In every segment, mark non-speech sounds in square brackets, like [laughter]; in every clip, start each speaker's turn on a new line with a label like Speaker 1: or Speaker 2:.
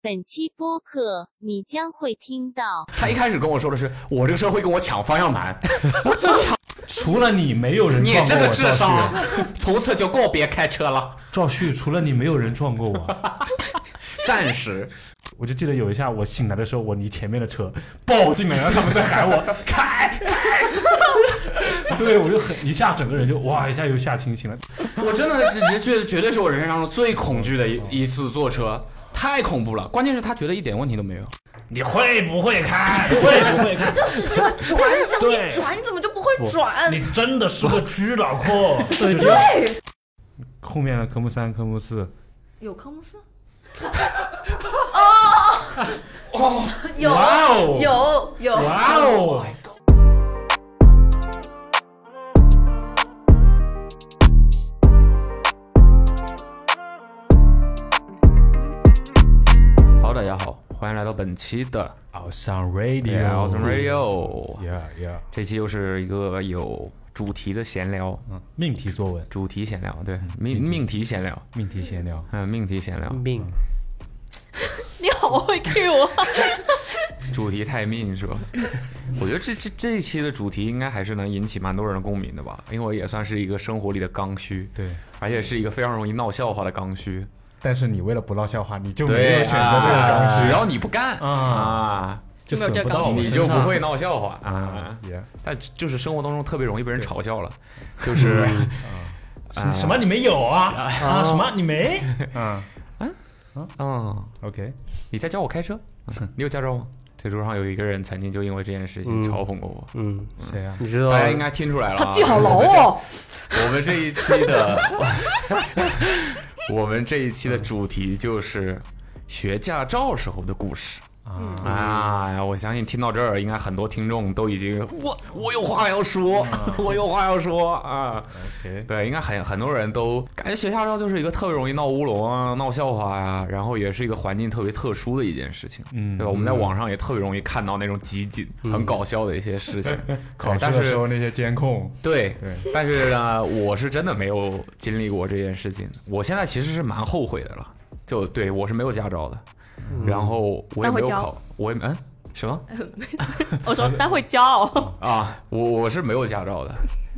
Speaker 1: 本期播客你将会听到
Speaker 2: 他一开始跟我说的是，我这个车会跟我抢方向盘，
Speaker 3: 除了你，没有
Speaker 2: [laughs]
Speaker 3: 人
Speaker 2: 你
Speaker 3: 撞
Speaker 2: 这
Speaker 3: 过我。
Speaker 2: 个智商
Speaker 3: 赵旭，，
Speaker 2: [laughs] 从此就告别开车了，
Speaker 3: 赵旭，除了你，没有人撞过我。 [laughs]
Speaker 2: 暂时。
Speaker 3: 我就记得有一下，我醒来的时候，我离前面的车抱进来，然后他们在喊我开开。 [laughs] 对，我就很一下，整个人就哇一下又吓清醒了。
Speaker 2: 我真的是觉绝绝对是我人生当中最恐惧的一一次坐车，太恐怖了。关键是他觉得一点问题都没有。
Speaker 3: 你会不会开？会不会开？
Speaker 4: 就是这个转，这么
Speaker 3: 对
Speaker 4: 一转，你怎么就不会转？
Speaker 3: 你真的是个狙老阔。对对。后面的科目三、科目四，
Speaker 4: 有科目四？哦
Speaker 2: 哦
Speaker 3: 有哦，
Speaker 4: 有有
Speaker 3: 哇哦！
Speaker 2: 好，大家好，欢迎来到本期的
Speaker 3: Awesome
Speaker 2: Awesome
Speaker 3: Radio，Yeah
Speaker 2: Radio，
Speaker 3: Yeah，
Speaker 2: 这期又是一个有主题的闲聊，嗯，
Speaker 3: 命题作文，
Speaker 2: 主题闲聊，对，命命题闲聊，
Speaker 3: 命题闲聊。
Speaker 2: 嗯，命题闲聊，
Speaker 5: 命
Speaker 4: 你好会 Q 啊！
Speaker 2: 主题太命是吧？我觉得这这这一期的主题应该还是能引起蛮多人的共鸣的吧，因为我也算是一个生活里的刚需，
Speaker 3: 对，
Speaker 2: 而且是一个非常容易闹笑话的刚需。
Speaker 3: 但是你为了不闹笑话，你就没有选择这个东
Speaker 2: 啊
Speaker 3: 西，
Speaker 2: 只要你不干
Speaker 3: 啊
Speaker 2: 啊，
Speaker 3: 就损不到我
Speaker 2: 你
Speaker 3: 身
Speaker 2: 就不
Speaker 3: 上
Speaker 2: 会闹笑话啊。
Speaker 3: Yeah
Speaker 2: 但就是生活当中特别容易被人嘲笑了，就是
Speaker 3: 什什么你没有啊啊什么你 [laughs] 没？嗯
Speaker 2: 嗯，
Speaker 3: ，OK，
Speaker 2: 你在教我开车？你有驾照吗？这桌上有一个人曾经就因为这件事情
Speaker 5: 嗯
Speaker 2: 嘲讽过我，
Speaker 5: 嗯，
Speaker 3: 谁啊呀？
Speaker 5: 你知道
Speaker 2: 大家应该听出来了、啊。
Speaker 4: 他记好牢哦。
Speaker 2: 我们这一期的， [laughs] 我们这一期的主题就是学驾照时候的故事。
Speaker 3: 啊，
Speaker 2: 啊，我相信听到这儿，应该很多听众都已经我我有话要说， [laughs] 我有话要说啊！
Speaker 3: 谁？
Speaker 2: 对，应该很很多人都感觉学驾照就是一个特别容易闹乌龙啊、闹笑话呀、然后也是一个环境特别特殊的一件事情，
Speaker 3: 嗯
Speaker 2: 对吧？我们在网上也特别容易看到那种集锦，很搞笑的一些事情。
Speaker 3: 考试
Speaker 2: 但
Speaker 3: 的
Speaker 2: 是
Speaker 3: 时候那些监控，
Speaker 2: 对，
Speaker 3: 对
Speaker 2: 但是呢，我是真的没有经历过这件事情，我现在其实是蛮后悔的了。就对我是没有驾照的，然后我也
Speaker 4: 但
Speaker 2: 没
Speaker 4: 会
Speaker 2: 有
Speaker 4: 教
Speaker 2: 考，我也嗯什么
Speaker 4: 我说他会骄傲，
Speaker 2: 啊，我我是没有驾照的。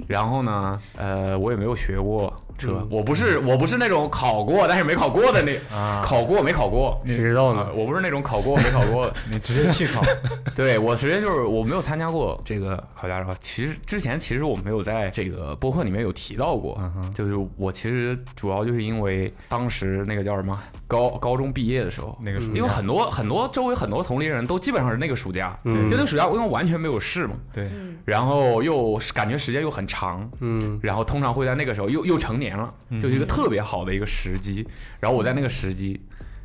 Speaker 2: 然后呢，呃，我也没有学过车，我不是我不是那种考过但是没考过的那，
Speaker 3: 啊
Speaker 2: 考过没考过，
Speaker 5: 谁知道
Speaker 2: 啊
Speaker 5: 呢？
Speaker 2: 我不是那种考过没考过的，
Speaker 3: [laughs] 你直接弃考，
Speaker 2: [laughs] 对我直接就是我没有参加过这个考驾照。其实之前其实我没有在这个播客里面有提到过，
Speaker 3: 嗯
Speaker 2: 就是我其实主要就是因为当时那个叫什么高高中毕业的时候，
Speaker 3: 那个暑假
Speaker 2: 因为很多很多周围很多同龄人都基本上是那个暑假，
Speaker 5: 嗯
Speaker 2: 就那个暑假因为完全没有事嘛，
Speaker 3: 对，
Speaker 2: 然后又是感觉时间又很长，
Speaker 5: 嗯，
Speaker 2: 然后通常会在那个时候又又成年了，
Speaker 3: 嗯
Speaker 2: 就是一个特别好的一个时机。然后我在那个时机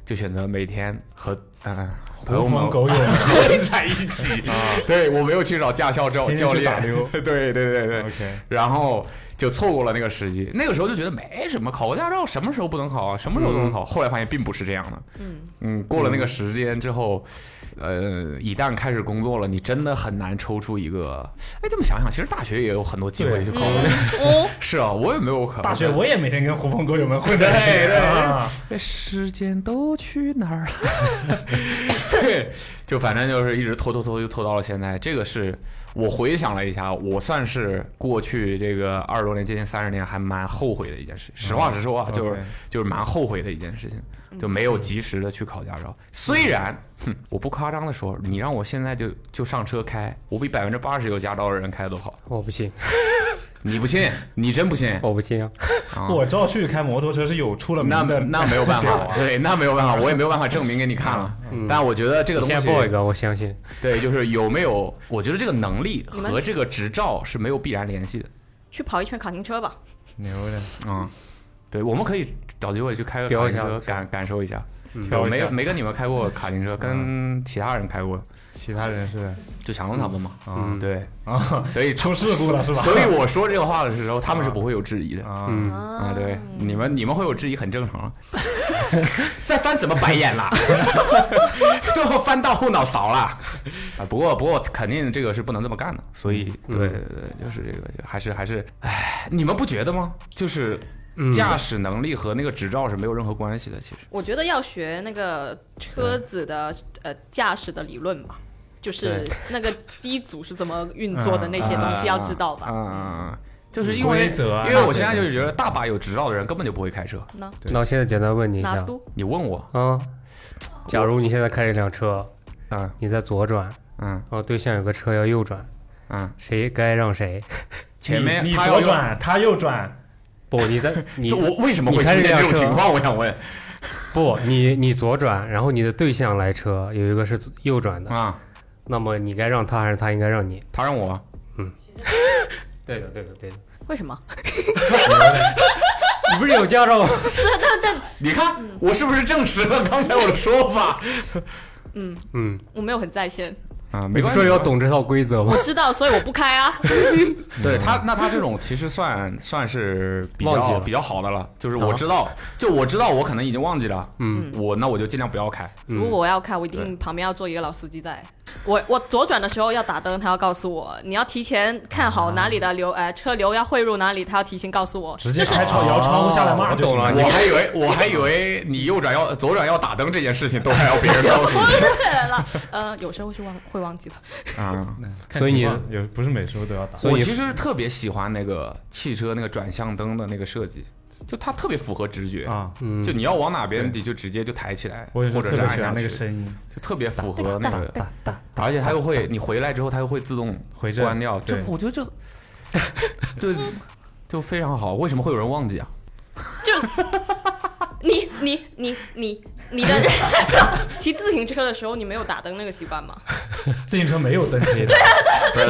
Speaker 2: 就选择每天和嗯、朋友
Speaker 3: 狐
Speaker 2: 们
Speaker 3: 朋狗友
Speaker 2: 混在
Speaker 3: 嗯 [laughs]
Speaker 2: 一起。对我没有去找驾校教
Speaker 3: 天天
Speaker 2: 教
Speaker 3: 去
Speaker 2: 练
Speaker 3: 打溜
Speaker 2: [laughs] 对对对对。
Speaker 3: ，OK，
Speaker 2: 然后就错过了那个时机，那个时候就觉得没什么，考个驾照什么时候不能考啊？什么时候都
Speaker 3: 嗯
Speaker 2: 能考？后来发现并不是这样的。
Speaker 4: 嗯
Speaker 2: 嗯，过了那个时间之后，呃，一旦开始工作了，你真的很难抽出一个。哎，这么想想，其实大学也有很多机会去考。
Speaker 1: 呃
Speaker 4: 嗯，
Speaker 2: [laughs] 是啊，我也没有考。
Speaker 3: 大学我也每天跟狐朋狗友们混在一
Speaker 2: 对
Speaker 3: 起，
Speaker 2: 对
Speaker 3: 啊
Speaker 2: 哎时间都去哪儿了？ [laughs] 对，就反正就是一直拖拖拖，就拖到了现在。这个是我回想了一下，我算是过去这个二十多年，接近三十年，还蛮后悔的一件事。实话实说啊，
Speaker 3: OK
Speaker 2: 就是就是蛮后悔的一件事情，就没有及时的去考驾照。虽然，哼，我不夸张的说，你让我现在就就上车开，我比百分之八十有驾照的人开的都好。
Speaker 5: 我不信，
Speaker 2: 你不信？你真不信？
Speaker 5: 我不信啊！
Speaker 2: 啊
Speaker 3: 我赵旭开摩托车是有出了名
Speaker 2: 那
Speaker 3: 的，
Speaker 2: 那没有办法，对，那没有办法，我也没有办法证明给你看了。但我觉得这个东
Speaker 5: 你先
Speaker 2: 西，
Speaker 5: 报一个，我相信。
Speaker 2: 对，就是有没有，我觉得这个能力
Speaker 4: 你们
Speaker 2: 和这个执照是没有必然联系的。
Speaker 4: 去跑一圈卡丁车吧。
Speaker 3: 牛的，
Speaker 2: 嗯，对，我们可以找机会去开个
Speaker 5: 飙
Speaker 2: 卡
Speaker 5: 一
Speaker 2: 丁
Speaker 5: 下
Speaker 2: 车，感感受一下。
Speaker 3: 挑
Speaker 2: 我
Speaker 3: 一
Speaker 2: 没
Speaker 3: 下
Speaker 2: 没跟你们开过卡丁车，跟其他人开过，
Speaker 3: 其他人是
Speaker 2: 就想让他们嘛。
Speaker 5: 嗯，
Speaker 2: 对，
Speaker 3: 啊，
Speaker 2: 所以
Speaker 3: 出事故了是吧？
Speaker 2: 所以我说这个话的时候，他们是不会有质疑的。
Speaker 3: 啊，
Speaker 5: 嗯，
Speaker 2: 啊，
Speaker 4: 啊
Speaker 2: 对，你们你们会有质疑很正
Speaker 5: [laughs]
Speaker 2: 常。啊在翻什么白眼啦？ [laughs] 都要翻到后脑勺啦！啊，不过不过肯定这个是不能这么干
Speaker 5: 嗯
Speaker 2: 的，所以对对对，就是这个还是还是，哎，你们不觉得吗？就是。
Speaker 5: 嗯
Speaker 2: 驾驶能力和那个执照是没有任何关系的。其实，
Speaker 4: 我觉得要学那个车子的呃驾驶的理论吧，就是那个机组是怎么运作的那些东西要知道吧。
Speaker 2: 嗯嗯嗯嗯嗯，就是因为
Speaker 3: 规则啊
Speaker 2: 因为我现在就是觉得大把有执照的人根本就不会开车。
Speaker 4: 那
Speaker 2: 对
Speaker 5: 那我现在简单问
Speaker 2: 嗯
Speaker 5: 你一
Speaker 4: 拿
Speaker 5: 下
Speaker 4: 督
Speaker 2: 你问我，
Speaker 5: 啊，假如你现在开一辆车，
Speaker 2: 嗯
Speaker 5: 你在左转，
Speaker 2: 嗯
Speaker 5: 然后对象有个车要右转，
Speaker 2: 嗯，
Speaker 5: 谁该
Speaker 2: [laughs]
Speaker 5: 让谁？
Speaker 2: 前面
Speaker 3: 你你
Speaker 2: 他要
Speaker 3: 左
Speaker 2: 用，
Speaker 3: 转，他右转，
Speaker 5: 不，你在你
Speaker 2: 这我为什么会
Speaker 5: 你
Speaker 2: 出
Speaker 5: 开
Speaker 2: 现
Speaker 5: 这
Speaker 2: 这
Speaker 5: 辆
Speaker 2: 种
Speaker 5: 车
Speaker 2: 情况？我想问
Speaker 5: 不，你你左转，然后你的对象来车有一个是右转的，
Speaker 2: 啊，
Speaker 5: 那么你该让他还是他应该让你？
Speaker 2: 他让我
Speaker 5: 对的，对的，对的。
Speaker 4: 为什么？
Speaker 5: 你不是有驾照吗？
Speaker 2: 你看，我是不是证实了刚才我的说法？
Speaker 4: 嗯，
Speaker 5: 嗯，
Speaker 4: 我没有很在线，
Speaker 2: 啊，
Speaker 5: 你
Speaker 2: 没
Speaker 5: 不
Speaker 2: 关
Speaker 5: 说
Speaker 2: 系，
Speaker 5: 要懂这套规则吗
Speaker 4: 我？知道，所以我不开啊。
Speaker 2: 对他，那他这种其实算算是比
Speaker 5: 忘记
Speaker 2: 较
Speaker 5: 了
Speaker 2: 比较好的了，就是我
Speaker 5: 啊
Speaker 2: 知道，就我知道我可能已经忘记了，
Speaker 5: 嗯
Speaker 2: 我那我就尽量不要开。
Speaker 5: 嗯
Speaker 4: 如果我要开，我一定旁边要做一个老司机在。我我左转的时候要打灯，他要告诉我，你要提前看
Speaker 2: 啊
Speaker 4: 好哪里的流，哎、车流要汇入哪里，他要提前告诉我。
Speaker 2: [laughs]
Speaker 3: 直接
Speaker 4: 就是
Speaker 3: 开窗摇窗户下来骂
Speaker 5: 我
Speaker 3: 就行
Speaker 5: 懂了
Speaker 2: 我还以为我还以为你右转要左转要打灯这件事情都还要别人告诉你
Speaker 4: 了，呃，有时候是忘会忘记的。 [laughs]
Speaker 2: 啊。
Speaker 3: 看
Speaker 5: 所以
Speaker 3: 情
Speaker 5: 你
Speaker 3: 况也不是每时候都要打。
Speaker 5: 所
Speaker 2: 我
Speaker 5: 以
Speaker 2: 其实特别喜欢那个汽车那个转向灯的那个设计，就它特别符合直觉。
Speaker 3: 啊，
Speaker 5: 嗯
Speaker 2: 就，你要往哪边，你就直接就抬起来，
Speaker 3: 我有时
Speaker 2: 或
Speaker 3: 候
Speaker 2: 者
Speaker 3: 特
Speaker 2: 是
Speaker 3: 别
Speaker 2: 按
Speaker 3: 喜
Speaker 2: 下
Speaker 3: 欢那个
Speaker 2: 去
Speaker 3: 声音，
Speaker 2: 就特别符合那个，
Speaker 5: 哒哒，
Speaker 2: 而且它又会，你回来之后它又会自动
Speaker 3: 回正
Speaker 2: 关掉。
Speaker 3: 对
Speaker 2: 这我觉得这，对，就非常好。为什么会有人忘
Speaker 3: [laughs]
Speaker 2: 记啊？
Speaker 4: 就你你你你你的 [laughs] 骑自行车的时候，你没有打灯那个习惯吗？
Speaker 3: 自行车没有灯
Speaker 2: [laughs]
Speaker 3: 可以打。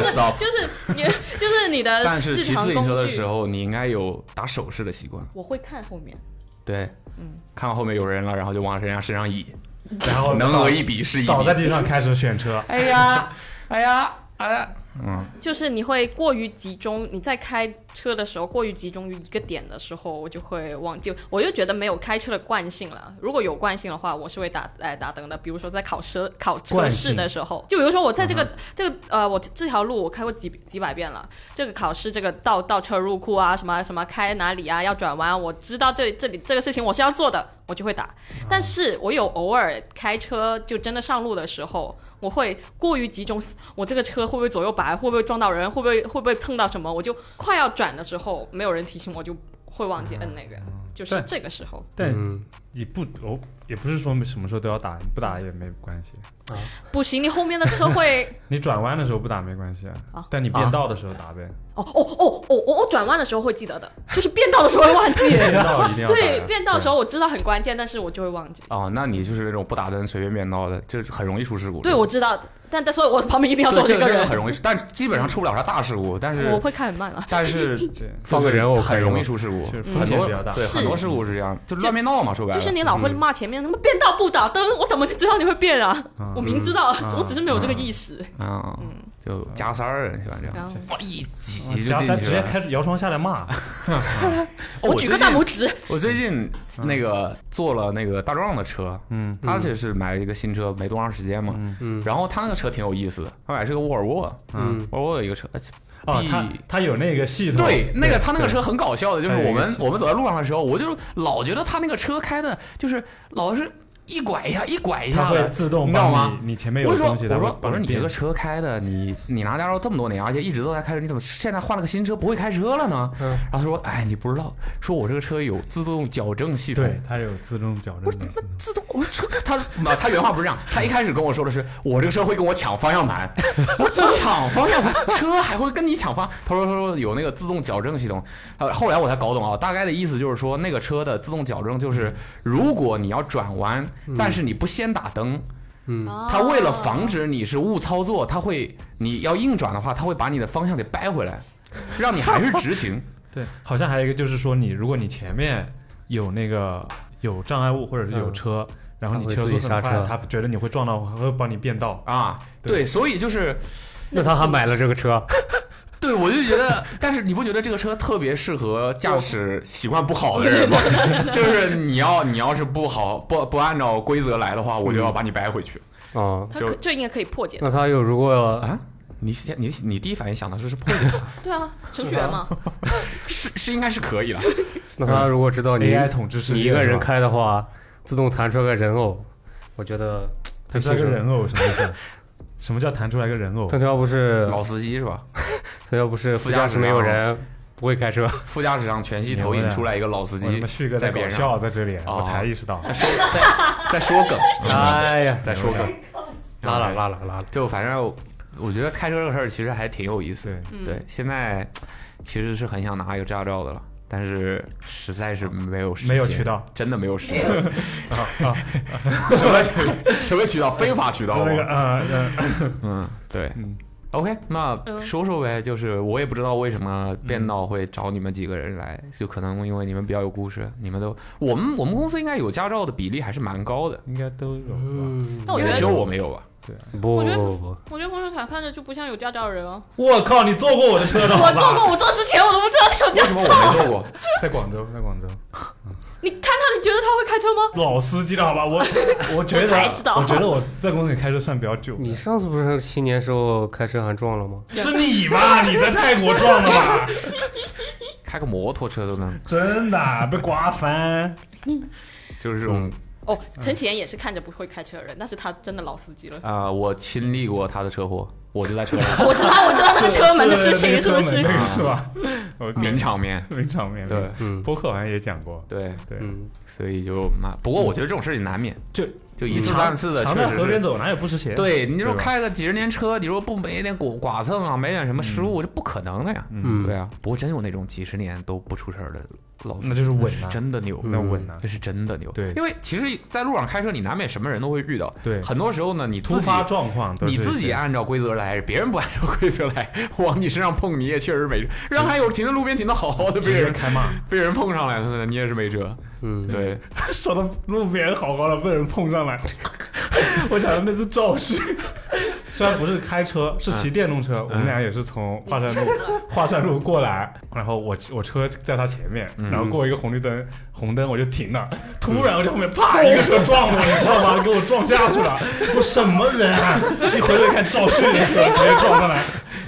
Speaker 2: stop。
Speaker 4: 就是你就是你的
Speaker 2: 但是
Speaker 4: 日
Speaker 2: 骑
Speaker 4: 常
Speaker 2: 自行
Speaker 4: 工
Speaker 2: 车的
Speaker 4: 具
Speaker 2: 时，候，你应该有打手势的习惯。
Speaker 4: 我会看后面。
Speaker 2: 对，
Speaker 4: 嗯，
Speaker 2: 看到后面有人了，然后就往人家身上倚，
Speaker 3: 然后
Speaker 2: 能
Speaker 3: 哦倒
Speaker 2: 额一比是一
Speaker 3: 倒在
Speaker 2: 比。
Speaker 3: 地上开始选车，
Speaker 2: 哎呀，哎呀，哎呀，嗯，
Speaker 4: 就是你会过于集中，你在开车的时候过于集中于一个点的时候，我就会忘记，我就觉得没有开车的惯性了。如果有惯性的话，我是会打哎打灯的。比如说在考车考车试的时候，就比如说我在这个、这个呃我这条路我开过几几百遍了，这个考试这个倒倒车入库啊，什么什么开哪里啊，要转弯，我知道这这里这个事情我是要做的，我就会打。但是我有偶尔开车就真的上路的时候，我会过于集中，我这个车会不会左右摆，会不会撞到人，会不会会不会蹭到什么，我就快要转的时候，没有人提醒我，就会忘记摁那个，就是
Speaker 3: 对
Speaker 4: 这个时候。
Speaker 3: 但
Speaker 5: 嗯，
Speaker 3: 你不我也不是说什么时候都要打，你不打也没关系。
Speaker 4: 不行，你后面的车会，
Speaker 3: 你转弯的时候不打没关系
Speaker 4: 啊，
Speaker 3: 但你变道的时候打 [laughs] 呗。
Speaker 4: [laughs] 哦哦哦哦，我我转弯的时候会记得的，就是变道的时候会忘记。
Speaker 3: 变道一定要打
Speaker 4: [laughs] 对，变道的时候我知道很关键，但是我就会忘记。
Speaker 2: 哦，那你就是那种不打灯随便变道的，就是很容易出事故。
Speaker 4: 对，我知道，但但所以我旁边一定要
Speaker 2: 对
Speaker 4: 坐
Speaker 2: 这个
Speaker 4: 这个
Speaker 2: 这个
Speaker 4: 人。
Speaker 2: 很容易出，但基本上出不了啥大事故。但
Speaker 4: 我
Speaker 2: 是
Speaker 4: 会开很慢啊，
Speaker 2: 但是
Speaker 3: 对对，
Speaker 5: 放个人偶
Speaker 2: 就是
Speaker 5: 可以
Speaker 2: 很容易
Speaker 5: 吗
Speaker 2: 出事故，
Speaker 3: 就是
Speaker 2: 很
Speaker 3: 风险
Speaker 2: 多
Speaker 3: 比较大
Speaker 2: 对
Speaker 4: 是
Speaker 2: 很多事故是这样，就乱变道嘛，说白了嗯
Speaker 4: 就是你老会骂前面他们变道不打灯，我怎么知道你会变啊？
Speaker 2: 嗯
Speaker 4: 我明知道，我只是没有这个意识。
Speaker 2: 啊，
Speaker 4: 嗯
Speaker 2: 就加塞儿喜欢这样，
Speaker 4: 后
Speaker 3: 嗯
Speaker 2: 哇一挤
Speaker 3: 只
Speaker 2: 就
Speaker 3: 要他
Speaker 2: 进
Speaker 3: 哦直
Speaker 2: 去
Speaker 3: 接
Speaker 2: 了。
Speaker 3: 开始摇窗下
Speaker 2: [laughs]
Speaker 3: 来骂，啊
Speaker 2: 哦
Speaker 4: 我举个大拇。指，
Speaker 2: 我最近我最近那个坐了那个大壮的车，
Speaker 3: 嗯，
Speaker 2: 他这是买了一个新车，没多长时间嘛。
Speaker 5: 嗯
Speaker 2: 然后他那个车挺有意思的，他买的是个沃尔沃，
Speaker 5: 嗯
Speaker 2: 沃尔沃有一个车，哎
Speaker 3: 哦，他
Speaker 2: 必
Speaker 3: 他有那个系统，
Speaker 2: 对，那个他那个
Speaker 3: 对哎
Speaker 2: 车很搞笑的，就是
Speaker 3: 还有一
Speaker 2: 我
Speaker 3: 个
Speaker 2: 们
Speaker 3: 系
Speaker 2: 我们走在路上的时候，我就老觉得他那个车开的，就是老是一拐一下，一拐一
Speaker 3: 它
Speaker 2: 下
Speaker 3: 会
Speaker 2: 的。
Speaker 3: 自动
Speaker 2: 你知道
Speaker 3: 帮
Speaker 2: 吗
Speaker 3: 你你前面有
Speaker 2: 我说
Speaker 3: 东
Speaker 2: 我
Speaker 3: 西，它会
Speaker 2: 说我
Speaker 3: 帮
Speaker 2: 说你这
Speaker 3: 变
Speaker 2: 个车开的，你你拿驾照这么多年，而且一直都在开车，你怎么现在换了个新车不会开车了呢？
Speaker 5: 嗯
Speaker 2: 然后他说，哎，你不知道，说我这个车有自动矫正系统。
Speaker 3: 对，它有自动矫正的系统。
Speaker 2: 自动，我车他那他原话 [laughs] 不是这样，他一开始跟我说的是，我这个车会跟我抢方向 [laughs] 盘，我说抢方向盘，车还会跟你抢方。他说他说有那个自动矫正系统，呃，后来我才搞懂啊，大概的意思就是说那个车的自动矫正就是，如果你要转弯，但是你不先打灯，
Speaker 5: 嗯
Speaker 2: 它为了防止你是误操作，它会你要硬转的话，它会把你的方向给掰回来，让你还是直行。
Speaker 3: 对，好像还有一个就是说你，如果你前面有那个有障碍物或者是有
Speaker 5: 嗯
Speaker 3: 车，然后
Speaker 5: 它
Speaker 3: 你
Speaker 5: 会
Speaker 3: 车
Speaker 5: 自
Speaker 3: 速
Speaker 5: 己
Speaker 3: 很
Speaker 5: 刹
Speaker 3: 快
Speaker 5: 车
Speaker 3: 它觉得你会撞到，它会帮你变道。
Speaker 2: 啊，
Speaker 3: 对
Speaker 2: 对，所以就是
Speaker 5: 那他还买了这个车，
Speaker 2: 对，我就觉得，但是你不觉得这个车特别适合驾驶习惯不好的人吗？ [laughs] 就是你要你要是不好不不按照嗯规则来的话，我就要把你掰回去。
Speaker 5: 哦，
Speaker 4: 他
Speaker 2: 就
Speaker 4: 可这应该可以破解。
Speaker 5: 那他有如果
Speaker 2: 啊你想你你第一反应想的是是破解，
Speaker 4: 对啊，程序员嘛，
Speaker 2: 嗯是是应该是可以的。
Speaker 5: 那他如果知道你
Speaker 3: AI 统治世界，
Speaker 5: 你一个
Speaker 3: 是
Speaker 5: 人
Speaker 3: 吧，
Speaker 5: 开的话，自动弹出来个人偶，我觉得
Speaker 3: 弹
Speaker 5: 对
Speaker 3: 出来
Speaker 5: 新
Speaker 3: 个
Speaker 5: 手
Speaker 3: 人偶什么意思？什么叫弹出来个人
Speaker 5: [laughs]
Speaker 3: 偶？
Speaker 5: 藤条不是
Speaker 2: 老司机是吧？
Speaker 5: 藤条不是
Speaker 2: 副
Speaker 5: 副
Speaker 2: 驾
Speaker 5: 驾
Speaker 2: 驶
Speaker 5: 驶没有
Speaker 2: 上
Speaker 5: 人，不会
Speaker 3: [laughs]
Speaker 5: 开车，
Speaker 2: 副驾驶上全息投
Speaker 3: 牛
Speaker 2: 影
Speaker 3: 的
Speaker 2: 出来一个老司
Speaker 3: 我他
Speaker 2: 机
Speaker 3: 妈旭哥
Speaker 2: 在
Speaker 3: 搞
Speaker 2: 边上
Speaker 3: 笑，在这里，
Speaker 2: 哦
Speaker 3: 我才意识到。
Speaker 2: 在说在在 [laughs] 说梗，
Speaker 3: 嗯
Speaker 5: 哎呀，
Speaker 2: 在说梗，
Speaker 5: 拉了拉了拉了，
Speaker 2: 就反正我觉得开车这个事儿其实还挺有意思的。
Speaker 3: 对，
Speaker 4: 嗯
Speaker 2: 对，现在其实是很想拿一个驾照的了，但是实在是没有时
Speaker 3: 没有
Speaker 2: 间
Speaker 3: 渠道，
Speaker 2: 真的没有时间。 [laughs] 啊什么渠什么渠道？非法渠
Speaker 5: 嗯
Speaker 2: 道
Speaker 3: 那个
Speaker 2: 吗？
Speaker 3: 呃呃，
Speaker 2: 嗯，对
Speaker 3: 嗯
Speaker 2: OK，那
Speaker 4: 嗯
Speaker 2: 说说呗，就是我也不知道为什么变道会找你们几个人来，就可能因为你们比较有故事，你们都我们我们公司应该有驾照的比例还是蛮高的，
Speaker 3: 应该都有吧？
Speaker 5: 嗯，
Speaker 4: 但我觉得
Speaker 2: 只有我没有吧？啊
Speaker 5: 不
Speaker 4: 我觉得
Speaker 5: 不不，
Speaker 4: 我觉得冯志凯看着就不像有驾照的人
Speaker 2: [laughs]
Speaker 4: 哦。
Speaker 3: 我靠，你坐过我的车 [laughs] 的
Speaker 4: 我坐过，我坐之前我都不知道他有驾
Speaker 2: 为什么我没做过？
Speaker 3: 在广州，在广州，
Speaker 4: 你看他，你觉得他会开车吗？
Speaker 3: 老司机了，好吧？我我觉
Speaker 4: 我才知
Speaker 3: 得，
Speaker 4: 道
Speaker 3: 我觉得我在公司里开车算比较久。
Speaker 5: 你上次不是新年时候开车还撞了吗？
Speaker 3: 是你吧？你在泰国撞的吧？
Speaker 2: 开个摩托车都能，
Speaker 3: [laughs] 真的被刮翻。
Speaker 2: 就是这
Speaker 3: 嗯
Speaker 2: 种
Speaker 4: 哦，
Speaker 2: 嗯
Speaker 4: 陈启言也是看着不会开车的人，但是他真的老司机了。
Speaker 2: 啊、我亲历过他的车祸，我就在车
Speaker 4: [laughs]
Speaker 2: 上
Speaker 4: 我知道，我知道那个车门的事
Speaker 2: [laughs]
Speaker 4: 情，是
Speaker 3: 那
Speaker 4: 嗯不
Speaker 3: 个车门
Speaker 4: 是？
Speaker 3: 那个是吧？ [laughs] 我
Speaker 2: 名场面，
Speaker 3: 名场面，
Speaker 2: 对，
Speaker 5: 嗯
Speaker 3: 播客好像也讲过，
Speaker 2: 对，
Speaker 3: 对，
Speaker 5: 嗯，
Speaker 2: 所以就蛮，不过我觉得这种事情难免，
Speaker 3: 就
Speaker 2: 就一次半次的，
Speaker 3: 常
Speaker 2: 确
Speaker 3: 在
Speaker 2: 实
Speaker 3: 河边
Speaker 2: 是。
Speaker 3: 走，哪有不湿鞋？
Speaker 2: 对，你
Speaker 3: 对
Speaker 2: 说
Speaker 3: 吧
Speaker 2: 开个几十年车，你说不没点剐剐蹭啊，没点什么失误，这不可能的呀。
Speaker 5: 嗯
Speaker 2: 对啊，不过真有那种几十年都不出事儿的老司机，
Speaker 3: 那就是稳
Speaker 2: 是
Speaker 3: 啊
Speaker 2: 真的牛，
Speaker 3: 那稳啊
Speaker 2: 这是真的牛。
Speaker 3: 对
Speaker 2: 因为其实，在路上开车，你难免什么人都会遇到。
Speaker 3: 对
Speaker 2: 很多时候呢，你
Speaker 3: 突
Speaker 2: 突
Speaker 3: 发
Speaker 2: 发。
Speaker 3: 状况都是
Speaker 2: 你自己啊按照规则来，别人不按照规则来，往你身上碰，你也确实没辙。让还有停在路边停的好好的，
Speaker 3: 直
Speaker 2: 被
Speaker 3: 接
Speaker 2: 人
Speaker 3: 开骂，
Speaker 2: 被人碰上来了，你也是没辙。
Speaker 5: 嗯
Speaker 2: 对，
Speaker 3: 说到路边好好的被人碰上来， [laughs] 我想到那次肇事， [laughs] 虽然不是开车，是骑电动车，我们俩也是从华山路 [laughs] 华山路过来，然后我骑我车在他前面，然后过一个红绿灯，红灯我就停了，突然我就后面啪一个车撞了，你知道 [laughs] 吗？给我撞下去了，我什么人啊？一回头一看肇事的 [laughs] 车直接撞上来，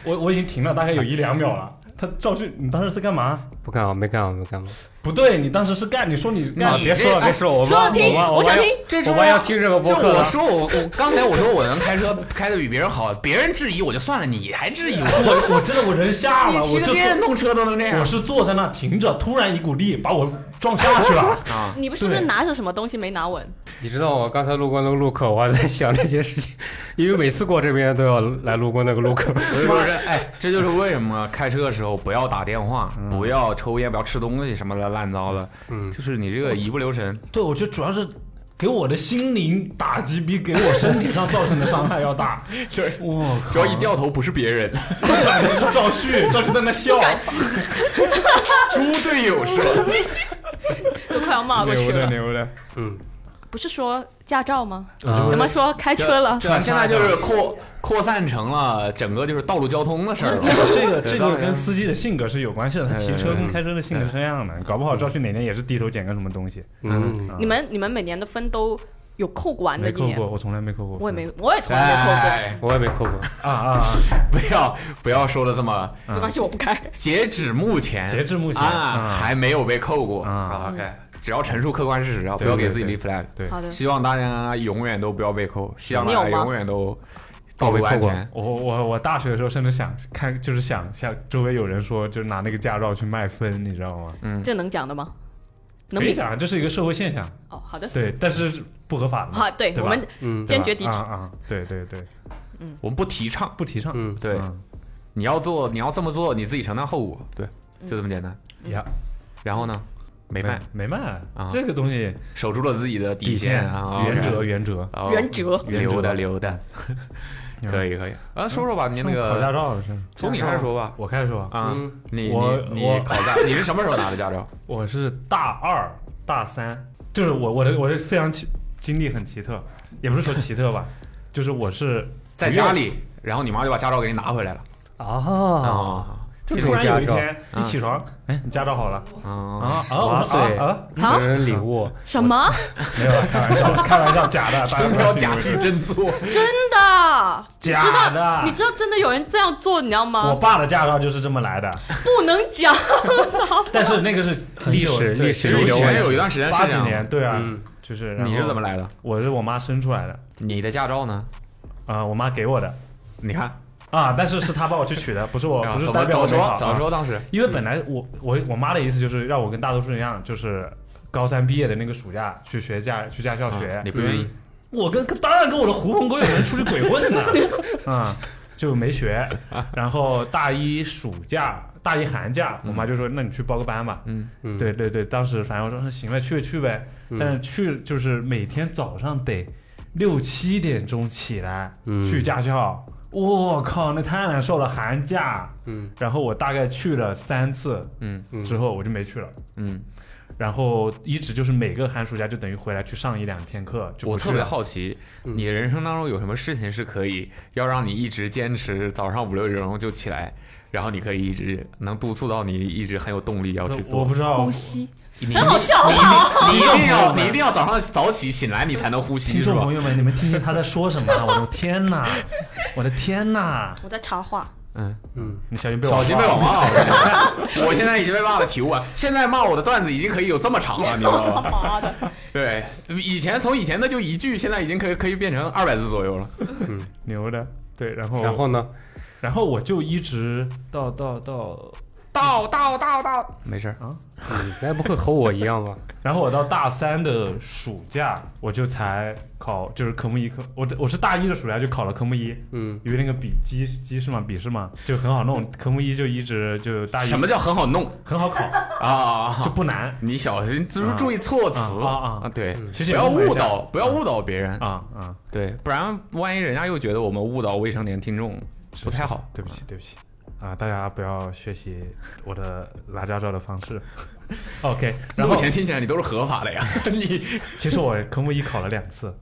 Speaker 3: 我我已经停了大概有一两秒了，他肇事，你当时是干嘛？
Speaker 5: 不干了，没干了，没干了。
Speaker 3: 不对，你当时是干，你说你哎干，
Speaker 5: 啊，别说了，
Speaker 2: 哎
Speaker 5: 别说了，我
Speaker 4: 说
Speaker 5: 妈
Speaker 4: 我听，
Speaker 5: 妈
Speaker 4: 我
Speaker 5: 我妈
Speaker 4: 想
Speaker 5: 要
Speaker 4: 听。
Speaker 2: 这
Speaker 5: 我妈要听这个播
Speaker 2: 就
Speaker 5: 客
Speaker 2: 我
Speaker 5: 了。
Speaker 2: 说我我刚才我说我能开车开的比别人好，别人质疑我就算了，你还质疑我，
Speaker 3: 我我真的我人瞎了，
Speaker 2: [laughs] 你骑
Speaker 3: 我
Speaker 2: 个
Speaker 3: 就
Speaker 2: 电
Speaker 3: 是
Speaker 2: 动车都能这
Speaker 3: 我
Speaker 2: 样。
Speaker 3: 是坐在那停着，突然一股力把我撞下去
Speaker 2: [laughs]
Speaker 3: 了。
Speaker 2: 啊，
Speaker 4: 你们是不是
Speaker 3: 对
Speaker 4: 拿着什么东西没拿稳？
Speaker 5: 你知道我刚才路过那个路口，我还在想这件事情， [laughs] 因为每次过这边都要来路过那个路
Speaker 3: [laughs]
Speaker 5: 口。
Speaker 2: [laughs] 所以说这哎，这就是为什么开车的时候不要打电话，不要抽烟，不要吃东西什么的烂糟的，
Speaker 5: 嗯
Speaker 2: 就是你这个一不留神，
Speaker 3: 对，我觉得主要是给我的心灵打击比给我身体上造成的伤害要大。 [laughs] 对，我靠，
Speaker 2: 只要一掉头不是别 [laughs] 人，
Speaker 3: 赵旭，赵旭在那笑，
Speaker 2: 猪队友 [laughs] 是吧？
Speaker 4: 都快要骂过去
Speaker 3: 牛的
Speaker 4: 了。
Speaker 3: 牛的，
Speaker 5: 嗯，
Speaker 4: 不是说驾照吗？
Speaker 5: 啊
Speaker 4: 怎么说开车了？
Speaker 2: 这现在就是扩扩散成了整个就是道路交通的事儿 [laughs]
Speaker 3: 这
Speaker 2: 了。
Speaker 3: 个这个 [laughs] 这
Speaker 2: 当
Speaker 3: 个
Speaker 2: 然
Speaker 3: 跟司机的性格是有关系的，他骑车跟开车的性格是一样的，搞不好赵旭哪天也是低头捡个什么东西。
Speaker 5: 嗯，
Speaker 4: 你们你们每年的分都有扣过完的
Speaker 3: 没
Speaker 4: 一
Speaker 3: 扣
Speaker 4: 年
Speaker 3: 过，，我从来没扣过。
Speaker 4: 我也没，我也从来没扣过。
Speaker 2: 哎，
Speaker 5: 我也没扣过。
Speaker 3: 啊啊！啊
Speaker 2: 不要不要说的这么
Speaker 4: 没关系，我不开。
Speaker 2: 截止目前，
Speaker 3: 截至目前
Speaker 2: 啊
Speaker 3: 嗯
Speaker 2: 还没有被扣过。
Speaker 3: 啊
Speaker 2: OK，只要陈述客观事实啊，不
Speaker 3: 对
Speaker 2: 要
Speaker 3: 对
Speaker 2: 给自己
Speaker 3: 对
Speaker 2: 立 flag。
Speaker 3: 对
Speaker 4: 好的，
Speaker 2: 希望大家永远都不要被扣，希望
Speaker 4: 你有
Speaker 2: 大家
Speaker 4: 吗
Speaker 2: 永远都道路安
Speaker 5: 被扣过
Speaker 2: 全。
Speaker 3: 我我我大学的时候甚至想看，就是想像周围有人说，就是拿那个驾照去卖分，你知道吗？
Speaker 2: 嗯
Speaker 4: 这能讲的吗？能
Speaker 3: 可以
Speaker 4: 比
Speaker 3: 讲，这是一个社会现象，
Speaker 4: 哦，好的，
Speaker 3: 对，但是是不合法的嘛，
Speaker 4: 好，对
Speaker 3: 对吧
Speaker 4: 我们
Speaker 5: 嗯，
Speaker 4: 坚决抵
Speaker 3: 啊
Speaker 4: 制。
Speaker 3: 啊，对对对，
Speaker 2: 我们不提倡，
Speaker 3: 不提倡。
Speaker 5: 嗯
Speaker 2: 对，
Speaker 3: 嗯
Speaker 2: 你要做，你要这么做，你自己承担后果，对，就
Speaker 4: 嗯
Speaker 2: 这么简单。
Speaker 3: 呀，
Speaker 2: 然后呢，没
Speaker 3: 没
Speaker 2: 卖，
Speaker 3: 没卖
Speaker 2: 啊
Speaker 3: 这个东西
Speaker 2: 守住了自己的底
Speaker 3: 线
Speaker 2: 啊，
Speaker 3: 原则
Speaker 2: OK
Speaker 3: 原则。
Speaker 2: 哦
Speaker 4: 原则
Speaker 3: 原则
Speaker 2: 留的留的， [laughs] 可以可以。啊，说说吧，你那
Speaker 3: 嗯考驾
Speaker 2: 个
Speaker 3: 照的事，
Speaker 2: 从你开始说吧。
Speaker 3: 我开始说啊，
Speaker 2: 啊
Speaker 5: 嗯，
Speaker 2: 你
Speaker 3: 我
Speaker 2: 你
Speaker 3: 我
Speaker 2: 你考驾，你是什么时候拿的驾照？
Speaker 3: 我是大二大三，就是我我的我的非常奇经历很奇特，也不是说奇特吧，就是我是
Speaker 2: 在家里，然后你妈就把驾照给你拿回来了。
Speaker 5: 啊，
Speaker 2: 啊，
Speaker 3: 就
Speaker 5: 这
Speaker 3: 突
Speaker 5: 种
Speaker 3: 然有一
Speaker 5: 驾照
Speaker 3: 天一起床，哎，你驾照好了
Speaker 2: 啊，
Speaker 3: 啊啊
Speaker 5: 哇塞
Speaker 3: 啊啊！
Speaker 4: 啊
Speaker 5: 个人领悟，
Speaker 4: 什么？
Speaker 3: 没有啊，开玩笑， [laughs] 开玩笑，假的，
Speaker 2: 啊
Speaker 3: 大家不要信以为真。
Speaker 2: 真做，
Speaker 4: 真的？你知
Speaker 3: 假
Speaker 4: 道？
Speaker 3: 的
Speaker 4: 你知道真的有人这样做，你知道
Speaker 3: 我
Speaker 4: 吗？
Speaker 3: 爸的驾照就是这么来的，
Speaker 4: 不能讲。
Speaker 3: 但是那个是很
Speaker 5: 历
Speaker 3: 久
Speaker 5: 史
Speaker 3: 对
Speaker 5: 历史
Speaker 2: 就
Speaker 5: 遗
Speaker 2: 以
Speaker 5: 留
Speaker 2: 前
Speaker 5: 问
Speaker 2: 有
Speaker 5: 题。
Speaker 2: 一段时间
Speaker 3: 八
Speaker 2: 是
Speaker 3: 几
Speaker 2: 这样
Speaker 3: 年，对啊，
Speaker 5: 嗯
Speaker 3: 就是
Speaker 2: 你是怎么？来的？
Speaker 3: 然后我是我妈生出来的，
Speaker 2: 你的驾照呢？
Speaker 3: 啊，我妈给我的
Speaker 2: 你看，
Speaker 3: 啊，但是是她帮我去取的，不是我，
Speaker 2: 啊
Speaker 3: 不是
Speaker 2: 怎
Speaker 3: 代
Speaker 2: 么
Speaker 3: 表
Speaker 2: 早
Speaker 3: 我没考
Speaker 2: 说
Speaker 3: 啊
Speaker 2: 早说当时
Speaker 3: 因为本来我我我妈的意思就是让我跟大多数人一样，就是高三毕业的那个暑假去学驾去驾校
Speaker 2: 啊
Speaker 3: 学，
Speaker 2: 你不愿意，
Speaker 3: 我跟跟当然跟我的狐朋狗友们出去鬼混呢， [laughs] 啊、就没学。
Speaker 2: 啊
Speaker 3: 然后大一暑假、大一寒假，我妈就说：“那你去报个班吧。”
Speaker 2: 嗯，
Speaker 5: 嗯
Speaker 3: 对对对，当时反正我说那行了，去就去呗。
Speaker 5: 嗯
Speaker 3: 但是去就是每天早上得六七点钟起来、
Speaker 5: 嗯
Speaker 3: 去驾校，我、靠，那太难受了，寒假。
Speaker 5: 嗯
Speaker 3: 然后我大概去了三次，
Speaker 2: 嗯
Speaker 5: 嗯
Speaker 3: 之后我就没去了。
Speaker 2: 嗯，
Speaker 3: 然后一直就是每个寒暑假就等于回来去上一两天课，就不
Speaker 2: 我
Speaker 3: 去
Speaker 2: 特别
Speaker 3: 了
Speaker 2: 好奇，
Speaker 5: 嗯
Speaker 2: 你的人生当中有什么事情是可以要让你一直坚持早上五六点钟就起来，然后你可以一直能督促到你一直很有动力要去
Speaker 3: 呃我
Speaker 2: 做
Speaker 3: 不。知道，
Speaker 4: 呼吸，
Speaker 2: 你
Speaker 4: 很好笑，好不好？
Speaker 2: 你一
Speaker 3: [laughs]
Speaker 2: 定要
Speaker 3: 听众朋友们
Speaker 2: 你一定要早上早起醒来，你才能呼吸
Speaker 3: 听
Speaker 2: 是
Speaker 3: 众
Speaker 2: 吧
Speaker 3: 朋？友们，你们听听他在说什 [laughs] 么啊？我的天哪，我的天哪！
Speaker 4: 我在插话，
Speaker 2: 嗯，
Speaker 5: 嗯，
Speaker 3: 你小心被我
Speaker 2: 小心被我
Speaker 3: 骂
Speaker 2: 骂了我跟你 [laughs] 讲！我现在已经被骂的体无完，现在骂我的段子已经可以有这么长了，你知道
Speaker 3: [laughs]
Speaker 2: 吗？
Speaker 4: 妈的，
Speaker 2: 对，以前从以前的就一句，现在已经可以可以变成二百字左右了。
Speaker 3: 牛的。对，然后
Speaker 5: 然后呢？
Speaker 3: 然后我就一直到到到，
Speaker 2: 到到到到，没事儿，
Speaker 5: 你该不会和我一样吧？
Speaker 3: 然后我到大三的暑假，我就才考，就是科目一科，我我是大一的暑假就考了科目一，
Speaker 5: 嗯，
Speaker 3: 因为那个笔机机试嘛，笔试嘛就很好弄，科目一就一直就大一
Speaker 2: 什么叫很好弄
Speaker 3: 很好考，
Speaker 2: 啊？
Speaker 3: 就不难
Speaker 2: 你小心，就是注意措辞
Speaker 3: 啊啊啊
Speaker 2: 对，
Speaker 3: 其实
Speaker 2: 不
Speaker 3: 也
Speaker 2: 要
Speaker 3: 误会一
Speaker 2: 误
Speaker 3: 下
Speaker 2: 导，不要误导别人
Speaker 3: 啊，啊！
Speaker 2: 对，不然万一人家又觉得我们误导未成年听众，不太好。
Speaker 3: 对不起，对不起啊！大家不要学习我的拿驾照的方
Speaker 2: [laughs]
Speaker 3: 式。OK，然
Speaker 2: 目
Speaker 3: 后
Speaker 2: 前听起来你都是合法的呀， [laughs] 你
Speaker 3: 其实我科目一考了两次，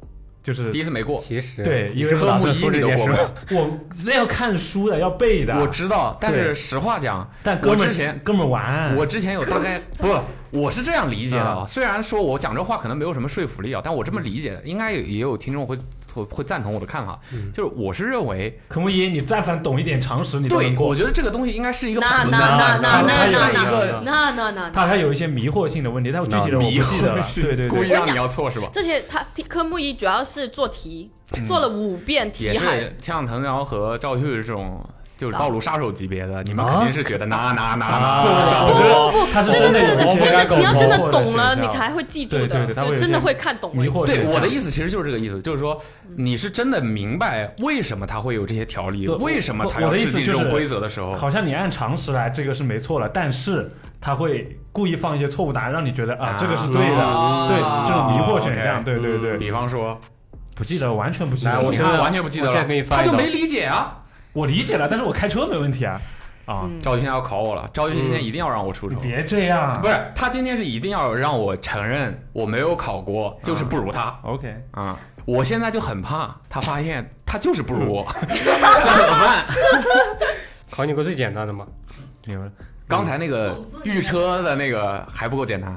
Speaker 3: 就是
Speaker 2: 第一次没过，
Speaker 5: 其实
Speaker 3: 对，
Speaker 5: 你
Speaker 3: 因
Speaker 5: 是
Speaker 3: 为
Speaker 5: 不打
Speaker 2: 科目
Speaker 5: 算
Speaker 2: 一
Speaker 5: 说这
Speaker 2: 你都
Speaker 5: 件
Speaker 2: 过
Speaker 5: 事
Speaker 2: 不
Speaker 5: 吗？
Speaker 2: 了。
Speaker 3: 我那要看书的，要背的。
Speaker 2: 我知道，但是
Speaker 3: 啊对
Speaker 2: 实话讲，
Speaker 3: 但哥
Speaker 2: 我
Speaker 3: 们
Speaker 2: 之
Speaker 3: 儿
Speaker 2: 前
Speaker 3: 哥们儿玩，
Speaker 2: 我之前有大概 [laughs] 不，我是这样理解的啊。
Speaker 3: 啊
Speaker 2: 虽然说我讲这话可能没有什么说服力啊，但我这么理解的，应该有也有听众会会会赞同我的看法，就是我是认为，
Speaker 3: 科目一，你但凡懂一点常识，你都
Speaker 2: 对
Speaker 3: 能，过
Speaker 2: 我。觉得这个东西应该是一个
Speaker 4: 那
Speaker 2: 板
Speaker 4: 那
Speaker 2: 凳
Speaker 4: 那那那
Speaker 2: 它是
Speaker 4: 那
Speaker 2: 一个
Speaker 4: 那那那那那。
Speaker 3: 它还有一些迷惑性的问题，但我具体的我不
Speaker 2: 迷
Speaker 3: 记得
Speaker 2: 惑。
Speaker 3: 了
Speaker 2: 性
Speaker 3: 对对
Speaker 2: 故意
Speaker 3: 对，
Speaker 2: 让你要错是
Speaker 4: [laughs]
Speaker 2: 吧？
Speaker 4: 这些他科目一主要是做题，做了五遍
Speaker 2: 也
Speaker 4: 题海
Speaker 2: 是，像藤条和赵旭这种就是道路杀手级别的，你们肯定是觉得那那那那，
Speaker 4: 不
Speaker 3: 我觉得
Speaker 4: 哦不不，
Speaker 3: 他是
Speaker 4: 对对
Speaker 3: 真的
Speaker 4: 对对
Speaker 3: 有
Speaker 4: 对，
Speaker 3: 些
Speaker 4: 就是你要真的
Speaker 3: 搞
Speaker 4: 懂了，
Speaker 3: 头
Speaker 4: 你才会记住
Speaker 3: 对对
Speaker 4: 的，
Speaker 3: 对他会
Speaker 4: 就
Speaker 3: 有
Speaker 4: 真的
Speaker 3: 些
Speaker 4: 会看懂
Speaker 3: 迷
Speaker 4: 为止。
Speaker 3: 惑
Speaker 2: 对，
Speaker 3: 性
Speaker 2: 我的意思其实就是这个意思，就是说你是真的明白为什么他会有这些条例，
Speaker 3: 对我
Speaker 2: 为什么他
Speaker 3: 我
Speaker 2: 要
Speaker 3: 我的意
Speaker 2: 制
Speaker 3: 思
Speaker 2: 定这
Speaker 3: 就
Speaker 2: 种
Speaker 3: 是
Speaker 2: 规则的时候，
Speaker 3: 好像你按常识来，这个是没错了，但是他会故意放一些错误答案，让你觉得
Speaker 2: 啊嗯
Speaker 3: 啊，这个是对的，对，这种迷惑选项，对对对，
Speaker 2: 比方说，
Speaker 3: 不记得，完全不记
Speaker 5: 来
Speaker 3: 得。
Speaker 5: 我
Speaker 2: 你
Speaker 5: 现
Speaker 2: 看
Speaker 5: 在
Speaker 2: 完全不记得了，
Speaker 5: 我现在给你翻
Speaker 2: 他
Speaker 5: 一
Speaker 2: 就
Speaker 5: 道
Speaker 2: 没理解啊。
Speaker 3: 我理解了，但是我开车没问题啊啊！
Speaker 2: 赵军现在要考我了，赵军今天一定要让我出
Speaker 3: 嗯你
Speaker 2: 丑。
Speaker 3: 别这样
Speaker 2: 不是，他今天是一定要让我承认我没有考过，就是不如他
Speaker 3: ，OK，
Speaker 2: 啊！我现在就很怕他发现他就是不如我，
Speaker 3: [laughs]
Speaker 2: 怎么办？
Speaker 5: 考你个最简单的嘛，
Speaker 3: 你们
Speaker 2: 刚才那个预车的那个还不够简单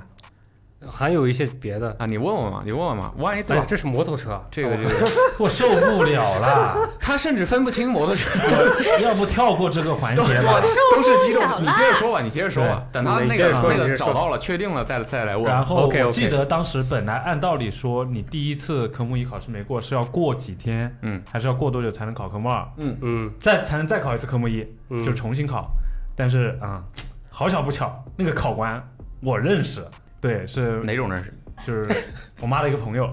Speaker 5: 还有一些别的。
Speaker 2: 啊！你问问嘛，你问问嘛，万一对
Speaker 5: 哎
Speaker 2: 吧？
Speaker 5: 这是摩托车，
Speaker 2: 这个这个，
Speaker 3: [laughs] 我受不了 [laughs] 了，
Speaker 2: 他甚至分不清摩托
Speaker 3: [laughs]
Speaker 2: 车
Speaker 3: 要不跳过这个环节吧？
Speaker 2: 都是机动
Speaker 4: 受。不了
Speaker 2: 你接着说吧，你接着说吧，等他
Speaker 5: 你
Speaker 2: 那
Speaker 5: 接
Speaker 2: 个
Speaker 5: 着
Speaker 2: 那
Speaker 5: 说你接
Speaker 2: 个
Speaker 5: 着说
Speaker 2: 找到了，确定了再再来问。
Speaker 3: 然后
Speaker 5: OK，OK
Speaker 3: 我记得当时本来按道理说，你第一次科目一考试没过是要过几天，
Speaker 2: 嗯，
Speaker 3: 还是要过多久才能考科目二，
Speaker 5: [laughs] 嗯，
Speaker 3: 再才能再考一次科目一，
Speaker 5: 嗯
Speaker 3: 就重新考。但是啊、好巧不巧，那个考官我认识，对，是
Speaker 2: 哪种人是？
Speaker 3: 就是我妈的一个朋友，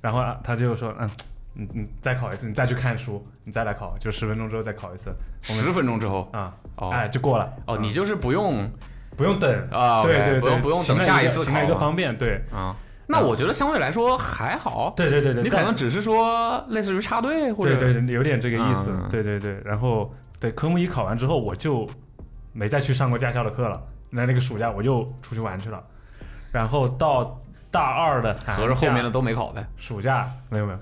Speaker 3: 然后啊他就说，嗯，你你再考一次，你再去看书，你再来考，就十分钟之后再考一次，我们
Speaker 2: 十分钟之后
Speaker 3: 啊，
Speaker 2: 哦
Speaker 3: 哎就过了，
Speaker 2: 哦，你就是不用
Speaker 3: 不用等
Speaker 2: 啊
Speaker 3: 对
Speaker 2: OK，
Speaker 3: 对对，
Speaker 2: 不用不用等
Speaker 3: 行了
Speaker 2: 下
Speaker 3: 一
Speaker 2: 一次
Speaker 3: 个行
Speaker 2: 考
Speaker 3: 了一个
Speaker 2: 嘛
Speaker 3: 方便，对
Speaker 2: 啊。那我觉得相对来说还好，
Speaker 3: 对对对对，
Speaker 2: 你可
Speaker 3: 但
Speaker 2: 能只是说类似于插队或者
Speaker 3: 对对，对，有点这个意思。
Speaker 2: 嗯
Speaker 3: 对对对，然后对科目一考完之后，我就没再去上过驾校的课了。那那个暑假我又出去玩去了，然后到大二的寒假，
Speaker 2: 合着后面的都没考呗。
Speaker 3: 暑假没有没有，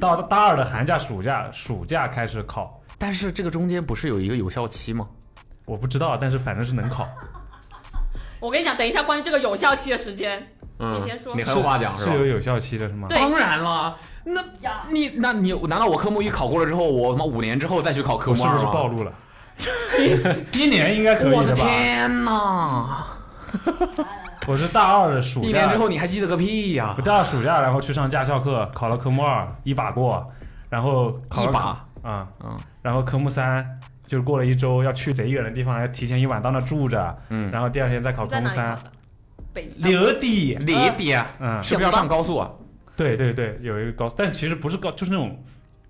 Speaker 3: 到大二的寒假、暑假、暑假开始考，
Speaker 2: 但是这个中间不是有一个有效期吗？
Speaker 3: 我不知道，但是反正是能考，
Speaker 4: 我跟你讲，等一下关于这个有效期的时间，
Speaker 2: 嗯，
Speaker 4: 你先说
Speaker 2: 你还有话讲是吧
Speaker 3: 是？有有效期的是吗？
Speaker 4: 对
Speaker 2: 当然了，那你那你难道我科目一考过了之后，我他妈五年之后再去考科目
Speaker 3: 我是不
Speaker 2: 二
Speaker 3: 是
Speaker 2: 吗
Speaker 3: 暴？露了？ [laughs] 一年应该可
Speaker 2: 我
Speaker 3: 以
Speaker 2: 的
Speaker 3: 的吧？
Speaker 2: 天哪！
Speaker 3: 我是大二的暑假，
Speaker 2: 一年之后你还记得个屁呀
Speaker 3: 我！大二暑假，然后去上驾校课，考了科目二，一把过，然后考了
Speaker 2: 一把
Speaker 3: 啊，
Speaker 2: 嗯
Speaker 3: 然后科目三就是过了一周，要去贼远的地方，要提前一晚到那住着，
Speaker 2: 嗯，
Speaker 3: 然后第二天再考
Speaker 4: 你
Speaker 3: 科
Speaker 4: 在
Speaker 3: 目
Speaker 4: 哪里考
Speaker 3: 三。
Speaker 4: 的？北京。啊
Speaker 3: 留地，
Speaker 2: 李爹
Speaker 3: 嗯，
Speaker 2: 是不是要上高速啊？
Speaker 3: 对对对，有一个高，但其实不是高，就是那种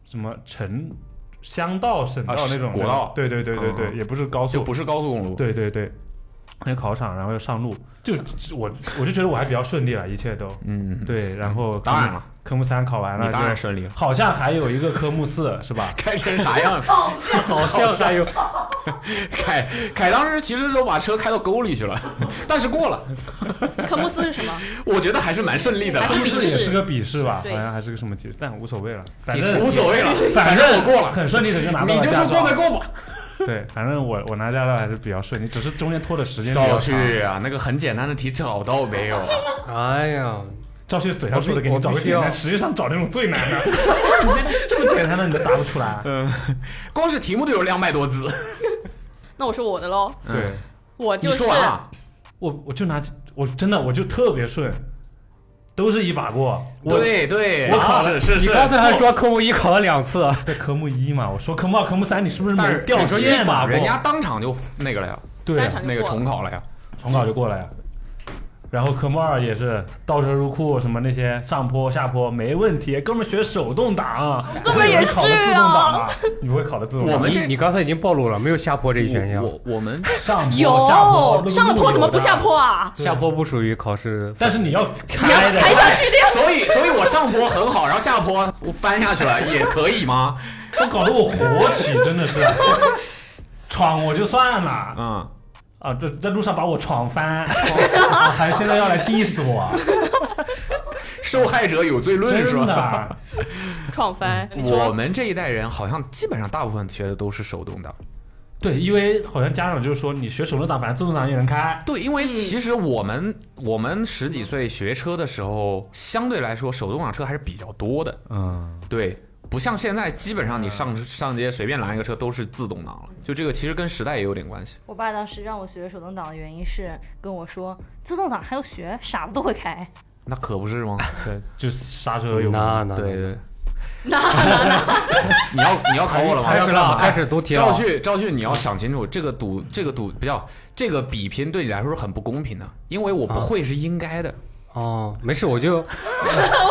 Speaker 3: 什么城乡道、省道
Speaker 2: 啊
Speaker 3: 那种
Speaker 2: 国道
Speaker 3: 对对对对对，
Speaker 2: 嗯
Speaker 3: 也不是高
Speaker 2: 就
Speaker 3: 速，
Speaker 2: 不是高速公路。
Speaker 3: 对对对，那考场，然后又上路，就我我就觉得我还比较顺利了，一切都
Speaker 2: 嗯，
Speaker 3: 对，然后
Speaker 2: 当然了，
Speaker 3: 科目三考完了
Speaker 2: 你
Speaker 3: 就，
Speaker 2: 当然顺利了。
Speaker 3: 好像还有一个科目四是吧？
Speaker 2: [laughs] 开成啥样？
Speaker 5: 好像还有
Speaker 2: [laughs] 凯凯当时其实都把车开到沟里去了， [laughs] 但是过了，
Speaker 3: 啊
Speaker 4: 科目四是什么？
Speaker 2: 我觉得还是蛮顺利的
Speaker 4: 还
Speaker 2: 了
Speaker 4: 是，
Speaker 3: 科目
Speaker 4: 笔
Speaker 3: 四也
Speaker 4: 试
Speaker 3: 是个笔试吧，好
Speaker 4: 对
Speaker 3: 像还是个什么级，但无所谓了，反正
Speaker 2: 无所谓了，
Speaker 3: 反
Speaker 2: 正我过了，
Speaker 3: 很顺利的就拿到
Speaker 2: 你
Speaker 3: 了
Speaker 2: 就
Speaker 3: 驾
Speaker 2: 说过
Speaker 3: 照
Speaker 2: 没。过吧。
Speaker 3: 对，反正我我拿驾照还是比较顺利，只是中间拖的时间比较
Speaker 2: 赵
Speaker 3: 长。
Speaker 2: 旭啊，那个很简单的题找到没有？啊
Speaker 5: 哎呀，
Speaker 3: 赵旭嘴上说的给你找个简
Speaker 5: 我
Speaker 3: 单，
Speaker 5: 必
Speaker 3: 实际上找那种最难的。 [laughs] 你这这这么简单的你都答不出来？啊
Speaker 2: 嗯，光是题目都有两百多字。
Speaker 4: 那我说我
Speaker 3: [laughs]
Speaker 4: 的喽，
Speaker 3: 对，
Speaker 4: 我就
Speaker 2: 你
Speaker 4: 是
Speaker 2: 说完
Speaker 3: 啊
Speaker 2: 了，
Speaker 3: 我我就拿我真的我就特别顺，都是一把过。我
Speaker 2: 对对，
Speaker 3: 我考了
Speaker 2: 是是
Speaker 5: 你
Speaker 2: 是，
Speaker 5: 刚才还说科目一考了两次，
Speaker 3: 对科目一嘛，我说科目二、科目三，你是不是
Speaker 2: 但
Speaker 3: 没
Speaker 2: 是
Speaker 3: 掉线
Speaker 2: 嘛，
Speaker 3: 嘛？
Speaker 2: 人家当场就那个了呀，
Speaker 3: 对
Speaker 4: 当
Speaker 3: 啊
Speaker 4: 场就
Speaker 2: 那个
Speaker 4: 过了
Speaker 2: 重考了呀。
Speaker 3: 重考就过了呀。然后科目二也是倒车入库什么那些上坡下坡没问题，哥们儿学手动挡，
Speaker 4: 哥们儿
Speaker 3: 你
Speaker 4: 也
Speaker 3: 会考的
Speaker 4: 是啊
Speaker 3: 自动挡吧？你不会考的自动挡吧？
Speaker 2: 我们这
Speaker 5: 你你刚才已经暴露了，没有下坡这一选项，
Speaker 2: 我我
Speaker 5: [laughs]
Speaker 2: 们
Speaker 3: 上坡下坡
Speaker 4: 有
Speaker 3: 路
Speaker 4: 上了坡怎么不
Speaker 3: 路有
Speaker 4: 下？
Speaker 3: 的嗯
Speaker 4: 坡啊？
Speaker 5: 下坡不属于考试。
Speaker 3: 但是你要
Speaker 4: 你要
Speaker 3: 开的
Speaker 4: 开下去的呀。
Speaker 2: 所以，所以我上坡很好，然后下坡我翻下去了，也可以吗？
Speaker 3: 我搞得我火起，真的是。闯我就算了
Speaker 2: 嗯，
Speaker 3: 啊，这在路上把我闯翻， [laughs] 我还现在要来 diss
Speaker 2: [laughs]
Speaker 3: 我，
Speaker 2: 受害者有罪论是
Speaker 3: 真
Speaker 5: 啊
Speaker 2: 吧？
Speaker 3: 的。
Speaker 4: 创翻，你
Speaker 2: 我
Speaker 4: 说
Speaker 2: 们这一代人好像基本上大部分学的都是手动挡。
Speaker 3: 对，因为好像家长就是说，你学手动挡，反正自动挡也能开。
Speaker 2: 对，因为
Speaker 4: 嗯
Speaker 2: 其实我们、我们十几岁学车的时候，相对来说手动挡车还是比较多的。
Speaker 3: 嗯，
Speaker 2: 对，不像现在，基本上你上、上街随便拦一个车都是自动挡了。就这个其实跟时代也有点关系。
Speaker 6: 我爸当时让我学手动挡的原因是跟我说，自动挡还要学，傻子都会开。
Speaker 2: 那可不
Speaker 5: [laughs]
Speaker 2: 是吗？
Speaker 3: 对，就是刹车有
Speaker 5: 那那
Speaker 2: 对对，
Speaker 4: 那那那
Speaker 2: [laughs] 你要你要考我了吗？
Speaker 5: 哎开始了，开始读题了
Speaker 2: 赵。旭，赵旭，你要想清楚，这个赌，这个赌比较，这个比拼对你来说是很不公平的，因为我不会是应该的
Speaker 5: 哦，没事，
Speaker 2: [laughs]
Speaker 5: 我就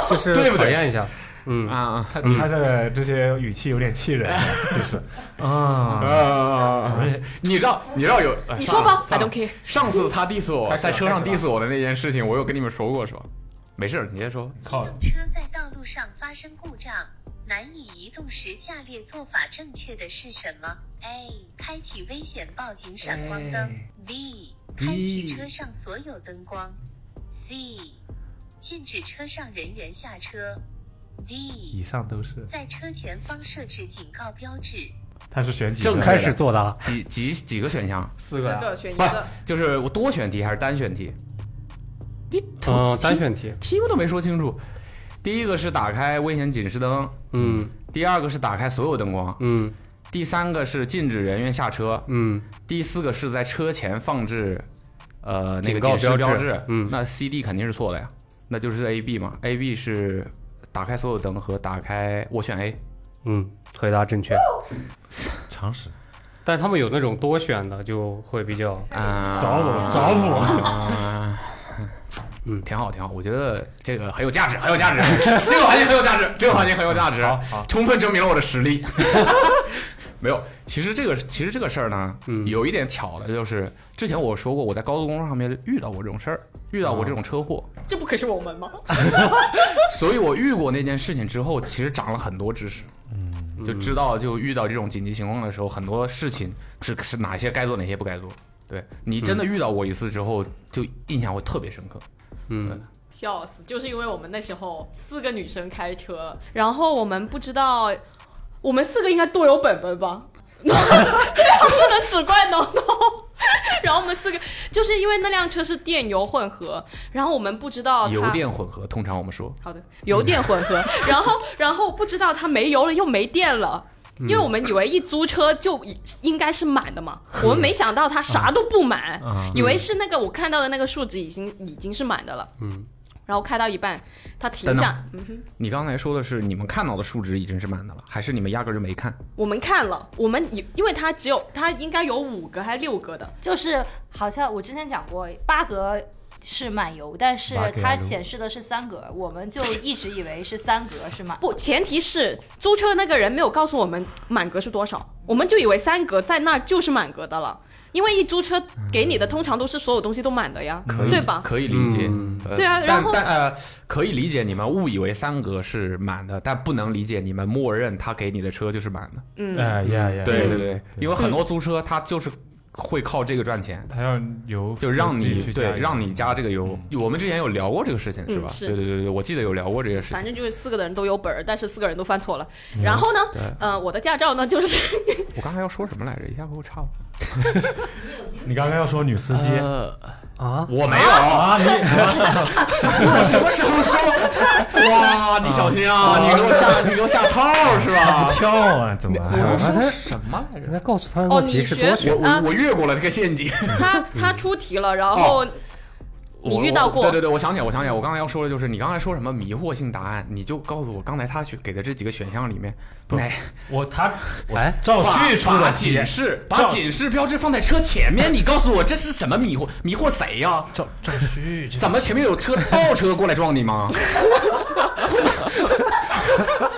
Speaker 5: 就是
Speaker 2: 对不对
Speaker 5: 考验一下。嗯，
Speaker 2: 啊
Speaker 3: 他他的这些语气有点气
Speaker 2: [laughs]
Speaker 3: 人，其实啊，
Speaker 2: 啊！你知道，你知道有，哎
Speaker 4: 你
Speaker 2: 算
Speaker 4: 说
Speaker 2: 了
Speaker 4: 吧，I
Speaker 2: 算了
Speaker 4: don't care。
Speaker 2: 上次他 diss 我
Speaker 5: 开始了
Speaker 2: 在车上
Speaker 5: 开始
Speaker 2: diss 我的那件事情，我有跟你们说过，是吧？没事儿，你先说。
Speaker 1: 机
Speaker 3: 靠
Speaker 1: 动车在道路上发生故障，难以移动时，下列做法正确的是什么？A. 开启危险报警闪光灯。B. 开启车上所有灯光。C. 禁止车上人员下车。
Speaker 3: 以
Speaker 1: D.
Speaker 3: 上都是，
Speaker 1: 在车前方设置警告标志。
Speaker 3: 他是选几
Speaker 2: 正
Speaker 3: 个
Speaker 5: 开始啊作答，
Speaker 2: 几几几个选项？
Speaker 5: 四
Speaker 4: 四个选一
Speaker 2: 不
Speaker 4: 个，，
Speaker 2: 就是我多选题还是单选题？你
Speaker 5: 嗯，单选题，
Speaker 2: 题目都没说清楚。第一个是打开危险警示灯，
Speaker 5: 嗯
Speaker 2: 第二个是打开所有灯光，
Speaker 5: 嗯
Speaker 2: 第三个是禁止人员下车，
Speaker 5: 嗯，
Speaker 2: 第四个是在车前放置，呃，那个
Speaker 5: 警告
Speaker 2: 警示
Speaker 5: 标
Speaker 2: 标
Speaker 5: 志嗯
Speaker 2: 那 C D 肯定是错的呀，那就是 A B 嘛，A B 是打开所有灯和打开，我选 A，
Speaker 5: 嗯，回答正确。
Speaker 3: [laughs] 常识，
Speaker 5: 但他们有那种多选的，就会比较
Speaker 2: 啊，
Speaker 3: 找我找我，
Speaker 2: [laughs] 啊，
Speaker 5: 嗯
Speaker 2: 挺好挺好，我觉得这个很有价值， [laughs] 很有价值，这个环节很有价值，这个环节很有价值，
Speaker 3: 好好
Speaker 2: 充分证明了我的实力。没有，其实这个其实这个事儿呢，
Speaker 5: 嗯
Speaker 2: 有一点巧的就是，之前我说过，我在高速公路上面遇到过这种事儿，遇到过这种车祸，
Speaker 4: 这不可是我们吗？
Speaker 2: 所以我遇过那件事情之后，其实长了很多知识。嗯，就知道就遇到这种紧急情况的时候，很多事情是是哪些该做，哪些不该做。对你真的遇到过一次之后，就印象会特别深刻。
Speaker 5: 嗯
Speaker 4: 笑死！就是因为我们那时候四个女生开车，然后我们不知道，我们四个应该都有本本吧？不能只怪农农。 [laughs] 然后我们四个就是因为那辆车是电油混合，然后我们不知道它
Speaker 2: 油电混合，通常我们说
Speaker 4: 好的油电混
Speaker 2: [laughs]
Speaker 4: 合，然后然后不知道它没油了又没电了。
Speaker 2: 嗯
Speaker 4: 因为我们以为一租车就应该是满的嘛，我们没想到它啥都不满，
Speaker 2: 啊
Speaker 4: 以为是那个我看到的那个数值已经已经是满的了。
Speaker 5: 嗯，
Speaker 4: 然后开到一半，它停
Speaker 2: 等等
Speaker 4: 下，嗯哼，
Speaker 2: 你刚才说的是你们看到的数值已经是满的了，还是你们压根儿就没看？
Speaker 4: 我们看了，我们以因为它只有它应该有五个还是六个的，
Speaker 6: 就是好像我之前讲过，八格是满油，但是
Speaker 5: 八格
Speaker 6: 它
Speaker 5: 路
Speaker 6: 显示的是三格，我们就一直以为是三格是
Speaker 7: [laughs]
Speaker 6: 满。
Speaker 4: 不，前提是租车那个人没有告诉我们满格是多少，我们就以为三格在那儿就是满格的了，因为一租车给你的通常都是所有东西都满的呀，对吧？
Speaker 2: 嗯可以理解，
Speaker 5: 嗯
Speaker 2: 呃
Speaker 4: 对啊然后
Speaker 2: 但但呃，可以理解你们误以为三格是满的，但不能理解你们默认他给你的车就是满的。
Speaker 4: 嗯，
Speaker 3: 哎呀呀，
Speaker 2: 对对对，因为很多租车他就是会靠这个赚钱，
Speaker 3: 他要油
Speaker 2: 就让
Speaker 3: 自己
Speaker 2: 你
Speaker 3: 去加
Speaker 2: 对
Speaker 3: 油
Speaker 2: 让你加这个油。我们之前有聊过这个事情是吧
Speaker 4: 嗯？是
Speaker 2: 对对对对，我记得有聊过这个事
Speaker 4: 反
Speaker 2: 情。
Speaker 4: 正就是四个的人都有本儿，但是四个人都犯错了。
Speaker 3: 嗯
Speaker 4: 然后呢，呃，我的驾照呢就是
Speaker 2: 我刚才要说什么来着？一下给我岔了。
Speaker 3: 你刚刚要说女司机，
Speaker 5: 啊，
Speaker 2: 我没有啊，你
Speaker 5: [laughs]
Speaker 2: 我什么时候说？哇，你小心啊！你给我 [laughs] 下，你给我下套是吧？
Speaker 3: 跳啊，怎么还
Speaker 2: 我
Speaker 5: 我
Speaker 2: 说
Speaker 5: 说
Speaker 2: 什么来
Speaker 5: 人
Speaker 2: 着？
Speaker 5: 家告哎诉他
Speaker 4: 哦，
Speaker 5: 问
Speaker 4: 你
Speaker 5: 题是多
Speaker 4: 学
Speaker 5: 少？
Speaker 4: 啊
Speaker 2: 我，我越过了这个陷阱。
Speaker 3: 嗯 [laughs]
Speaker 4: 他他出题了，然后 [laughs]
Speaker 3: 哦
Speaker 4: 你
Speaker 2: 我
Speaker 4: 遇到
Speaker 2: 我
Speaker 4: 过
Speaker 2: 对对对，我想起来，我想起来，我刚才要说的就是你刚才说什么迷惑性答案，你就告诉我刚才他去给的这几个选项里面哪
Speaker 3: 我他
Speaker 5: 哎，
Speaker 3: 赵
Speaker 2: 把
Speaker 3: 旭出
Speaker 2: 把
Speaker 3: 的题
Speaker 2: 警，
Speaker 3: [laughs]
Speaker 2: 示
Speaker 3: 赵
Speaker 2: 把警示标志放在车前面，你告诉我这是什么迷惑迷惑谁呀、
Speaker 3: 赵赵旭这
Speaker 2: 怎么前面有车倒车过来撞你吗？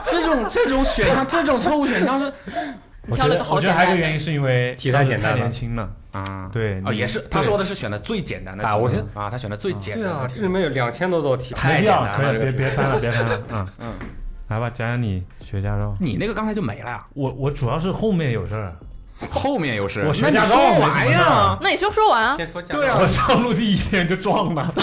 Speaker 2: 这种这种选项，这种错误选项是
Speaker 4: 你
Speaker 3: 我
Speaker 4: 挑
Speaker 3: 觉得
Speaker 4: 了个好
Speaker 3: 我觉
Speaker 4: 简
Speaker 3: 得还
Speaker 4: 单
Speaker 3: 有一个
Speaker 4: 的
Speaker 3: 原因是因为
Speaker 5: 题太简单
Speaker 3: 当时
Speaker 5: 了
Speaker 3: 太年轻了，
Speaker 2: 啊，
Speaker 3: 对
Speaker 2: 啊，也是他
Speaker 3: 对
Speaker 2: 说的是选的最简单的
Speaker 5: 啊
Speaker 2: 题
Speaker 5: 我
Speaker 2: 目
Speaker 5: 觉得
Speaker 2: 啊，他选的最简
Speaker 5: 对
Speaker 2: 单
Speaker 5: 啊，
Speaker 2: 的
Speaker 5: 这
Speaker 2: 题
Speaker 5: 里
Speaker 2: 目，
Speaker 5: 面有两千多道题，
Speaker 2: 太
Speaker 3: 没必
Speaker 2: 简
Speaker 3: 要
Speaker 2: 单
Speaker 3: 可
Speaker 2: 了，这
Speaker 3: 以
Speaker 2: 个
Speaker 3: 别
Speaker 2: 题
Speaker 3: 别翻了，别
Speaker 2: [laughs]
Speaker 3: 翻了，嗯
Speaker 2: 嗯，
Speaker 3: 来吧，讲讲你学驾照。
Speaker 2: 你那个刚才就没了呀，
Speaker 3: 我我主要是后面有事儿，啊
Speaker 2: 后面又是
Speaker 3: 我
Speaker 2: 那
Speaker 3: 学
Speaker 2: 你
Speaker 3: 驾照
Speaker 2: 说
Speaker 3: 没
Speaker 2: 完
Speaker 3: 什么事
Speaker 2: 呀
Speaker 3: 儿。
Speaker 4: 那你先说完啊，
Speaker 5: 先说驾
Speaker 2: 对啊
Speaker 5: 照，
Speaker 3: 我上路第一天就撞了，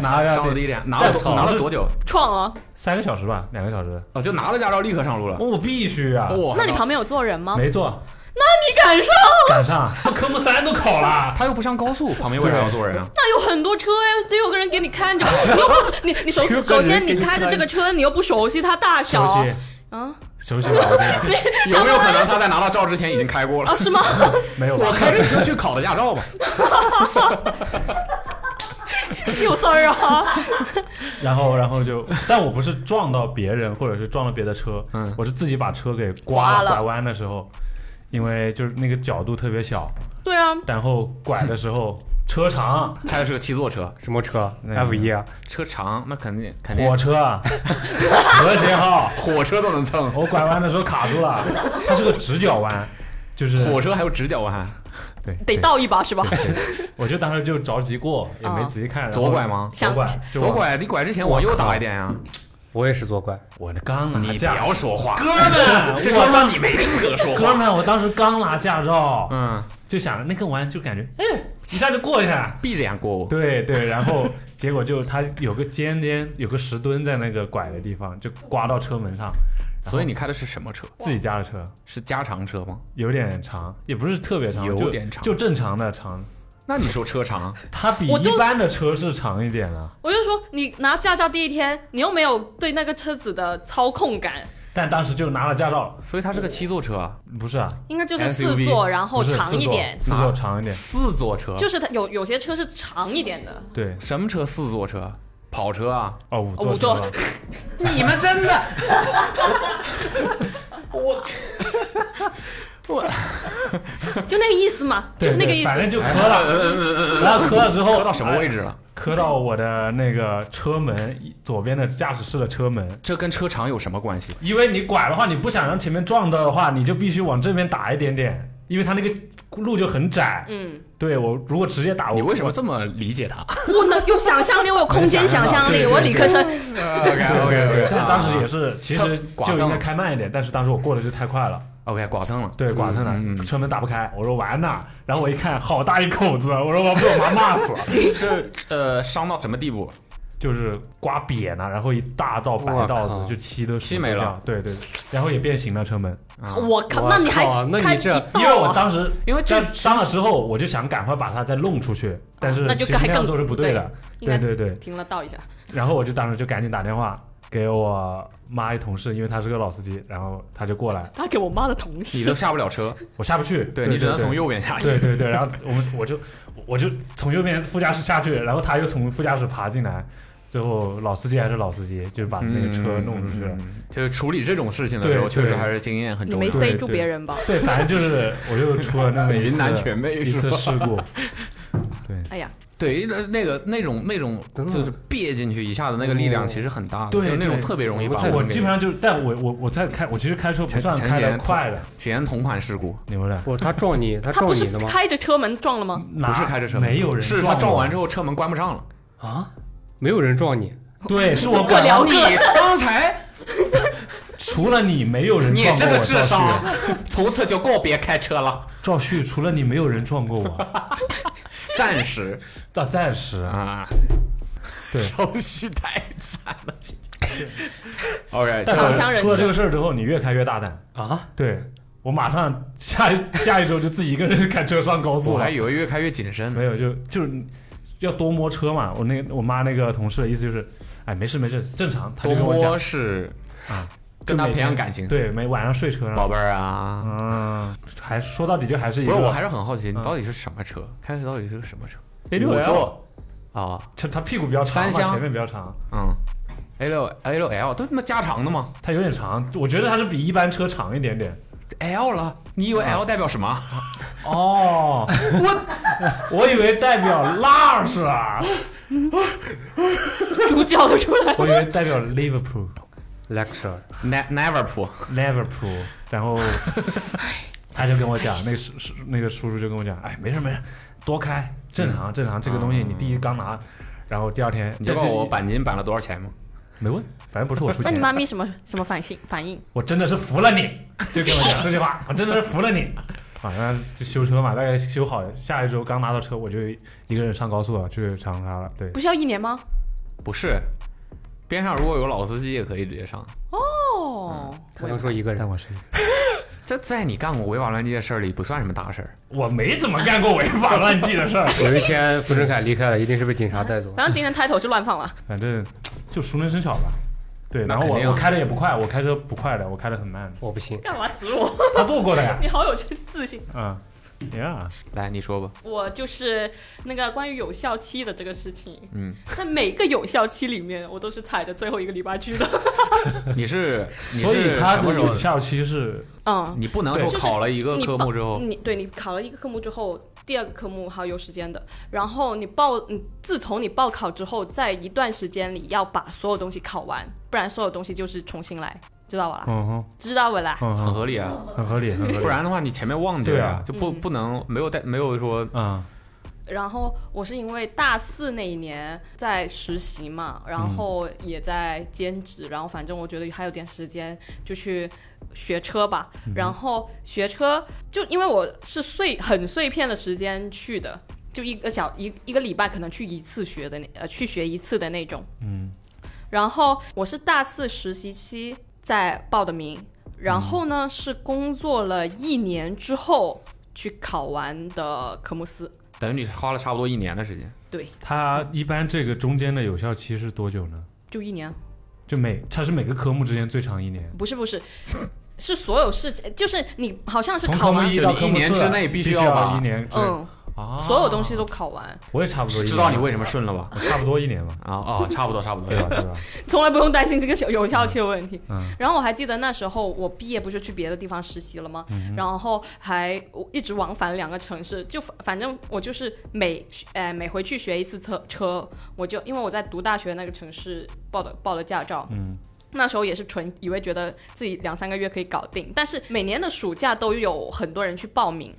Speaker 3: 拿了
Speaker 2: 上路
Speaker 3: 要
Speaker 2: 第一天 [laughs] 拿了
Speaker 3: 再
Speaker 2: 多
Speaker 3: 吵
Speaker 2: 拿了多久？
Speaker 4: 创啊，
Speaker 3: 三个小时吧，两个小时。
Speaker 2: 哦，就拿了驾照立刻上路了。
Speaker 3: 我必须啊，
Speaker 2: 哇，
Speaker 4: 那你旁边有坐人吗？
Speaker 3: 没坐，
Speaker 4: 你敢上？啊
Speaker 2: [laughs]
Speaker 3: 赶上科目三都考了，
Speaker 2: 他又不上高速，旁边为啥要坐人啊？
Speaker 4: 那有很多车呀，得有个人给你
Speaker 3: [laughs]
Speaker 4: 看着吧。你又不，你你首
Speaker 3: 有个人
Speaker 4: 首先
Speaker 3: 给
Speaker 4: 你
Speaker 3: 你
Speaker 4: 开的这个车，你又不熟悉它大小
Speaker 3: 熟悉
Speaker 4: 啊
Speaker 3: 熟悉吧？我这
Speaker 2: [laughs]
Speaker 3: 个
Speaker 2: 有没有可能他在拿到照之前已经开过了
Speaker 4: 啊？是吗？ [laughs]
Speaker 3: 没有
Speaker 2: [laughs]
Speaker 3: 吧
Speaker 2: 我开着车去考的驾照吧。
Speaker 4: 有事儿啊！
Speaker 3: 然后然后就，但我不是撞到别人，或者是撞了别的车，
Speaker 2: 嗯
Speaker 3: 我是自己把车给
Speaker 4: 刮
Speaker 3: 刮
Speaker 4: 了
Speaker 3: 拐弯的时候，因为就是那个角度特别小，
Speaker 4: 对啊，
Speaker 3: 然后拐的时
Speaker 2: [laughs]
Speaker 3: 候车长，
Speaker 2: [laughs] 开的是个七座车，
Speaker 5: 什么车
Speaker 3: 那个
Speaker 5: ？F 一啊，
Speaker 2: 车长那肯定肯定
Speaker 3: 火车，啊
Speaker 2: [laughs]
Speaker 3: 和谐号，
Speaker 2: 火车都能蹭，
Speaker 3: 我拐弯的时候卡住了，它是个直角弯，就是
Speaker 2: 火车还有直角弯，
Speaker 3: 对
Speaker 4: 得。倒一把是吧？
Speaker 3: 对对我就当时就着急过，也没仔细看。然后
Speaker 2: 左拐吗
Speaker 3: 左拐，就往
Speaker 2: 左。拐你拐之前往右打一点呀。
Speaker 5: 我也是左拐，
Speaker 3: 我这刚拿
Speaker 2: 你不
Speaker 3: 驾，
Speaker 2: 要说话，
Speaker 3: 哥
Speaker 2: [laughs]
Speaker 3: 们，
Speaker 2: 这
Speaker 3: 我
Speaker 2: 说明你没资格 [laughs] 说
Speaker 3: 哥
Speaker 2: 话。
Speaker 3: 们，我当时刚拿驾照，
Speaker 2: 嗯，
Speaker 3: 就想那个弯就感觉，哎，一下就过去了。
Speaker 2: 闭着眼过我。
Speaker 3: 对对，然后结果就他有个尖尖，有个石墩在那个拐的地方，就刮到车门上。
Speaker 2: 所以你开的是什么车？
Speaker 3: 自己家的车
Speaker 2: 是加长车吗？
Speaker 3: 有点长，也不是特别长，
Speaker 2: 有
Speaker 3: 就
Speaker 2: 点长
Speaker 3: 就正常的长。
Speaker 2: 那你说车长？
Speaker 3: 它比
Speaker 4: 我都
Speaker 3: 一般的车是长一点啊，
Speaker 4: [laughs] 我就说你拿驾照第一天，你又没有对那个车子的操控感，
Speaker 3: 但当时就拿了驾照了，
Speaker 2: 所以它是个七座车啊，
Speaker 3: 不是啊，
Speaker 4: 应该就是四
Speaker 2: SUV
Speaker 4: 座，然后
Speaker 3: 不是
Speaker 4: 哦长一点。啊
Speaker 3: 四座四座长一点，
Speaker 2: 四座车。
Speaker 4: 就是它有有些车是长一点的，
Speaker 3: 对，
Speaker 2: 什么车四座车？跑车啊？
Speaker 3: 哦，五
Speaker 4: 哦
Speaker 3: 座
Speaker 4: 五座
Speaker 3: 车
Speaker 4: [laughs]
Speaker 3: 吧，
Speaker 2: 你们真的，
Speaker 4: [laughs] 就那个意思嘛，就是那个
Speaker 3: 对
Speaker 4: 意
Speaker 3: 反正
Speaker 4: 思。
Speaker 2: 哎
Speaker 3: 就磕了，然后磕了之后
Speaker 2: 磕到什么位置了？
Speaker 3: 磕到我的那个车门左边的驾驶室的车门，
Speaker 2: 这跟车长有什么关系？
Speaker 3: 因为你拐的话，你不想让前面撞到的话，你就必须往这边打一点点，因为它那个路就很窄。
Speaker 4: 嗯，
Speaker 3: 对我如果直接打，我
Speaker 2: 你为什么这么理解他
Speaker 4: 我能有想象力，我有空间想象力，我理科生。
Speaker 2: ？OK
Speaker 3: 对
Speaker 2: 啊
Speaker 3: 但 [laughs] 当时也是，其实
Speaker 2: 刮
Speaker 3: 就应
Speaker 2: 蹭了
Speaker 3: 该开慢一点，但是当时我过的就太快了，
Speaker 2: OK 剐蹭了。
Speaker 3: 对，剐蹭
Speaker 2: 嗯嗯
Speaker 3: 了，车门打不开，我说完了，然后我一看，好大一口子，我说我要被我妈骂死，
Speaker 2: 是呃，伤到什么地步？
Speaker 3: [laughs] 就是刮瘪呢，然后一大道白道
Speaker 5: 我靠
Speaker 3: 子就漆的
Speaker 2: 漆没了，
Speaker 3: 对对，然后也变形了车门。
Speaker 2: 啊
Speaker 4: 我靠，
Speaker 5: 我
Speaker 4: 那你还
Speaker 5: 靠那你
Speaker 4: 开
Speaker 5: 这
Speaker 4: 一
Speaker 2: 哦
Speaker 4: 道
Speaker 3: 因为我
Speaker 4: 啊
Speaker 3: 当时
Speaker 2: 因为这
Speaker 3: 在伤了之后，我就想赶快把它再弄出去，但是
Speaker 4: 啊那就
Speaker 3: 其实那
Speaker 4: 该
Speaker 3: 样
Speaker 4: 更
Speaker 3: 做是不对的。
Speaker 4: 应该
Speaker 3: 对对对，
Speaker 4: 停了道一下，
Speaker 3: 然后我就当时就赶紧打电话给我妈一同事，因为他是个老司机，然后他就过来，
Speaker 4: 他给我妈的同事，
Speaker 2: 你都下不了车，
Speaker 3: 我下不去，
Speaker 2: 对
Speaker 3: 对
Speaker 2: 你只能
Speaker 3: 对
Speaker 2: 从右边下去
Speaker 3: 对。对对，然后我们我就我就从右边副驾驶下去，然后他又从副驾驶爬进来，最后老司机还是老司机，就把那个车弄出去了。
Speaker 2: 嗯，嗯嗯就是处理这种事情的时候，
Speaker 3: 对
Speaker 2: 确实
Speaker 3: 对
Speaker 2: 还是经验很
Speaker 4: 你
Speaker 2: 重
Speaker 4: 没
Speaker 2: 要。
Speaker 3: 对
Speaker 4: 塞住
Speaker 3: 对
Speaker 4: 别人吧？
Speaker 3: 对，反正就是我又出了那么一
Speaker 2: [laughs] 云
Speaker 3: 次
Speaker 2: 南全妹
Speaker 3: 一
Speaker 2: 是
Speaker 3: 次
Speaker 2: 吧
Speaker 3: 事故。对
Speaker 4: 哎呀，
Speaker 2: 对，那那个那种那种
Speaker 5: 等等
Speaker 2: 就是憋进去一下子，那个力量其实很大的，
Speaker 3: 哦对
Speaker 2: 就是那种
Speaker 3: 对
Speaker 2: 特别容易
Speaker 5: 我
Speaker 2: 把
Speaker 5: 太
Speaker 3: 我
Speaker 2: 们给
Speaker 3: 基本上就是，但我我我在开，我其实开车不
Speaker 2: 前
Speaker 3: 算
Speaker 2: 前
Speaker 3: 开
Speaker 2: 几
Speaker 3: 的
Speaker 2: 年
Speaker 3: 快的，
Speaker 2: 前同款事故，
Speaker 3: 牛了。
Speaker 5: 不，他撞你，他
Speaker 4: 他
Speaker 5: 撞
Speaker 4: 不
Speaker 5: 你
Speaker 4: 是
Speaker 5: 的吗？
Speaker 4: 开着车门撞了吗？ [laughs]
Speaker 2: 不
Speaker 3: 不
Speaker 2: 是开着车门，
Speaker 3: 没有人
Speaker 2: 是他撞完之
Speaker 3: 后，
Speaker 2: 后车门关不上了。
Speaker 5: 啊，没有人撞你，
Speaker 3: 对，是我
Speaker 4: 我
Speaker 3: 本来
Speaker 4: 聊
Speaker 2: 你
Speaker 4: 个
Speaker 2: 刚才
Speaker 3: 除了你没有人
Speaker 2: 你
Speaker 3: 撞过
Speaker 2: 这
Speaker 3: 我，
Speaker 2: 个
Speaker 3: 赵
Speaker 2: 智
Speaker 3: 旭
Speaker 2: 商，从此就告别开车了，
Speaker 3: 赵旭，除了你没有人撞
Speaker 2: [laughs]
Speaker 3: 过我，
Speaker 2: 暂时
Speaker 3: 到暂时啊，
Speaker 2: 啊。
Speaker 3: 对
Speaker 2: 手续太惨了，今天。OK，
Speaker 3: [laughs] 但
Speaker 4: 好强
Speaker 3: 是
Speaker 4: 人
Speaker 3: 出了这
Speaker 4: 设
Speaker 3: 个事儿之后，你越开越大胆。
Speaker 5: 啊，
Speaker 3: 对我马上下一下一周就自己一个人开车上高速
Speaker 2: 我
Speaker 3: 了
Speaker 2: 还，以为越开越谨慎呢
Speaker 3: 没。有就就是要多摸车嘛。我那我妈那个同事的意思就是，哎，没事没事，正常。她
Speaker 2: 多
Speaker 3: 就跟我讲
Speaker 2: 摸，是
Speaker 3: 啊，
Speaker 2: 跟他
Speaker 3: 就每
Speaker 2: 培
Speaker 3: 天
Speaker 2: 养感情，，
Speaker 3: 对，每晚上睡车
Speaker 2: 宝
Speaker 3: 上。
Speaker 2: 贝儿啊。
Speaker 3: 嗯，还说到底就还是一
Speaker 2: 不
Speaker 3: 个，
Speaker 2: 是，我还是很好奇，你
Speaker 3: 嗯
Speaker 2: 到底是什么车？开的到底是个什么车
Speaker 3: A 哎六
Speaker 2: 我
Speaker 3: L，
Speaker 2: 坐啊，
Speaker 3: 它它屁股比较长
Speaker 2: 三
Speaker 3: 嘛，
Speaker 2: 厢
Speaker 3: 前面比较长，
Speaker 2: 嗯，A 六 A 六 L 都他妈加长的吗
Speaker 3: 它有点长，我觉得它是比一般车长一点点。
Speaker 2: ？L 了，你以
Speaker 3: 啊
Speaker 2: 为 L 代表什么？
Speaker 3: 哦， [laughs] 我我以为代表 Large 啊，
Speaker 4: 猪叫都出来了，
Speaker 3: 我以为代表 Liverpool。 [laughs]
Speaker 5: lecture
Speaker 2: Ne never pull，
Speaker 3: Liverpool，然后他就跟我讲，那个叔叔那个叔叔就跟我讲，哎，没事没事，多开，正常正常，这个东西你第一刚拿，然后第二天
Speaker 2: 你知道我钣金钣了多少钱吗？
Speaker 3: 没问，反正不是我出
Speaker 4: [laughs] 那你
Speaker 3: 钱，
Speaker 4: 妈咪什么什么反应反应？
Speaker 3: 我真的是服了你，就跟我讲这句话，我真的是服了你。啊，那就修车嘛，大概修好，下一周刚拿到车，我就一个人上高速了，去长沙了。对
Speaker 4: 不，是要一年吗？
Speaker 2: 不是，边上如果有老司机也可以直接上。
Speaker 4: 哦，
Speaker 5: 他能说一个人
Speaker 3: 但，我是
Speaker 2: 这在你干过违法乱纪的事儿里不算什么大事儿。
Speaker 3: 我没怎么干过违法乱纪的事儿，
Speaker 5: 有一天傅振凯离开了，一定是被警察带走。
Speaker 4: 反正今天 title 就乱放了，
Speaker 3: [laughs] 反正就熟能生巧吧。对，
Speaker 2: 那
Speaker 3: 然后
Speaker 2: 肯定
Speaker 3: 我
Speaker 2: 啊
Speaker 3: 我开的也不快，我开车不快的，我开的很慢的。
Speaker 5: 我不信，
Speaker 4: 干嘛指我？ [laughs]
Speaker 3: 他做过的 [laughs] 呀，
Speaker 4: 你好有自信。
Speaker 3: 嗯，Yeah，
Speaker 2: 来，你说吧。
Speaker 4: 我就是那个关于有效期的这个事情，
Speaker 2: 嗯，
Speaker 4: 在每个有效期里面，我都是踩着最后一个篱笆去的。
Speaker 2: 你
Speaker 3: [laughs]
Speaker 2: 是你
Speaker 3: 所以
Speaker 2: 是
Speaker 3: 他
Speaker 2: 什
Speaker 3: 的
Speaker 2: 么时
Speaker 3: 有
Speaker 2: 候？
Speaker 3: 效期是
Speaker 4: 嗯，
Speaker 2: 你不能说
Speaker 4: 就是
Speaker 2: 考了一个
Speaker 4: 你
Speaker 2: 科
Speaker 4: 报
Speaker 2: 目之后，
Speaker 4: 哦你对你考了一个科目之后，第二个科目还有时间的。然后你报，你自从你报考之后，在一段时间里要把所有东西考完，不然所有东西就是重新来，知道吧？
Speaker 3: 嗯哼，
Speaker 4: 知道我啦。
Speaker 3: 嗯
Speaker 2: 很
Speaker 3: 哼，
Speaker 2: 合理啊，
Speaker 3: 很合理，很合理，
Speaker 2: 不 [laughs] 然的话你前面忘记
Speaker 3: 嗯对
Speaker 2: 了
Speaker 3: 啊
Speaker 2: 呀，就不
Speaker 4: 嗯
Speaker 2: 不能没有带没有说
Speaker 3: 啊，
Speaker 4: 然后我是因为大四那一年在实习嘛，然后也在兼职，然后反正我觉得还有点时间，就去学车吧。然后学车就因为我是碎很碎片的时间去的，就一个小一一个礼拜可能去一次学的那呃去学一次的那种。
Speaker 3: 嗯，
Speaker 4: 然后我是大四实习期在报的名，然后呢是工作了一年之后去考完的科目四。
Speaker 2: 等于你花了差不多一年的时间，
Speaker 4: 对，
Speaker 3: 他一般这个中间的有效期是多久呢？
Speaker 4: 就一年。
Speaker 3: 就每它是每个科目之间最长一年，
Speaker 4: 不是不是， [laughs] 是所有事情，就是你好像是
Speaker 3: 从
Speaker 4: 考
Speaker 3: 科目
Speaker 4: 完
Speaker 3: 一，到科目
Speaker 2: 就你一年
Speaker 3: 四
Speaker 2: 之内必
Speaker 3: 必
Speaker 2: 须
Speaker 3: 须
Speaker 2: 要吧
Speaker 3: 一年，对，
Speaker 4: 嗯，
Speaker 3: 啊，
Speaker 4: 所有东西都考完，
Speaker 3: 我也差不多一年，
Speaker 2: 知道你为什么顺了吧？，
Speaker 3: 我差不多一年嘛 [laughs]
Speaker 2: 啊哦，差不多差不多
Speaker 3: 对，吧？对
Speaker 2: [laughs]
Speaker 3: 吧？
Speaker 4: 从来不用担心这个有有效期的问题。
Speaker 3: 嗯
Speaker 4: 然后我还记得那时候我毕业不是去别的地方实习了吗？
Speaker 3: 嗯
Speaker 4: 然后还我一直往返两个城市，就反反正我就是每呃每回去学一次车车，我就因为我在读大学那个城市报的报的驾照，
Speaker 3: 嗯，
Speaker 4: 那时候也是纯以为觉得自己两三个月可以搞定，但是每年的暑假都有很多人去报名。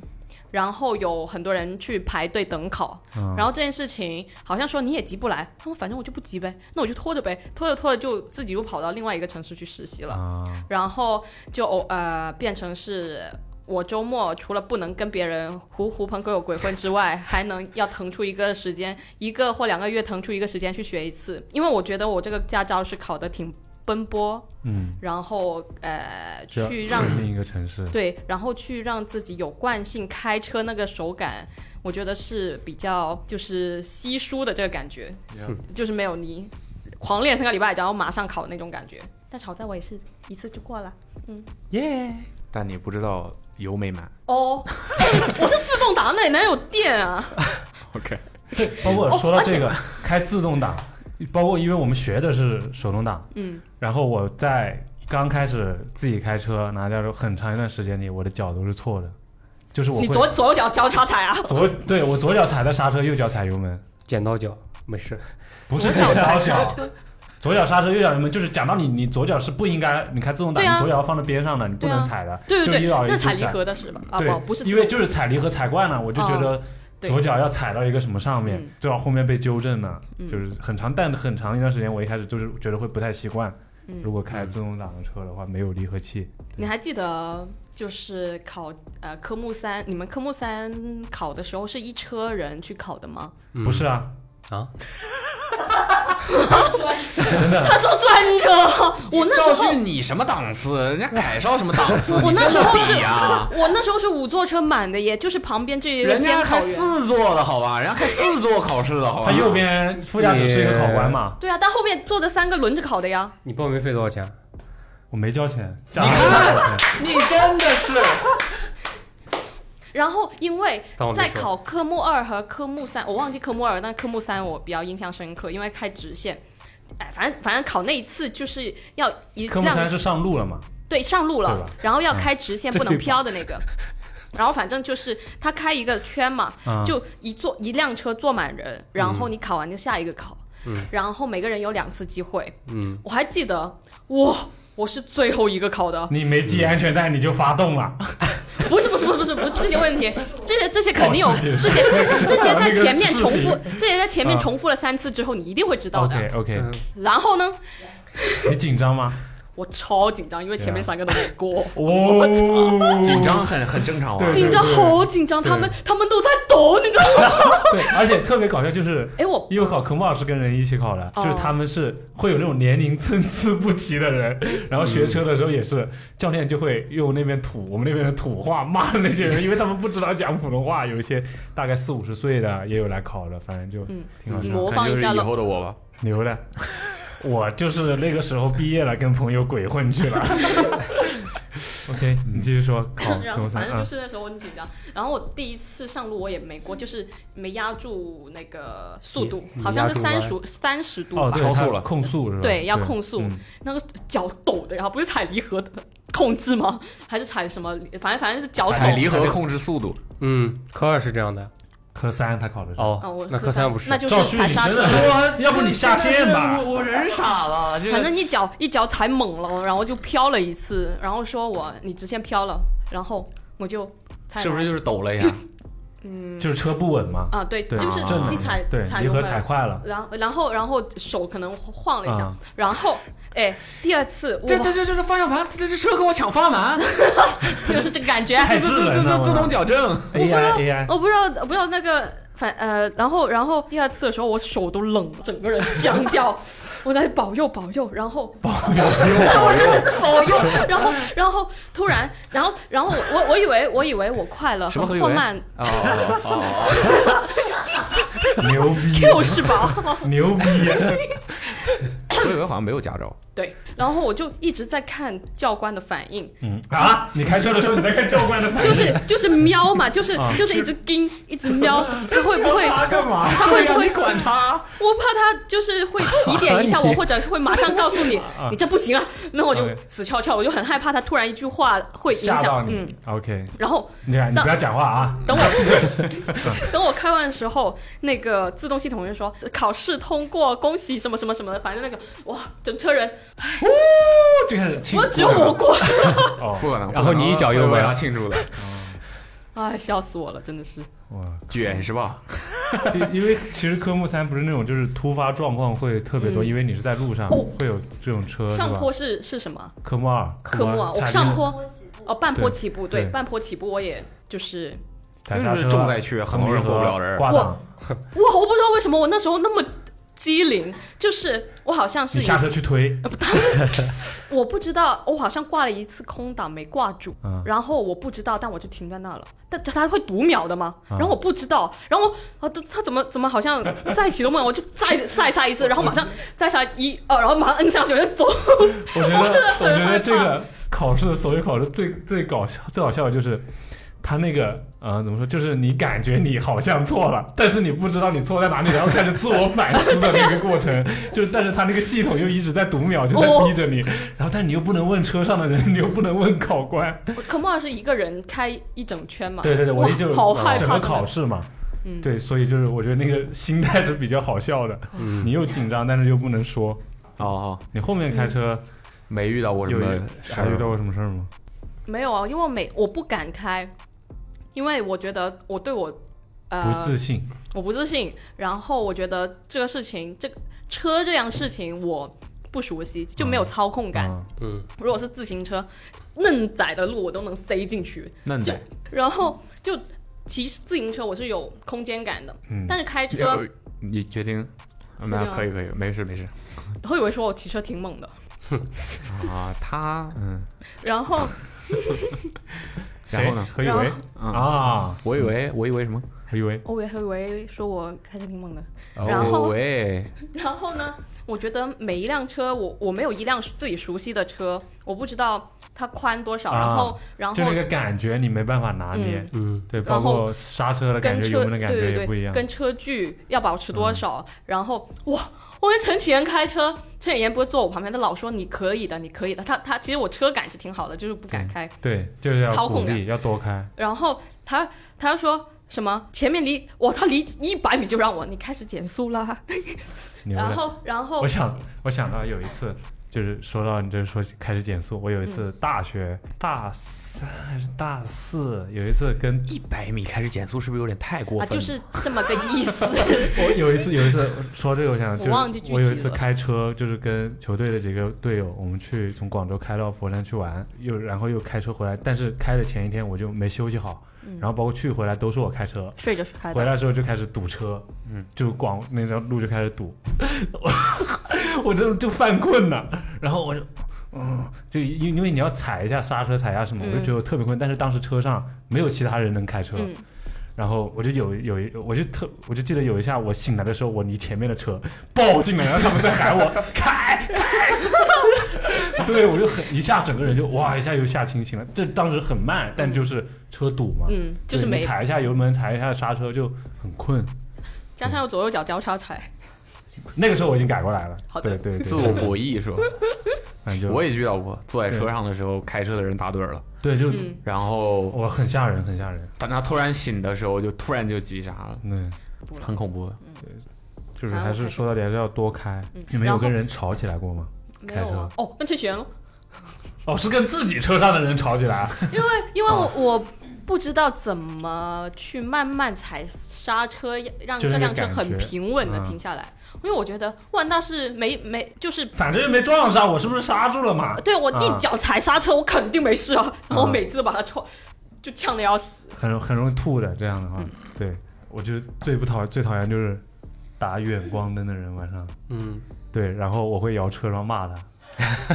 Speaker 4: 然后有很多人去排队等考，
Speaker 3: 嗯
Speaker 4: 然后这件事情好像说你也急不来，他说反正我就不急呗，那我就拖着呗，拖着拖着就自己又跑到另外一个城市去实习了，
Speaker 3: 啊，
Speaker 4: 然后就偶呃变成是我周末除了不能跟别人狐狐朋狗友鬼混之外，还能要腾出一个时间，一个或两个月腾出一个时间去学一次，因为我觉得我这个驾照是考的挺奔波，
Speaker 3: 嗯，
Speaker 4: 然后呃
Speaker 3: 就要
Speaker 4: 去让
Speaker 3: 适应一个城市，
Speaker 4: 对，然后去让自己有惯性开车那个手感，我觉得是比较就是稀疏的这个感觉
Speaker 3: Yeah
Speaker 4: [laughs] 就是没有你狂练三个礼拜，然后马上考那种感觉。但好在我也是一次就过了。
Speaker 5: 耶，
Speaker 2: 但你不知道油没满。
Speaker 4: 哦，我是自动挡，那里哪有电啊？
Speaker 2: OK，
Speaker 3: 对，包括
Speaker 4: 哦
Speaker 3: 说到
Speaker 4: 而且
Speaker 3: 这个、开自动挡，包括因为我们学的是手动挡，
Speaker 4: 嗯，
Speaker 3: 然后我在刚开始自己开车拿驾照很长一段时间里，我的脚都是错的，就是我
Speaker 4: 你
Speaker 3: 会
Speaker 4: 左左脚交叉踩啊？
Speaker 3: 左对我左脚踩的刹车，右脚踩油门，
Speaker 5: 剪刀脚没事，
Speaker 3: 不是
Speaker 4: 左
Speaker 3: 左
Speaker 4: 脚踩
Speaker 3: 脚
Speaker 4: 刹
Speaker 3: 脚。啊
Speaker 4: [laughs]
Speaker 3: 左脚刹车，右脚油门，就是讲到你，你左脚是不应该，你开自动挡，
Speaker 4: 对啊
Speaker 3: 你左脚要放在边上的，你不
Speaker 4: 对啊
Speaker 3: 能踩的，
Speaker 4: 对对
Speaker 3: 就
Speaker 4: 对，
Speaker 3: 右脚
Speaker 4: 那
Speaker 3: 一
Speaker 4: 是
Speaker 3: 直
Speaker 4: 踩离合的是吧？啊
Speaker 3: 对
Speaker 4: 不，不是自动，哦
Speaker 3: 因为就是踩离合踩惯了，我就觉得
Speaker 4: 对
Speaker 3: 左脚要踩到一个什么上面
Speaker 4: 嗯，
Speaker 3: 就往后面被纠正了，
Speaker 4: 嗯
Speaker 3: 就是很长，但很长一段时间，我一开始就是觉得会不太习惯。
Speaker 4: 嗯
Speaker 3: 如果开自动挡的车的话，没有离合器，
Speaker 4: 你还记得就是考呃科目三，你们科目三考的时候是一车人去考的吗？
Speaker 3: 不是啊，
Speaker 5: 啊，
Speaker 3: 真的，
Speaker 4: 他坐专车，我那时
Speaker 2: 赵
Speaker 4: 候
Speaker 2: 旭，你什么档次？人家凯少什么档次？
Speaker 4: [laughs] 我
Speaker 2: 你
Speaker 4: 那
Speaker 2: 这
Speaker 4: 时
Speaker 2: 么
Speaker 4: 候是
Speaker 2: 比
Speaker 4: [laughs]
Speaker 2: 啊？
Speaker 4: 我那时候是五座车满的耶，就是旁边这一个
Speaker 2: 人
Speaker 4: 监
Speaker 2: 家
Speaker 4: 考
Speaker 2: 开
Speaker 4: 员。
Speaker 2: 四座的好吧？人家开四座考试的好吧？
Speaker 3: 它右边副驾驶是一个考官嘛，
Speaker 4: 对啊，但后面坐着三个轮着考的呀。
Speaker 5: 你报名费多少钱？
Speaker 3: 我没交钱，你
Speaker 2: 你
Speaker 4: [laughs]
Speaker 2: 看，你真的是
Speaker 4: 然后因为
Speaker 5: 当我没
Speaker 4: 在
Speaker 5: 说
Speaker 4: 考科目二和科目三，我忘记科目二，但科目三我比较印象深刻，因为开直线。哎，反正反正考那一次就是要一
Speaker 3: 科目
Speaker 4: 让
Speaker 3: 三是上路了嘛，
Speaker 4: 对，上路
Speaker 3: 对
Speaker 4: 了
Speaker 3: 吧，嗯
Speaker 4: 然后要开直线，不能飘的那个。 [laughs] 然后反正就是他开一个圈嘛，
Speaker 3: 啊嗯
Speaker 4: 就一坐一辆车坐满人，然后你考完就下一个考，然后每个人有两次机会。
Speaker 5: 嗯，
Speaker 4: 我还记得，哇，我是最后一个考的，
Speaker 3: 你没系安全带你就发动
Speaker 4: [laughs]
Speaker 3: 了，
Speaker 4: 不是不是不是不是不是这些问题，这些这些肯定有，
Speaker 3: 哦是
Speaker 4: 这些这些在前面重
Speaker 3: 那
Speaker 4: 复
Speaker 3: 个，
Speaker 4: 这些在前面
Speaker 3: 啊
Speaker 4: 重复了三次之后，你一定会知道
Speaker 3: OK
Speaker 4: 的。
Speaker 3: OK，
Speaker 5: 嗯
Speaker 4: 然后呢，
Speaker 3: 你紧张吗？
Speaker 4: 我超紧张，因为前面
Speaker 3: 对啊
Speaker 4: 三个都没过。
Speaker 3: 哦，
Speaker 2: 紧张很很正常啊。
Speaker 3: 对
Speaker 4: 紧张，好紧张，他们他们都在抖，你知道吗？
Speaker 3: 对，而且特别搞笑就是。
Speaker 4: 哎，我
Speaker 3: 因为我考科目二是跟人一起考的，
Speaker 4: 哦
Speaker 3: 就是他们是会有这种年龄参差不齐的人，然后学车的时候也是，教练就会用那边土我们那边的土话骂那些人，因为他们不知道讲普通话，有一些大概四五十岁的也有来考的，反正就
Speaker 4: 嗯
Speaker 3: 挺好笑的。
Speaker 4: 模仿一下
Speaker 2: 看就是以
Speaker 4: 了。
Speaker 2: 后的我吧。
Speaker 3: 牛的，我就是那个时候毕业了，跟朋友鬼混去了。OK，你继续说考
Speaker 4: [laughs] 然
Speaker 3: 科
Speaker 4: 后
Speaker 3: 目三
Speaker 4: 反正就
Speaker 3: 啊，
Speaker 4: 是那时候我很紧张，然后我第一次上路我也没过，就是没压住那个速度
Speaker 5: 你，你
Speaker 4: 好像是
Speaker 5: 压
Speaker 4: 三
Speaker 5: 住
Speaker 4: 十三十度
Speaker 3: 哦，
Speaker 4: 吧，
Speaker 3: 对
Speaker 2: 超速
Speaker 3: 他
Speaker 2: 了
Speaker 3: 控速是吧？
Speaker 4: 对要控速
Speaker 3: 嗯
Speaker 4: 那个脚抖的，然后不是踩离合的控制吗？还是踩什么？反正反正是脚抖。
Speaker 2: 踩离合控制速 [laughs] 度，
Speaker 5: 嗯，科二是这样的
Speaker 3: 科三他考的是。
Speaker 4: 啊，
Speaker 5: 哦
Speaker 4: 我，
Speaker 5: 那科三不是
Speaker 4: 那，就
Speaker 3: 赵
Speaker 4: 是
Speaker 3: 旭
Speaker 4: 踩
Speaker 3: 你
Speaker 4: 刹
Speaker 3: 真
Speaker 4: 车
Speaker 3: 的。我要不你下线吧
Speaker 2: 我我人傻了，这
Speaker 4: 反
Speaker 2: 个
Speaker 4: 正一脚一脚踩猛了，然后就飘了一次，然后说我你直线飘了，然后我就
Speaker 2: [laughs]
Speaker 4: 踩
Speaker 2: 是不
Speaker 4: 了
Speaker 2: 是就是抖了一下？
Speaker 3: 就是车不稳嘛，
Speaker 4: 啊？对，
Speaker 3: 对
Speaker 4: 就是
Speaker 2: 正
Speaker 4: 你
Speaker 2: 常
Speaker 4: 踩
Speaker 3: 对，
Speaker 4: 踩哦
Speaker 3: 离
Speaker 4: 油
Speaker 3: 合
Speaker 4: 门，
Speaker 3: 踩快了，
Speaker 4: 然后然后然后手可能晃了一下，
Speaker 3: 嗯
Speaker 4: 然后哎，第二次
Speaker 2: 这
Speaker 4: 哇
Speaker 2: 这这这这方向盘，这这车跟我抢方向盘，
Speaker 4: 就是这个感觉，啊
Speaker 2: 这这这这这自动矫正。
Speaker 4: 我不知道
Speaker 3: AI
Speaker 4: [laughs]
Speaker 3: AI
Speaker 4: 哦我不知道我不知道那个反呃，然后然后第二次的时候我手都冷了，整个人僵掉，我在保佑保佑，然后 [laughs] 我真的是保佑。然后，然后突然，然后，然后我我以为我以为我快了，
Speaker 2: 什么何以
Speaker 4: 或
Speaker 2: 为？
Speaker 4: 呃慢
Speaker 2: 哦哦哦
Speaker 3: 牛逼，
Speaker 4: [laughs] 就是吧？ [laughs]
Speaker 3: 牛逼，
Speaker 2: 哦，何以为好像没有驾照。
Speaker 4: 对，然后我就一直在看教官的反应，
Speaker 3: 嗯啊！你开车的时候你在看教官的反应，
Speaker 4: 就是就是瞄嘛，就是
Speaker 3: 啊
Speaker 4: 就是一直盯，一直瞄，他会不
Speaker 3: [laughs]
Speaker 4: 会？
Speaker 3: 他干嘛？
Speaker 4: 他 [laughs] 会不会？
Speaker 2: 管他？
Speaker 4: 我怕他就是会提点一下我，
Speaker 5: 你
Speaker 4: 或者会马上告
Speaker 3: [laughs]
Speaker 4: 诉你，你这不行啊！那我就
Speaker 3: OK
Speaker 4: 死翘翘，我就很害怕他突然一句话会影
Speaker 3: 吓到
Speaker 4: 响。
Speaker 3: 你
Speaker 4: 嗯，
Speaker 3: ，OK，
Speaker 4: 然后
Speaker 3: 你看你不要讲话啊，
Speaker 4: 等我等我开完的时候，那个自动系统就说考试通过，恭喜什么什么什么的，反正那个哇，整车人
Speaker 3: 就开始庆
Speaker 4: 我
Speaker 3: 祝，
Speaker 4: 只有我过，
Speaker 3: 哦，
Speaker 2: 不可能。
Speaker 5: 然后你一脚油门
Speaker 2: 为他庆祝
Speaker 3: [laughs]
Speaker 2: 的，
Speaker 3: 嗯
Speaker 4: 哎，笑死我了，真的是。
Speaker 3: 哇，
Speaker 2: 卷是吧？
Speaker 3: 就因为其实科目三不是那种就是突发状况会特别多，
Speaker 4: 嗯
Speaker 3: 因为你是在路上
Speaker 4: 哦
Speaker 3: 会有这种车，是
Speaker 4: 上
Speaker 3: 吧
Speaker 4: 坡是是什么？
Speaker 3: 科目二，
Speaker 4: 科目啊，
Speaker 3: 二
Speaker 4: 我
Speaker 3: 踩
Speaker 4: 上
Speaker 3: 离合
Speaker 4: 坡哦，半坡
Speaker 3: 对
Speaker 4: 起步，对，
Speaker 3: 对
Speaker 4: 半坡起步，我也就是
Speaker 3: 踩
Speaker 2: 就
Speaker 3: 刹
Speaker 2: 是
Speaker 3: 车，
Speaker 2: 重灾区很多人过不了人
Speaker 3: 挂档，
Speaker 4: 我我不知道为什么我那时候那么机灵，就是我好像是
Speaker 3: 你下车去推，
Speaker 4: 我不知道，我好像挂了一次空档没挂住，
Speaker 3: 嗯
Speaker 4: 然后我不知道，但我就停在那了。但他会读秒的嘛，
Speaker 3: 嗯
Speaker 4: 然后我不知道，然后我啊，他怎么怎么好像再启动嘛，我就再再下
Speaker 3: [laughs]
Speaker 4: 一次，然后马上再下一呃，然后马上摁下去我就走。
Speaker 3: 我觉得， [laughs] 我觉得这
Speaker 4: 很害
Speaker 3: 个考试，所有考试最最搞笑、最好笑的就是，他那个呃，怎么说，就是你感觉你好像错了，但是你不知道你错在哪里，然后开始自我反思的那个过程，就是，但是他那个系统又一直在读秒，就在逼着你，然后，但是你又不能问车上的人，你 [laughs] 又不能问考官，
Speaker 4: 科目二是一个人开一整圈嘛，
Speaker 3: 对对对，我
Speaker 4: 哇
Speaker 3: 也就是
Speaker 4: 好害怕
Speaker 3: 整个
Speaker 4: 真的
Speaker 3: 考试嘛。
Speaker 4: 嗯
Speaker 3: 对，所以就是我觉得那个心态是比较好笑的，
Speaker 2: 嗯
Speaker 3: 你又紧张，但是又不能说。
Speaker 2: 哦哦，
Speaker 3: 你后面开车
Speaker 2: 没遇到过什
Speaker 3: 有
Speaker 2: 么事
Speaker 3: 还遇到
Speaker 2: 儿，啊
Speaker 3: 过什么事儿吗？
Speaker 4: 没有啊，因为我每我不敢开，因为我觉得我对我呃
Speaker 3: 不自信，
Speaker 4: 我不自信，然后我觉得这个事情，这个车这样事情我不熟悉，就没有操控感。
Speaker 3: 嗯
Speaker 5: 嗯，
Speaker 4: 如果是自行车，嫩窄的路我都能塞进去，
Speaker 2: 嫩仔
Speaker 4: 然后就骑自行车我是有空间感的，
Speaker 3: 嗯
Speaker 4: 但是开车
Speaker 2: 要，呃你决定。那
Speaker 4: 定啊
Speaker 2: 可以可以，没事没事
Speaker 4: 会以为说我骑车挺猛的，
Speaker 2: 啊，他嗯，
Speaker 4: 然后
Speaker 2: 然后呢？
Speaker 3: 何以
Speaker 4: 然后
Speaker 3: 为
Speaker 2: 嗯
Speaker 3: 啊？
Speaker 2: 我以为我以为什么？
Speaker 3: 何以为？
Speaker 4: 我也会以为说我开车挺猛的，然后
Speaker 2: 哦喂，
Speaker 4: 然后呢，我觉得每一辆车，我我没有一辆自己熟悉的车，我不知道它宽多少，
Speaker 3: 啊
Speaker 4: 然后然
Speaker 3: 就那
Speaker 4: 后
Speaker 3: 个感觉你没办法拿捏，
Speaker 5: 嗯，
Speaker 3: 对，
Speaker 4: 然
Speaker 3: 包
Speaker 4: 后
Speaker 3: 括刹车的感
Speaker 4: 跟
Speaker 3: 觉、
Speaker 4: 车
Speaker 3: 油门的感
Speaker 4: 对
Speaker 3: 觉
Speaker 4: 对
Speaker 3: 也不一
Speaker 4: 对，
Speaker 3: 样。嗯
Speaker 4: 跟车距要保持多少，然后哇。我跟陈启言开车，陈启言不是坐我旁边，他老说你可以的，你可以的。他他其实我车感是挺好的，就是不敢开。
Speaker 3: 对，就是要
Speaker 4: 操控
Speaker 3: 鼓励，要多开。
Speaker 4: 然后他他说什么前面离哇，他离一百米就让我你开始减速啦。
Speaker 3: 牛的
Speaker 4: 然后然后
Speaker 3: 我想，我想到有一次，就是说到你这说开始减速，我有一次大学大三还是大四，有一次跟
Speaker 2: [laughs] 一百米开始减速是不是有点太过
Speaker 4: 啊
Speaker 2: 分？
Speaker 4: 就是这么个
Speaker 3: [laughs]
Speaker 4: 意思。
Speaker 3: 我有一次，有一次说这个，我想
Speaker 4: 我
Speaker 3: 就是
Speaker 4: 忘记具体
Speaker 3: 我有一次
Speaker 4: 了
Speaker 3: 开车，就是跟球队的几个队友，我们去从广州开到佛山去玩，又然后又开车回来，但是开的前一天我就没休息好，
Speaker 4: 嗯
Speaker 3: 然后包括去回来都是我开车，
Speaker 4: 睡着是开
Speaker 3: 回
Speaker 4: 的，
Speaker 3: 来之后就开始堵车，嗯，就广那条路就开始堵， [laughs] 我这就犯困了，然后我就。嗯，就因因为你要踩一下刹车，踩一下什么，我就
Speaker 4: 嗯
Speaker 3: 觉得我特别困。但是当时车上没有其他人能开车，
Speaker 4: 嗯，
Speaker 3: 然后我就有有一，我就特，我就记得有一下我醒来的时候，我离前面的车抱进来，然后他们在喊我 [laughs] 开开，对我就很一下整个人就哇一下又吓清醒了。这当时很慢，但就是车堵嘛，
Speaker 4: 嗯就是
Speaker 3: 对
Speaker 4: 没
Speaker 3: 你踩一下油门，踩一下刹车就很困。
Speaker 4: 加上左右脚交叉踩，
Speaker 3: 那个时候我已经改过来了，
Speaker 4: 好的
Speaker 3: 对对
Speaker 2: [laughs]
Speaker 3: 对，
Speaker 2: 自我博弈 [laughs] 是吧？
Speaker 3: 反正就
Speaker 2: 我也遇到过，坐在车上的时候，开车的人打盹儿了，
Speaker 3: 对就。
Speaker 4: 嗯，
Speaker 2: 然后
Speaker 3: 我很吓人，很吓人，
Speaker 2: 等他突然醒的时候，就突然就急刹了，
Speaker 3: 嗯，
Speaker 2: 很恐怖。
Speaker 3: 就是
Speaker 4: 啊
Speaker 3: 还
Speaker 4: 我
Speaker 3: 是
Speaker 4: 还
Speaker 3: 说到底还是要多开。你们
Speaker 4: 嗯然
Speaker 3: 有
Speaker 4: 后
Speaker 3: 跟人吵起来过吗？
Speaker 4: 没有啊，哦，跟陈启言喽。
Speaker 3: 哦，是跟自己车上的人吵起来啊，
Speaker 4: 因为因为我、我不知道怎么去慢慢踩刹车，让
Speaker 3: 就
Speaker 4: 这
Speaker 3: 是那
Speaker 4: 辆
Speaker 3: 个
Speaker 4: 车
Speaker 3: 感
Speaker 4: 很
Speaker 3: 觉
Speaker 4: 平稳的
Speaker 3: 嗯
Speaker 4: 停下来。因为我觉得哇，那是没没就是。
Speaker 3: 反正又没撞上，我是不是刹住了嘛？
Speaker 4: 对我
Speaker 3: 啊
Speaker 4: 一脚踩刹车，我肯定没事啊！然后我每次都把它戳，就呛的要死。
Speaker 3: 很很容易吐的。这样的话，
Speaker 4: 嗯
Speaker 3: 对我就最不讨最讨厌就是打远光灯的人晚上。
Speaker 5: 嗯，
Speaker 3: 对，然后我会摇车窗骂
Speaker 4: 啊
Speaker 3: 他，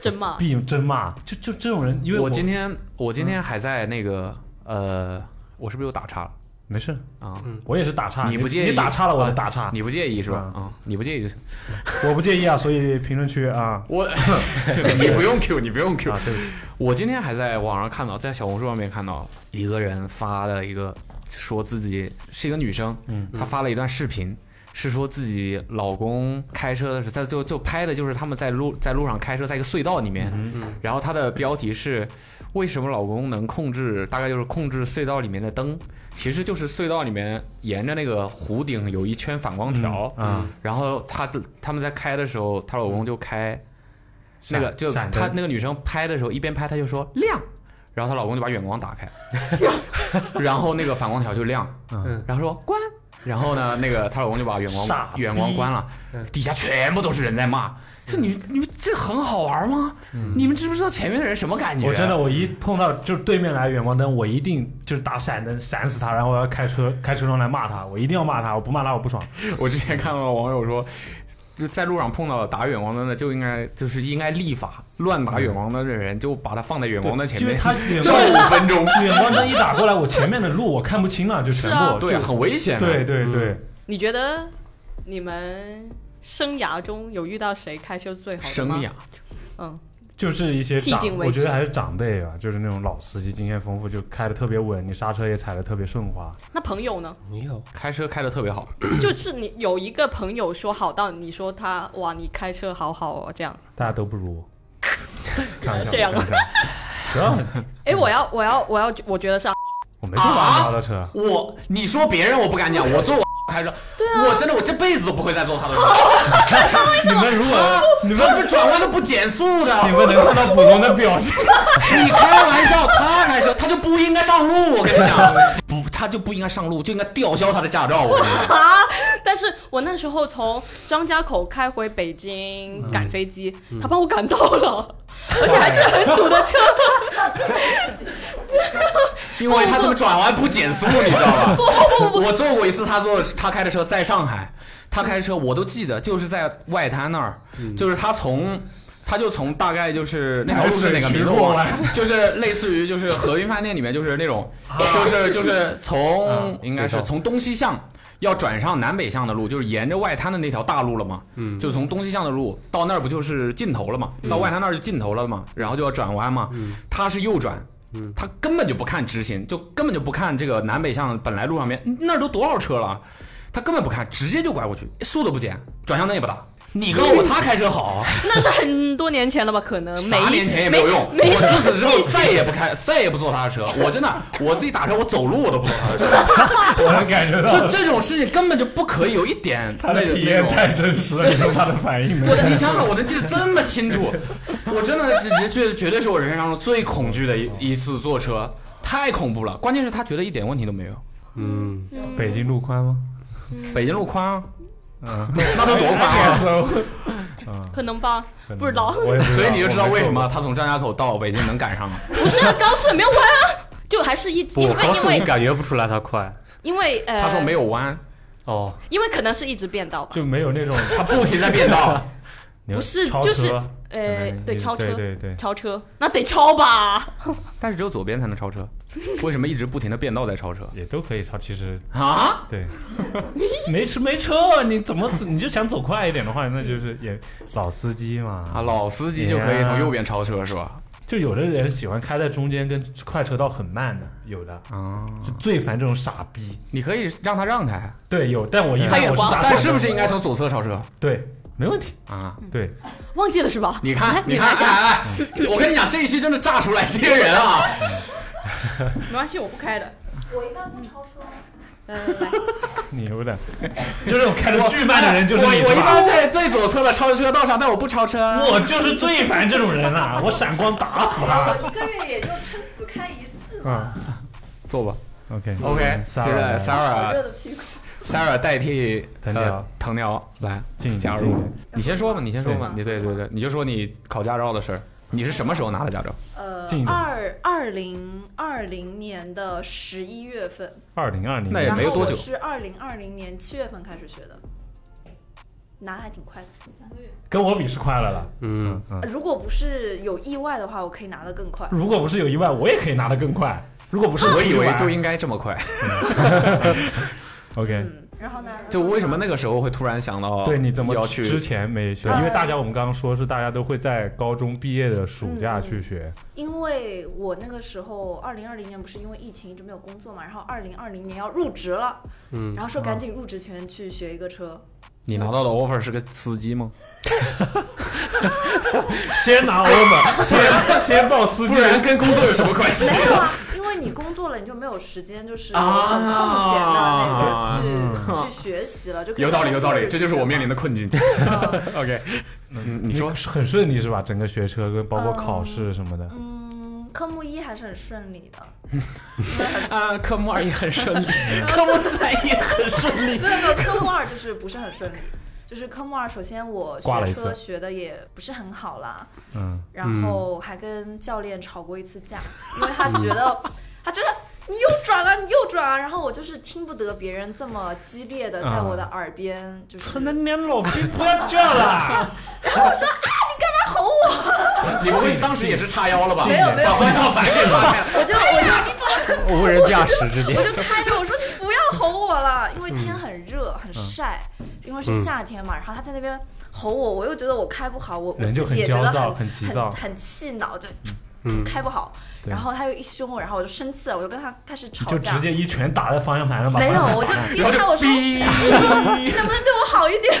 Speaker 4: 真骂，
Speaker 3: 必真骂，就就这种人，因为
Speaker 2: 我嗯
Speaker 3: 我
Speaker 2: 今天我今天还在那个呃，我是不是又打岔了
Speaker 3: 没事，
Speaker 2: 啊？
Speaker 3: 我也是打岔，
Speaker 2: 你
Speaker 3: 你
Speaker 2: 不介意
Speaker 3: 你打岔了我
Speaker 2: 啊
Speaker 3: 就打岔，
Speaker 2: 你不介意是吧？
Speaker 3: 啊
Speaker 2: 啊，你不介 [laughs] 意就行。
Speaker 3: [laughs] 我不介意啊，所以评论区
Speaker 2: [laughs]
Speaker 3: 啊
Speaker 2: 我你不用 Q，你不用 Q
Speaker 3: 啊，对不起，
Speaker 2: 我今天还在网上看到，在小红书上面看到一个人发的一个，说自己是一个女生，
Speaker 3: 嗯，
Speaker 2: 她发了一段视频，是说自己老公开车的时候，在就就拍的就是他们在路在路上开车，在一个隧道里面，
Speaker 5: 嗯
Speaker 2: 然后她的标题是为什么老公能控制，大概就是控制隧道里面的灯，其实就是隧道里面沿着那个湖顶有一圈反光条，
Speaker 3: 啊，
Speaker 2: 然后她的他们在开的时候，她老公就开。那
Speaker 3: 闪
Speaker 2: 个就
Speaker 3: 闪
Speaker 2: 她
Speaker 3: 灯
Speaker 2: 那个女生拍的时候，一边拍她就说亮，然 [laughs] 后她老公就把远光打开，然后那个反光条就亮，
Speaker 3: 嗯
Speaker 2: 然后说关，然后呢，那个她老公就把远光
Speaker 3: 傻逼
Speaker 2: 远光关了，底下全部都是人在骂，说你你们这很好玩吗？你们知不知道前面的人什么感觉？
Speaker 3: 嗯
Speaker 2: 啊
Speaker 3: 我真的，我一碰到就是对面来远光灯，我一定就是打闪灯闪死他，然后我要开车开车窗来骂他，我一定要骂他，我不骂他我不爽。
Speaker 2: [laughs] 我之前看到网友说，就在路上碰到打远光灯的，就应该就是应该立法，乱打远光灯的人就把它放在远光灯前
Speaker 3: 因为
Speaker 2: 面， [laughs]
Speaker 3: 他远
Speaker 2: 照
Speaker 3: 光
Speaker 2: 五分
Speaker 3: [laughs]
Speaker 2: 钟，
Speaker 3: 远光灯一打过来，我前面的路我看不清啊了，就全部
Speaker 2: 啊对，啊嗯
Speaker 3: 就
Speaker 2: 很危险的。
Speaker 3: 对对对，
Speaker 4: 你觉得你们生涯中有遇到谁开车最好的
Speaker 2: 生啊
Speaker 4: 吗？
Speaker 2: 涯，
Speaker 4: 嗯，
Speaker 3: 就是一些
Speaker 4: 迄
Speaker 3: 长
Speaker 4: 今，为
Speaker 3: 我
Speaker 4: 止
Speaker 3: 觉得还是长辈啊，就是那种老司机，经验丰富，就开的特别稳，你刹车也踩的特别顺滑。
Speaker 4: 那朋友呢？
Speaker 5: 没有，
Speaker 2: 开车开的特别好，
Speaker 4: 就是你有一个朋友说好到你说他哇，你开车好好哦，这样。
Speaker 3: 大家都
Speaker 2: [laughs]
Speaker 3: 不如我。看一下，
Speaker 4: 这样
Speaker 3: 看一下，不要，
Speaker 4: 哎，我要我要我要，我觉得是啊
Speaker 3: 我没坐过他的车。
Speaker 2: 我你说别人我不 [laughs] 敢讲，我坐我开车，我真的我这辈子都不会再坐他的车。
Speaker 3: 你们如果
Speaker 2: 你们们转弯啊都不减速 [laughs] 的，
Speaker 3: 你们能看到普通的表情，
Speaker 2: 你开玩笑，他开车他就不应该上路，我跟你讲， [laughs] 不，他就不应该上路，就应该吊销他的驾照，我跟你讲。
Speaker 4: 啊！但是我那时候从张家口开回北京赶飞机，
Speaker 2: 嗯
Speaker 4: 他帮我赶到了，而且还是很堵的车。
Speaker 2: 因为他这么转弯不减速，你知道吧？我坐过一次，他坐他开的车在上海，他开车我都记得，就是在外滩那儿，就是他从。他就从大概就是那条路是哪个名字我忘了
Speaker 3: 海水，
Speaker 2: [laughs] 就是类似于就是和平饭店里面就是那种，就是就是从
Speaker 3: 啊
Speaker 2: 应该是从东西向要转上南北向的路，就是沿着外滩的那条大路了嘛，
Speaker 5: 嗯
Speaker 2: 就从东西向的路到那儿不就是尽头了嘛，到外滩那儿就尽头了嘛，然后就要转弯嘛，他是右转，他根本就不看直行，就根本就不看这个南北向本来路上面那儿都多少车了，他根本不看，直接就拐过去，速度不减，转向灯也不打。你告诉我他开车好，啊
Speaker 4: 那是很多年前了吧？可能每
Speaker 2: 啥
Speaker 4: 一
Speaker 2: 年呃前也没有用。
Speaker 4: 没
Speaker 2: 我自此之后
Speaker 4: 没
Speaker 2: 再也不开，再也不坐他的 [laughs] 车。我真的，我自己打车，我走路我都不坐他的车。
Speaker 3: 我能感觉到
Speaker 2: 就这种事情根本就不可以有一点
Speaker 3: 他的
Speaker 2: 那个
Speaker 3: 体验
Speaker 2: 那种
Speaker 3: 太真实了，你说他的反应没
Speaker 2: 我的，你想想，我能记得这么清楚，我真的是绝绝绝对是我人生当中最恐惧的一一次坐车，太恐怖了。关键是他觉得一点问题都没有，
Speaker 5: 嗯，
Speaker 3: 北京路宽吗？
Speaker 2: 北京路宽啊，
Speaker 3: 嗯，
Speaker 2: 那都多宽啊！
Speaker 4: 可能吧，
Speaker 3: 可能
Speaker 4: 不知道。
Speaker 3: 我也不
Speaker 2: 所以你就知道为什么他从张家口到北京能赶上了。
Speaker 4: 不是啊，高速也没有弯啊，就还是一因为
Speaker 5: 我告
Speaker 4: 因
Speaker 5: 诉你，
Speaker 4: 为
Speaker 5: 感觉不出来它快。
Speaker 4: 因为呃，
Speaker 2: 他说没有弯，
Speaker 5: 哦，
Speaker 4: 因为可能是一直变道吧，
Speaker 3: 就没有那种
Speaker 2: 他不停在变道，
Speaker 3: 你要
Speaker 4: 不是
Speaker 3: 超
Speaker 4: 就是
Speaker 3: 车
Speaker 4: 呃
Speaker 3: 嗯，
Speaker 4: 对，超
Speaker 3: 对
Speaker 4: 车，
Speaker 3: 对对，
Speaker 4: 超车，那得超吧，
Speaker 2: [laughs] 但是只有左边才能超车，为什么一直不停的变道在超车
Speaker 3: 也都可以超，其实
Speaker 2: 啊？ [laughs]
Speaker 3: 对，没车没车，你怎么你就想走快一点的话，那就是也老司机
Speaker 2: 啊，
Speaker 3: 嘛，
Speaker 2: 老司机就可以从右边超车是吧？
Speaker 3: 就有的人喜欢开在中间，跟快车道很慢的，有的
Speaker 2: 啊，
Speaker 3: 是最烦这种傻逼。
Speaker 2: 你可以让他让开，
Speaker 3: 对，有，但我一
Speaker 4: 开
Speaker 3: 般
Speaker 4: 远
Speaker 3: 我是
Speaker 4: 光
Speaker 3: 打
Speaker 2: 但是不是应该从左侧超车
Speaker 3: 对，没问题，
Speaker 2: 啊？
Speaker 3: 对，
Speaker 4: 忘记了是吧？
Speaker 2: 你看，
Speaker 4: 你
Speaker 2: 你看，
Speaker 4: 来讲，
Speaker 2: 哎哎，哎我跟你讲，这一期真的炸出来这些人啊！
Speaker 3: [laughs]
Speaker 4: 没关系，我不开的。我一般不超车。呃，
Speaker 3: 你有点， [laughs] 就这种开的巨慢的人就是
Speaker 2: 我，
Speaker 3: 你
Speaker 2: 我
Speaker 3: 是
Speaker 2: 一
Speaker 3: 吧？
Speaker 2: 般在最左侧的超车道上，但我不超车。啊
Speaker 3: 我就是最烦这种人了、 [laughs] 我闪光打死他。
Speaker 7: 一个月也就撑死开一次
Speaker 3: 啊
Speaker 2: 坐吧。
Speaker 3: ，OK
Speaker 2: OK，
Speaker 3: Sarah
Speaker 2: Sarah
Speaker 7: 的屁股。
Speaker 2: Sarah 代替
Speaker 3: 藤条
Speaker 2: 呃藤条来
Speaker 3: 进
Speaker 2: 加
Speaker 3: 进
Speaker 2: 入。你先说吧，你先说吧。
Speaker 3: 对
Speaker 2: 你对对对，你就说你考驾照的事儿。你是什么时候拿的驾照？
Speaker 7: 呃
Speaker 3: 近一，点
Speaker 7: 二二零二零年的十一月份，
Speaker 3: 二零二零，
Speaker 2: 那也
Speaker 7: 然
Speaker 2: 没
Speaker 7: 后
Speaker 2: 多
Speaker 7: 我
Speaker 2: 久
Speaker 7: 是二零二零年七月份开始学的，拿的还挺快的。
Speaker 3: 跟我比是快了了。
Speaker 5: 嗯，
Speaker 7: 呃如果不是有意外的话，我可以拿得更快。
Speaker 3: 如果不是有意外，我也可以拿得更快。如果不是
Speaker 2: 我以为就
Speaker 3: 意
Speaker 2: 应该这么快。
Speaker 3: 外 OK。
Speaker 7: 嗯，然后呢？
Speaker 2: [laughs] 就为什么那个时候会突然想到
Speaker 3: 对，你怎么
Speaker 2: 要去？
Speaker 3: 之前没学？
Speaker 7: 嗯
Speaker 3: 因为大家我们刚刚说是大家都会在高中毕业的暑假去学，
Speaker 7: 因为我那个时候二零二零年不是因为疫情一直没有工作嘛，然后二零二零年要入职了，
Speaker 5: 嗯
Speaker 7: 然后说
Speaker 2: 啊
Speaker 7: 赶紧入职前去学一个
Speaker 2: [laughs]
Speaker 7: 车，
Speaker 2: 你拿到的 offer 是个司机吗？
Speaker 3: 先拿 over，先先报司
Speaker 2: [laughs]
Speaker 3: 机
Speaker 2: 不，然跟工作有什么关系？
Speaker 7: 没有啊， [laughs] 因为你工作了，你就没有时间，就是很空闲的
Speaker 2: 啊
Speaker 7: 那个去去学习了，就可以
Speaker 2: 有道理，有道理，
Speaker 7: 做
Speaker 2: 这就是我面临的困
Speaker 7: [laughs]
Speaker 2: 境。
Speaker 7: 嗯
Speaker 2: [laughs] OK，嗯，你说
Speaker 3: 很顺利是吧？整个学车跟包括考试什么的，
Speaker 7: 嗯，科目一还是很顺利
Speaker 2: [laughs]
Speaker 7: 的，
Speaker 5: 啊，科目二也很顺
Speaker 7: [laughs]
Speaker 5: 利，科目三也很顺利。
Speaker 7: 没有没有，科目二就是不是很顺利。就是科目二，首先我
Speaker 3: 挂了一
Speaker 7: 学车
Speaker 3: 次
Speaker 7: 学的也不是很好啦，
Speaker 3: 嗯，
Speaker 7: 然后还跟教练吵过一次架，因为他觉得
Speaker 3: 嗯
Speaker 7: 他觉得你右转啊，你右转啊，然后我就是听不得别人这么激烈的在
Speaker 3: 嗯
Speaker 7: 我的耳边就是
Speaker 3: 年老兵不要这了，
Speaker 7: 吼我，
Speaker 2: 你不会当时也是叉腰了吧？
Speaker 7: 没有没有
Speaker 2: 把方向盘给砸了。
Speaker 7: 我就我就你怎么
Speaker 5: 无人驾驶之
Speaker 7: [laughs] 我
Speaker 5: 间，
Speaker 7: 就拍着我说你不要吼我了，因为
Speaker 3: 嗯
Speaker 7: 天很热很晒，因为是夏天嘛。然后他在那边吼我，我又觉得我开不好，我我
Speaker 3: 人就
Speaker 7: 自己也
Speaker 3: 很
Speaker 7: 觉
Speaker 3: 焦
Speaker 7: 得
Speaker 3: 躁
Speaker 7: 很
Speaker 3: 很急躁
Speaker 7: 很很气恼，就
Speaker 5: 嗯
Speaker 7: 开不好。
Speaker 3: 对
Speaker 7: 然后他又一凶我，然后我就生气了，我就跟他开始
Speaker 3: 你
Speaker 7: 吵
Speaker 3: 就
Speaker 7: 架
Speaker 3: 直。接一拳打在方向盘上吧。
Speaker 7: 没有，我就逼他，我说 [laughs] 你能不能对我好一点？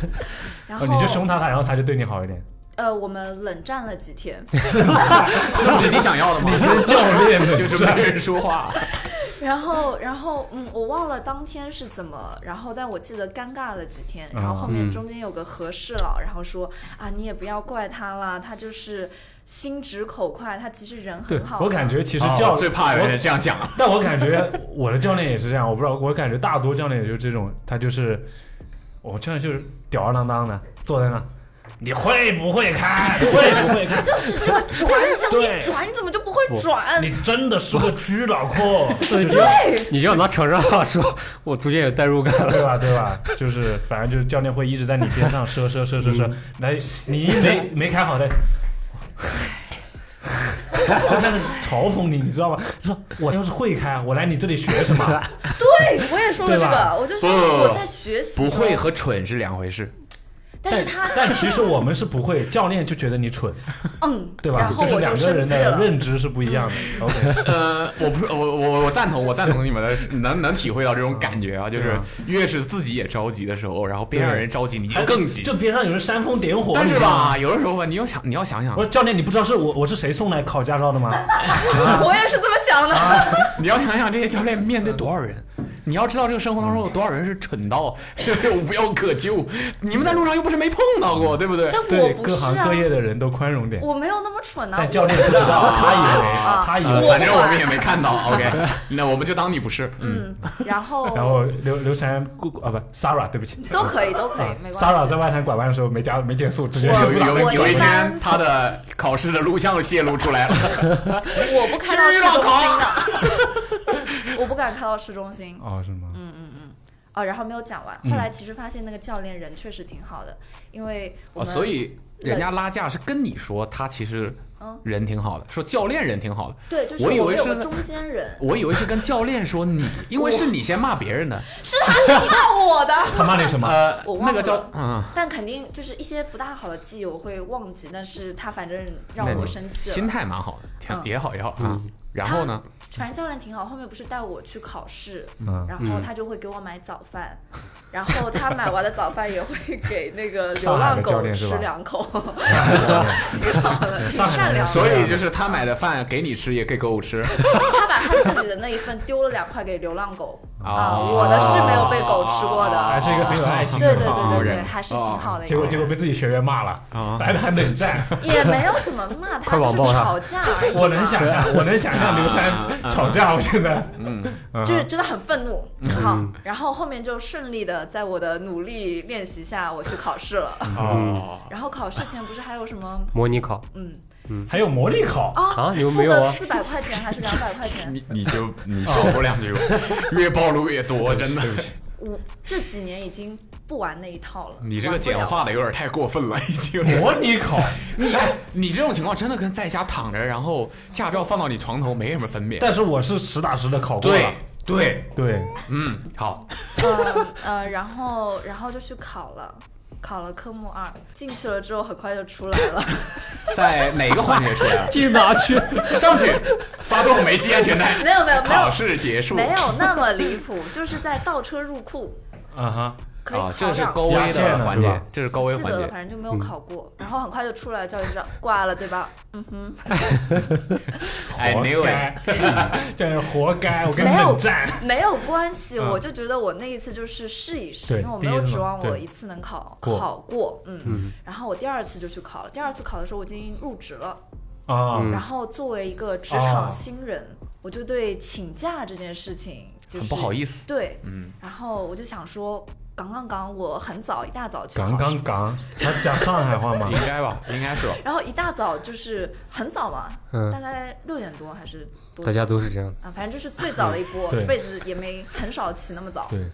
Speaker 7: [laughs] 然后、
Speaker 3: 哦，你就凶他，他然后他就对你好一点。
Speaker 7: 呃，我们冷战了几天，
Speaker 2: 这是你想要的吗？
Speaker 3: 教练
Speaker 2: [laughs]
Speaker 3: 的
Speaker 2: 就是没人说 [laughs] 话。
Speaker 7: 然后，然后，嗯，我忘了当天是怎么，然后但我记得尴尬了几天，然后后面
Speaker 5: 嗯
Speaker 7: 中间有个和事佬，然后说啊，你也不要怪他啦，他就是心直口快，他其实人
Speaker 3: 对
Speaker 7: 很好，的。
Speaker 3: 我感觉其实教
Speaker 2: 哦最怕有人
Speaker 3: 我
Speaker 2: 这样讲了。
Speaker 3: 但我感觉我的教练也是这样，我不知道，我感觉大多教练也就是这种，他就是我教练就是吊儿郎当的坐在那，你会不会开？会不会开？ [laughs]
Speaker 7: 就是这个转，教
Speaker 3: 对
Speaker 7: 练转，你怎么就不会转？
Speaker 3: 你真的是个居老 [laughs] 阔，对
Speaker 5: 你就让他承认了，说我逐渐有代入感了。
Speaker 3: 对吧？对吧？就是反正就是教练会一直在你边上奢奢奢奢奢，
Speaker 7: 嗯
Speaker 3: 来你一没没开好的。 [laughs] 他那个嘲讽你，你知道吗？他说我要是会开，我来你这里学什么？
Speaker 7: 对，我也说了这
Speaker 3: 对吧呃
Speaker 7: 个，我就说
Speaker 2: 不不不
Speaker 7: 我在学习，
Speaker 2: 不会，和蠢是两回事。
Speaker 7: 但是他
Speaker 3: 但其实我们是不会，教练就觉得你蠢，
Speaker 7: 嗯，
Speaker 3: 对吧？
Speaker 7: 然后
Speaker 3: 是
Speaker 7: 我
Speaker 3: 两个
Speaker 7: 生
Speaker 3: 人
Speaker 7: 气
Speaker 3: 的
Speaker 7: 了，
Speaker 3: 认知是不一样的。OK，
Speaker 7: [laughs]
Speaker 2: 呃， [laughs] 我不是我我我赞同，我赞同你们的， [laughs] 能能体会到这种感觉啊，就是越是自己也着急的时候，然后边上人着急，你就更急。
Speaker 3: 就边上有人煽风点火，
Speaker 2: 但是
Speaker 3: 你知道吗
Speaker 2: 吧，，有的时候吧，你要想你要想想
Speaker 3: 我，说教练，你不知道是我我是谁送来考驾照的吗？
Speaker 7: 啊我也是这么想
Speaker 3: 啊
Speaker 7: 的。
Speaker 2: 你要想想这些教练面对多少人。你要知道，这个生活当中有多少人是蠢到 [laughs] 无药可救？你们在路上又不是没碰到过，对不对？
Speaker 7: 但我
Speaker 3: 对，
Speaker 7: 不
Speaker 3: 各
Speaker 7: 是
Speaker 3: 行
Speaker 7: 啊
Speaker 3: 各，业的人都宽容点，
Speaker 7: 我没有那么蠢啊。
Speaker 3: 但
Speaker 7: 我
Speaker 3: 教练不知道，他以为
Speaker 7: 啊
Speaker 3: 他以
Speaker 2: 呃
Speaker 3: 为
Speaker 2: 反正我们也没看到。OK，那我
Speaker 7: [laughs]
Speaker 2: 们就当你不是。嗯，
Speaker 7: 嗯，然后
Speaker 3: 然后刘刘禅顾啊不 Sara 对不起
Speaker 7: 都可以，都可以，没关系。
Speaker 3: ，Sara 在外滩拐弯的时候没加没减速，直接
Speaker 7: 我
Speaker 2: 有
Speaker 3: 就
Speaker 2: 有
Speaker 7: 我
Speaker 2: 有一
Speaker 7: 一般
Speaker 2: 天，他的考试的录像泄露出来了。
Speaker 7: 我不开到市中心的，我不敢开到市中心。
Speaker 3: 哦是吗？
Speaker 7: 哦，然后没有讲完。后来其实发现那个教练人确实挺好的，因为我
Speaker 2: 哦，
Speaker 7: 们
Speaker 2: 所以人家拉架是跟你说他其实
Speaker 7: 嗯
Speaker 2: 人挺好的，说教练人挺好的，
Speaker 7: 对，就是
Speaker 2: 我以
Speaker 7: 我
Speaker 2: 为
Speaker 7: 们有
Speaker 2: 是
Speaker 7: 个中间人，
Speaker 2: 我以为是跟教练说你，因为是你先骂别人的。
Speaker 7: 是他先骂我的，
Speaker 3: 他骂你
Speaker 2: [laughs]
Speaker 3: 什么？
Speaker 2: 呃
Speaker 7: 我，忘
Speaker 2: 那个
Speaker 7: 了
Speaker 2: 教，嗯，
Speaker 7: 但肯定就是一些不大好的记忆我会忘记，但是他反正让
Speaker 2: 那
Speaker 7: 我
Speaker 2: 你
Speaker 7: 生气
Speaker 2: 心
Speaker 7: 了。
Speaker 2: 态蛮好的，挺
Speaker 7: 嗯
Speaker 2: 也好也好啊
Speaker 5: 嗯。
Speaker 2: 然后呢，
Speaker 7: 反正教练挺好，后面不是带我去考试，
Speaker 3: 嗯，
Speaker 7: 然后他就会给我买早饭，然后他买完的早饭也会给那个流
Speaker 3: [laughs] 上海
Speaker 7: 浪
Speaker 3: 的教
Speaker 7: 狗
Speaker 3: 练是吧
Speaker 7: 吃两口，
Speaker 3: [laughs] 上海
Speaker 7: 善
Speaker 3: 人
Speaker 7: 良。
Speaker 2: 所以就是他买的饭给你吃，也给狗吃。
Speaker 7: 他把他自己的那一份丢了两块给流浪狗
Speaker 2: 哦
Speaker 7: 啊，我的是没有被狗吃过
Speaker 3: 哦还
Speaker 7: 的。
Speaker 3: 是一个很有爱心的
Speaker 7: 对对
Speaker 3: 人
Speaker 7: 对对对，
Speaker 2: 人
Speaker 7: 还是挺好的一
Speaker 3: 结
Speaker 7: 个
Speaker 3: 果
Speaker 7: 人。
Speaker 3: 结果被自己学员骂
Speaker 2: 啊
Speaker 3: 了，来盘冷战。
Speaker 7: 也没有怎么骂他，
Speaker 5: 快网
Speaker 7: 就
Speaker 5: 暴
Speaker 7: 是
Speaker 5: 他
Speaker 7: 吵架而已嘛。
Speaker 3: 我能想象，我能想象刘
Speaker 2: 啊
Speaker 3: 山吵架，我现在
Speaker 2: 嗯
Speaker 7: 就是
Speaker 3: 嗯
Speaker 7: 真的很愤怒。好，然后后面就顺利的在我的努力练习下，我去考试了。
Speaker 2: 哦，
Speaker 7: 然后考试前不是还有什么
Speaker 5: 模拟考
Speaker 7: 嗯
Speaker 3: 还有模拟考，
Speaker 7: 啊
Speaker 5: 啊你们
Speaker 7: 付
Speaker 5: 没有啊
Speaker 7: 个四百块钱还是两百块钱？
Speaker 2: 你你就你少说两句吧， [laughs] 越暴露越多，真的。
Speaker 7: 我这几年已经不玩那一套了。
Speaker 2: 你这个
Speaker 7: 玩不
Speaker 2: 简
Speaker 7: 了
Speaker 2: 化的有点太过分了，已 [laughs] 经。
Speaker 3: 模拟考，
Speaker 2: 你你这种情况真的跟在家躺着，然后驾照放到你床头没什么分别。
Speaker 3: 但是我是实打实
Speaker 2: [laughs]
Speaker 3: 的考过了
Speaker 2: 对。对，
Speaker 3: 对，
Speaker 2: 嗯，好， [laughs]
Speaker 7: 呃呃，然后然后就去考了，考了科目二，进去了之后很快就出来了。
Speaker 2: 在哪个环节出 [laughs] 来？
Speaker 5: 进哪去？
Speaker 2: 上去，发动没系安全带，
Speaker 7: 没有没有没
Speaker 2: 考
Speaker 7: 有
Speaker 2: 试结束。
Speaker 7: 没有那么离谱，就是在倒车入库
Speaker 3: 啊哈，
Speaker 7: 可以
Speaker 2: 啊，
Speaker 7: 考
Speaker 2: 这是
Speaker 7: 两
Speaker 2: 高
Speaker 7: 次。
Speaker 2: 危
Speaker 3: 压线
Speaker 2: 的
Speaker 3: 了
Speaker 2: 环
Speaker 3: 是
Speaker 2: 节
Speaker 3: 吧，
Speaker 2: 这是高危
Speaker 7: 记
Speaker 2: 环
Speaker 7: 得了，
Speaker 2: 节。
Speaker 7: 反正就没有考过，然后很快就出来，教练就知道挂了，对吧？嗯哼，
Speaker 2: 哎，没有
Speaker 3: 活，该，这是活该，我跟
Speaker 7: 没
Speaker 3: 你
Speaker 7: 有
Speaker 3: 冷战。
Speaker 7: 没有关系，
Speaker 3: 嗯
Speaker 7: 我就觉得我那一次就是试一试，
Speaker 3: 对
Speaker 7: 因为我没有
Speaker 3: 第一次嘛
Speaker 7: 指望我
Speaker 3: 对
Speaker 7: 一次能考
Speaker 3: 过
Speaker 2: 嗯
Speaker 7: 考过，嗯，然后我第二次就去考了，第二次考的时候我已经入职了，
Speaker 3: 啊，
Speaker 5: 嗯
Speaker 7: 然后作为一个职
Speaker 3: 哦
Speaker 7: 场新人，我就对请假这件事情就是
Speaker 2: 很不好意思。
Speaker 7: 对，
Speaker 2: 嗯，
Speaker 7: 然后我就想说，刚刚刚，我很早一大早去
Speaker 3: 杠
Speaker 7: 考试
Speaker 3: 杠杠，他讲上海话吗
Speaker 2: [laughs] 应？该吧，应该是吧。
Speaker 7: 然后一大早就是很早嘛，
Speaker 5: 嗯
Speaker 7: 大概六点多还是多
Speaker 5: 大家都是这样的。
Speaker 7: 啊，反正就是最早的一波，
Speaker 3: 对
Speaker 7: 这辈子也没很少起那么早。
Speaker 3: 对，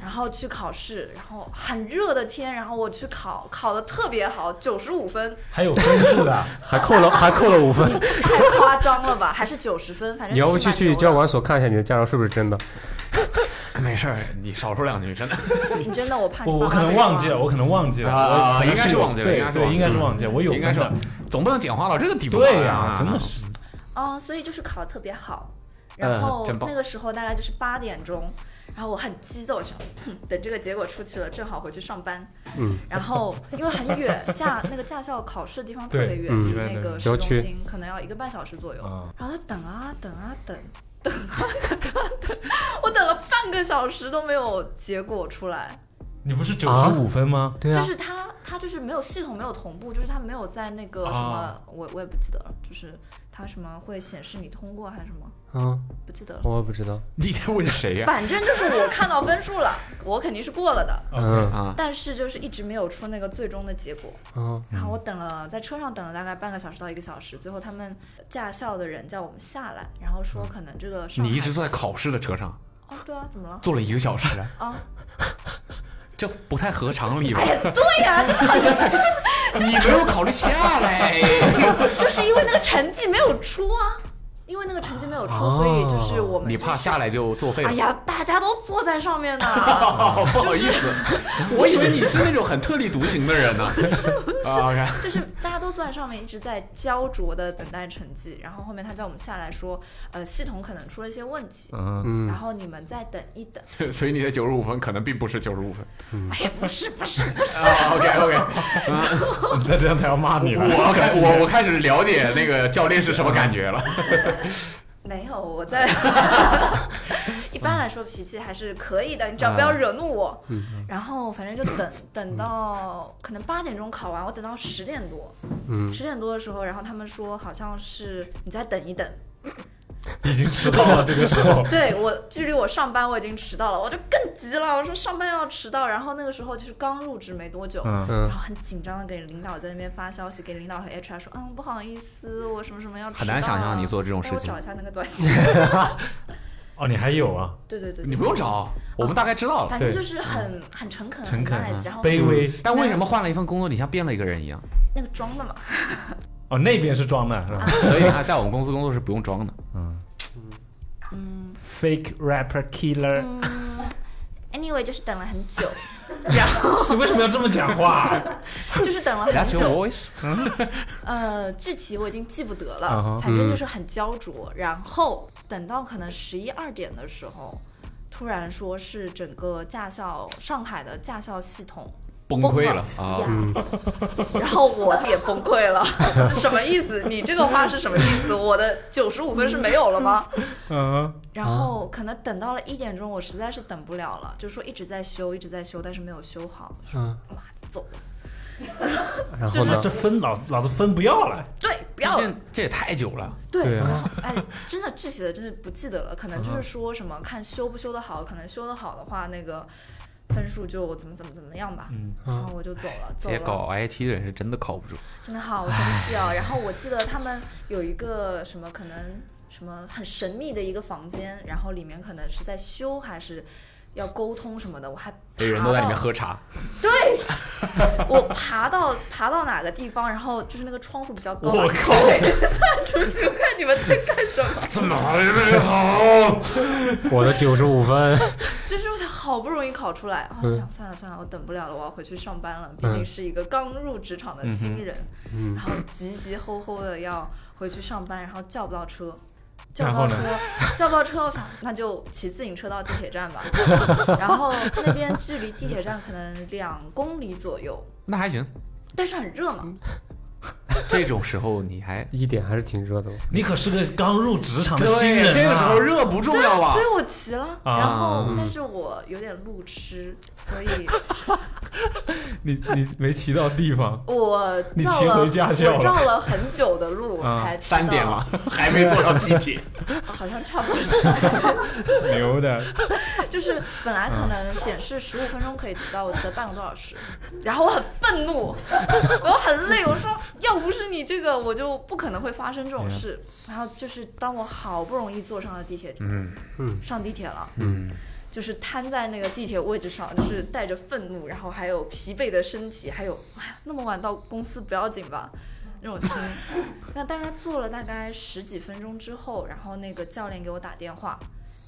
Speaker 7: 然后去考试，然后很热的天，然后我去考，考的特别好，九十五
Speaker 5: [laughs]
Speaker 7: 分，
Speaker 3: 还有分数的，
Speaker 5: 还扣了还扣了五分，
Speaker 7: [laughs] 太夸张了吧？还是九十分，反正
Speaker 5: 你要不
Speaker 7: 挺
Speaker 5: 去
Speaker 7: 满
Speaker 5: 去
Speaker 7: 牛的
Speaker 5: 交管所看一下你的驾照是不是真的？
Speaker 2: 没事儿，你少说两句真 [laughs] 的。
Speaker 7: 你真的我怕你
Speaker 3: 我
Speaker 7: 爸
Speaker 3: 我
Speaker 7: 妈
Speaker 3: 可能
Speaker 7: 被
Speaker 3: 忘
Speaker 7: 抓
Speaker 3: 记了，我可能忘记了，
Speaker 2: 啊
Speaker 3: 我可能
Speaker 2: 应该是
Speaker 3: 有
Speaker 2: 忘记了应该是
Speaker 3: 对对，
Speaker 2: 忘
Speaker 3: 应该
Speaker 2: 记
Speaker 3: 是
Speaker 2: 了
Speaker 3: 忘记了，我有
Speaker 2: 应该
Speaker 3: 分
Speaker 2: 是
Speaker 3: 的，
Speaker 2: 总不能简化到这个地步吧？啊
Speaker 3: 对呀
Speaker 2: 呀，，
Speaker 3: 真的是
Speaker 7: 嗯，所以就是考的特别好，
Speaker 2: 嗯
Speaker 7: 然后
Speaker 2: 真棒
Speaker 7: 那个时候大概就是八点钟，然后我很激动，我想哼等这个结果出去了，正好回去上班。
Speaker 5: 嗯，
Speaker 7: 然后因为很远，驾那个驾校考试的地方特
Speaker 3: 对
Speaker 7: 别远，
Speaker 5: 嗯
Speaker 7: 离
Speaker 3: 对
Speaker 7: 那
Speaker 3: 对
Speaker 7: 个市
Speaker 5: 郊
Speaker 7: 中
Speaker 5: 区
Speaker 7: 心可能要一个半小时左右。
Speaker 3: 啊，
Speaker 7: 然后就等啊等啊等，等啊 [laughs] 等啊等，我等了半个小时都没有结果出来，
Speaker 3: 你不是九十五分吗？
Speaker 5: 对啊
Speaker 7: 就是他他就是没有系统没有同步，就是他没有在那个什么，
Speaker 3: 啊
Speaker 7: 我我也不记得了，就是他什么会显示你通过还是什么，
Speaker 5: 嗯，
Speaker 7: 不记得了。
Speaker 5: 我不知道，
Speaker 2: 你在问谁
Speaker 7: [laughs]
Speaker 2: 呀？
Speaker 7: 反正就是我看到分数了， [laughs] 我肯定是过了的，
Speaker 5: 嗯
Speaker 2: 啊，
Speaker 7: 但是就是一直没有出那个最终的结果。
Speaker 5: 嗯
Speaker 7: 然后我等了，在车上等了大概半个小时到一个小时，最后他们驾校的人叫我们下来，然后说可能这个上
Speaker 2: 你一
Speaker 7: 海
Speaker 2: 直坐在考试的车上
Speaker 7: 哦，对啊，怎么了？
Speaker 2: 坐了一个小时，
Speaker 7: 啊，
Speaker 2: [laughs] 这不太合常理吧？
Speaker 7: [laughs] 对 [laughs] 呀、就是
Speaker 2: 你没有考虑下来。
Speaker 7: [laughs] 就是因为那个成绩没有出啊，因为那个成绩没有出，
Speaker 5: 哦
Speaker 7: 所以就是我们、
Speaker 2: 你怕下
Speaker 7: 来。
Speaker 2: 来就作废了？
Speaker 7: 哎呀，大家都坐在上 [laughs] 面
Speaker 2: [laughs]
Speaker 7: 呢，
Speaker 2: 哦，不好意
Speaker 7: [laughs]
Speaker 2: 思，我以为你是那种很特立独行的人呢。啊，OK，
Speaker 7: 就是大家都坐在上面，一直在焦灼的等待成绩。然后后面他叫我们下来说，呃，系统可能出了一些问题，
Speaker 3: 嗯，
Speaker 5: 嗯
Speaker 7: 然后你们再等一等。
Speaker 2: 所以你的九十五分可能并不是九十五分。
Speaker 7: 哎呀，不是不是，
Speaker 2: 啊，OK，OK，
Speaker 7: [laughs]
Speaker 3: [laughs] 你再这样他要骂你了。
Speaker 2: 啊我开我我开始了解那个教练是什么感觉
Speaker 7: [laughs]
Speaker 2: 了。
Speaker 7: 没有，我在。一般来说脾气还是可以的，你只要不要惹怒我。然后反正就等等到可能八点钟考完，我等到十点多，
Speaker 5: 嗯，
Speaker 7: 十点多的时候，然后他们说好像是你再等一等。
Speaker 3: 已经迟到了，这个时候
Speaker 7: [laughs] 对我距离我上班我已经迟到了，我就更急了。我说上班要迟到，然后那个时候就是刚入职没多久，
Speaker 3: 嗯
Speaker 5: 嗯
Speaker 7: 然后很紧张的给领导在那边发消息，给领导和 HR 说，嗯，不好意思，我什么什么要迟到。啊
Speaker 2: 很难想象你做这种事情
Speaker 7: 帮我找一下那个短信。
Speaker 3: 哦，你还有啊，
Speaker 7: 对对对
Speaker 2: 你
Speaker 7: 对，
Speaker 2: 不用找，我们大概知道了。
Speaker 7: 反正就是很很诚恳，
Speaker 3: 诚恳
Speaker 7: 很
Speaker 3: 啊
Speaker 7: nice，然后
Speaker 3: 卑微
Speaker 2: 但为什么换了一份工作，你像变了一个人一样？ [laughs]
Speaker 7: 那个装的嘛，
Speaker 3: 哦，那边是装的是吧
Speaker 2: 所以你看，在我们公司工作是不用装的。
Speaker 3: ？Fake rapper killer，
Speaker 7: 嗯，anyway 就是等了很久，
Speaker 3: [laughs] 你为什么要这么讲话？
Speaker 2: [laughs]
Speaker 7: 就是等了很
Speaker 2: That's your
Speaker 7: 久。
Speaker 2: voice。
Speaker 7: 呃，具体我已经记不得
Speaker 3: 啊哈
Speaker 7: 了，反正就是很焦灼。然后等到可能十一二点的时候，突然说是整个驾校上海的驾校系
Speaker 3: [laughs]
Speaker 7: 统
Speaker 2: 崩
Speaker 7: 崩
Speaker 2: 溃
Speaker 7: 了
Speaker 2: 啊！
Speaker 7: 呀，然后我也崩
Speaker 3: [laughs]
Speaker 7: 溃了。什么意思？你这个话是什么意思？我的九十五分是没有了
Speaker 3: [laughs]
Speaker 7: 吗？
Speaker 3: 嗯，
Speaker 7: 然后可能等到了一点钟，我实在是等不了了，就说一直在修，一直在修，但是没有修好，我说
Speaker 5: 嗯，
Speaker 7: 妈走了，
Speaker 5: 然
Speaker 3: 就
Speaker 5: 后
Speaker 3: 是
Speaker 5: 呢
Speaker 3: 这？分老老子分不要了，
Speaker 7: 对，不
Speaker 2: 毕
Speaker 7: 要了
Speaker 2: 竟，这也太久了。
Speaker 3: 对
Speaker 7: 对，
Speaker 3: 啊嗯
Speaker 7: 哎，真的具体的真是不记得了，可能就是说什么看修不修得好，可能修得好的话，那个分数就怎么怎么怎么样吧，
Speaker 3: 嗯
Speaker 7: 然后我就走了，
Speaker 2: 这
Speaker 7: 走
Speaker 2: 些
Speaker 7: 了。
Speaker 2: 搞 IT 的人是真的靠不住。
Speaker 7: 真的好生气
Speaker 2: [laughs]
Speaker 7: 哦。然后我记得他们有一个什么可能什么很神秘的一个房间，然后里面可能是在修还是要沟通什么的，我还
Speaker 2: 有人
Speaker 7: 爬
Speaker 2: 都在里
Speaker 7: 到
Speaker 2: 面喝茶。
Speaker 7: 对，我爬到爬到哪个地方，然后就是那个窗户比较高，
Speaker 3: 我
Speaker 7: [laughs]
Speaker 3: 靠，
Speaker 7: 就看你们在干什么。
Speaker 2: 这么好也没好。
Speaker 5: 我的九十五分，
Speaker 7: 就是我想好不容易考出来，啊，
Speaker 3: 嗯
Speaker 7: 我想算了算了，我等不了了，我要回去上班了，毕竟是一个刚入职场的新人，
Speaker 3: 嗯
Speaker 7: 然后急急吼吼的要回去上班，然后叫不到车。叫不到车
Speaker 3: 然，
Speaker 7: 叫不到车，我 [laughs] 想那就骑自行车到地铁站吧。 [laughs] 然后那边距离地铁站可能两公里左右，
Speaker 2: 那还行，
Speaker 7: 但是很热嘛，
Speaker 2: 这种时候你还
Speaker 5: 一点还是挺热的。
Speaker 8: 你可是个刚入职场的新人、
Speaker 2: 对，
Speaker 8: 啊，
Speaker 2: 这个时候热不重要吧
Speaker 7: 所？以我骑了，
Speaker 3: 啊
Speaker 7: 然后但是我有点路痴，所以
Speaker 3: 你你没骑到地 [laughs] 方，
Speaker 7: 我
Speaker 3: 你
Speaker 7: 绕
Speaker 3: 骑
Speaker 7: 了
Speaker 3: 回家校了
Speaker 7: 我绕了很久的路
Speaker 3: 啊
Speaker 7: 才骑
Speaker 2: 三点
Speaker 7: 到
Speaker 2: 了， [laughs] 还没坐上地铁，
Speaker 7: 好像差不多，
Speaker 3: 牛的，
Speaker 7: 就是本来可能显示十五分钟可以骑到，我骑了半个多小时，然后我很愤怒，
Speaker 2: [laughs]
Speaker 7: 我很累，我说要不是你这个，我就不可能会发生这种事。然后就是当我好不容易坐上了地铁，
Speaker 2: 嗯
Speaker 5: 嗯
Speaker 7: 上地铁了，
Speaker 2: 嗯，
Speaker 7: 就是瘫在那个地铁位置上，就是带着愤怒，然后还有疲惫的身体，还有哎呀那么晚到公司不要紧
Speaker 2: 嗯
Speaker 7: 吧。那种心，那大概坐了大概十几分钟之后，然后那个教练给我打电话，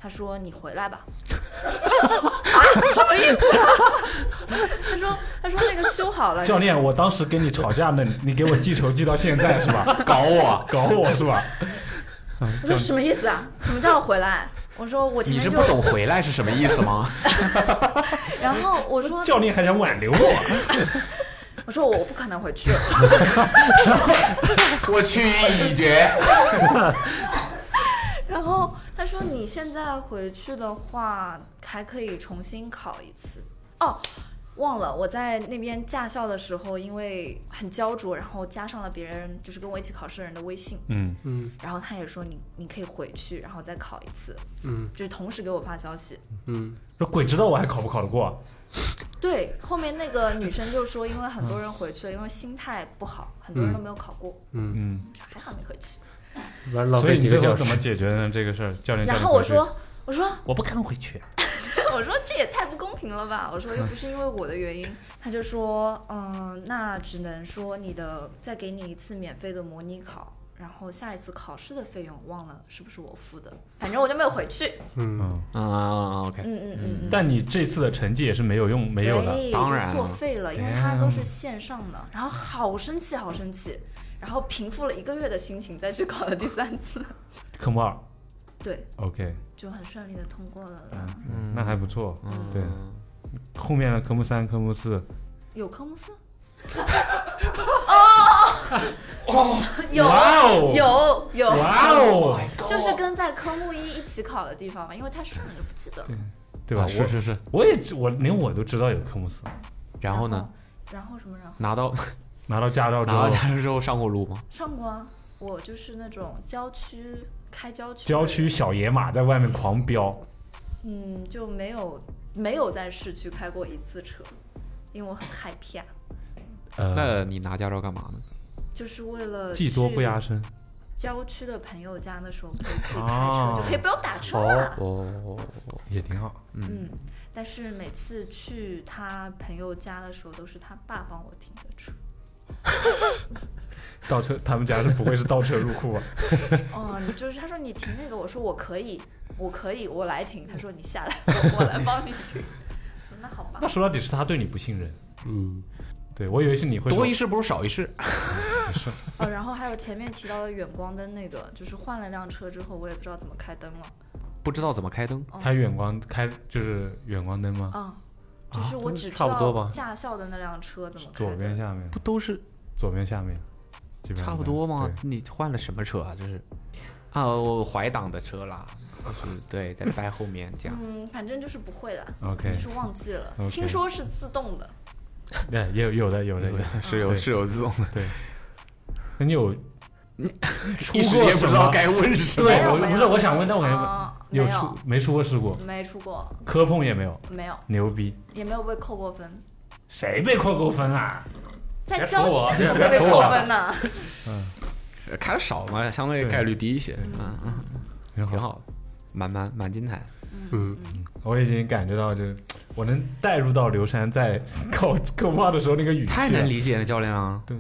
Speaker 7: 他说你回
Speaker 2: [laughs]
Speaker 7: 来吧。 [laughs] 啊，什么意思、 [laughs] 他说他说那个修好了。
Speaker 3: 教练，我当时跟你吵架呢，你你给我记仇记到现在是吧？
Speaker 2: 搞我，
Speaker 3: 搞我是吧？
Speaker 7: 我说什么意思啊？什么叫回来？我说我前
Speaker 2: 你
Speaker 7: 面
Speaker 2: 是
Speaker 7: 就
Speaker 2: 不，懂回来是什么意思吗？
Speaker 7: 然后我说
Speaker 3: 教练还想挽留我， [laughs]
Speaker 7: 我说我不可能回去 [laughs] 了。
Speaker 2: 我去意已决，
Speaker 7: 然后他说你现在回去的话，还可以重新考一次。哦，忘了我在那边驾校的时候，因为很焦灼，然后加上了别人就是跟我一起考试的人的微信，
Speaker 3: 嗯，
Speaker 5: 嗯
Speaker 7: 然后他也说你你可以回去，然后再考一次，
Speaker 5: 嗯
Speaker 7: 就是同时给我发消息。
Speaker 5: 嗯
Speaker 3: 说鬼知道我还考不考得过，
Speaker 7: 对，后面那个女生就说，因为很多人回去了，因为心态不好，很多人都没有考过，
Speaker 5: 嗯，
Speaker 3: 嗯，
Speaker 7: 还好没回去。
Speaker 5: 完了浪
Speaker 3: 所以
Speaker 5: 费
Speaker 3: 你
Speaker 5: 几个
Speaker 3: 最后
Speaker 5: 小
Speaker 3: 怎么
Speaker 5: 时。
Speaker 3: 解决的呢？这个事儿，教练，
Speaker 7: 然
Speaker 3: 叫你
Speaker 7: 后我
Speaker 3: 回去，嗯
Speaker 7: 说，我说 [clears throat]
Speaker 8: 我不可能回去。
Speaker 7: 我说这也太不公平了吧！我说又不是因为我的原因，他就说，嗯，那只能说你的再给你一次免费的模拟考，然后下一次考试的费用忘了是不是我付的，反正我就没有回去。
Speaker 5: 嗯，
Speaker 3: 嗯，
Speaker 2: 嗯，OK，
Speaker 7: 嗯嗯嗯嗯，
Speaker 3: 但你这次的成绩也是没有用，没有的，
Speaker 7: 对，
Speaker 2: 当然了
Speaker 7: 就作废了，因为它都是线上的，然后好生气，好生气，然后平复了一个月的心情，再去考了第三次，
Speaker 3: 嗯科目二
Speaker 7: 对，
Speaker 3: ，OK，
Speaker 7: 就很顺利的通过了啦。
Speaker 3: 嗯，那还不错，
Speaker 2: 嗯
Speaker 3: 对，后面的科目三、科目四，
Speaker 7: 有科目四？
Speaker 3: 哇哦，
Speaker 7: 有有。
Speaker 3: 哇哦，
Speaker 7: 就是跟在科目一一起考的地方嘛，因为太顺了就不记得了。
Speaker 3: 对吧？
Speaker 2: 啊是是是。
Speaker 3: 我，我也我连我都知道有科目四，
Speaker 2: 然后呢？？
Speaker 7: 然后什么？然后
Speaker 2: 拿到
Speaker 3: 拿到驾照之
Speaker 2: 拿到
Speaker 3: 后，
Speaker 2: 驾照之后上过路吗？
Speaker 7: 上过啊，我就是那种郊区开郊区，
Speaker 3: 郊，区小野马在外面狂飙，
Speaker 7: 嗯，就没有没有在市区开过一次车，因为我很害怕，
Speaker 3: 呃，
Speaker 2: 那你拿驾照干嘛呢？
Speaker 7: 就是为了
Speaker 3: 技多不压。身，
Speaker 7: 郊区的朋友家的时候可以自己开
Speaker 3: 哦
Speaker 7: 车，就可以不用打车了。
Speaker 2: 哦，
Speaker 3: 也挺好。
Speaker 7: 嗯，但是每次去他朋友家的时候，都是他爸帮我停的车。
Speaker 3: 倒车，他们家是不会是倒车入
Speaker 7: [laughs]
Speaker 3: 库吧？啊
Speaker 7: 哦，你就是他说你停那个，我说我可以，我可以，我来停。他说你下来，我我来帮你停。 [laughs] 我说那好吧
Speaker 3: 那，说到底是他对你不信任。
Speaker 5: 嗯，
Speaker 3: 对，我以为是你会说
Speaker 2: 多一事不如少一事。
Speaker 7: 哦，然后还有前面提到的远光灯那个，就是换了辆车之后，我也不知道怎么开灯了。
Speaker 2: 不知道怎么开灯，
Speaker 7: 哦
Speaker 3: 开远光开就是远光灯吗？
Speaker 7: 嗯，
Speaker 3: 啊
Speaker 7: 就是我只知
Speaker 5: 差不多
Speaker 7: 道
Speaker 5: 吧
Speaker 7: 驾校的那辆车怎么开
Speaker 3: 左边
Speaker 7: 灯。
Speaker 3: 下面，
Speaker 2: 不都是
Speaker 3: 左边下面，基本上
Speaker 2: 差不多吗
Speaker 3: 嗯对？
Speaker 2: 你换了什么车啊？这是啊，我怀档的车啦，就是对，在掰后面这样。
Speaker 7: 嗯，反正就是不会了，
Speaker 3: OK，
Speaker 7: 就是忘记了。
Speaker 3: [laughs] OK
Speaker 7: 听说是自动的，
Speaker 3: 对，哎也有有的有的有的。
Speaker 2: 是有
Speaker 3: 对
Speaker 2: 是有自动的，
Speaker 3: 那你有出
Speaker 2: 一时
Speaker 3: 过
Speaker 2: 也
Speaker 3: 什
Speaker 2: 不知道
Speaker 3: 么
Speaker 2: 该问什么
Speaker 7: 没。
Speaker 3: 对
Speaker 7: 有
Speaker 3: 我
Speaker 7: 没
Speaker 3: 不是
Speaker 7: 有
Speaker 3: 我想问，但我想问，
Speaker 7: 啊，没
Speaker 3: 有出
Speaker 7: 有，
Speaker 3: 没出过事故？
Speaker 7: 没出过，
Speaker 3: 科碰也没有，
Speaker 7: 没有，
Speaker 3: 牛逼！
Speaker 7: 也没有被扣过分，
Speaker 3: 谁被扣过分啊？
Speaker 7: 在
Speaker 3: 别
Speaker 7: 郊
Speaker 3: 戳我
Speaker 7: 区怎么
Speaker 3: 别
Speaker 7: 会被
Speaker 3: 戳
Speaker 7: 扣
Speaker 3: 我
Speaker 7: 分呢？
Speaker 2: 开的少嘛，相对
Speaker 3: 嗯对
Speaker 2: 概率低一些，嗯，嗯
Speaker 3: 挺
Speaker 2: 挺
Speaker 3: 好，
Speaker 2: 好的，蛮蛮蛮精彩。
Speaker 3: 我已经感觉到，就是我能带入到刘珊在考科目二的时候那个语气了，啊
Speaker 2: 太能理解了，教练啊了，
Speaker 3: 对。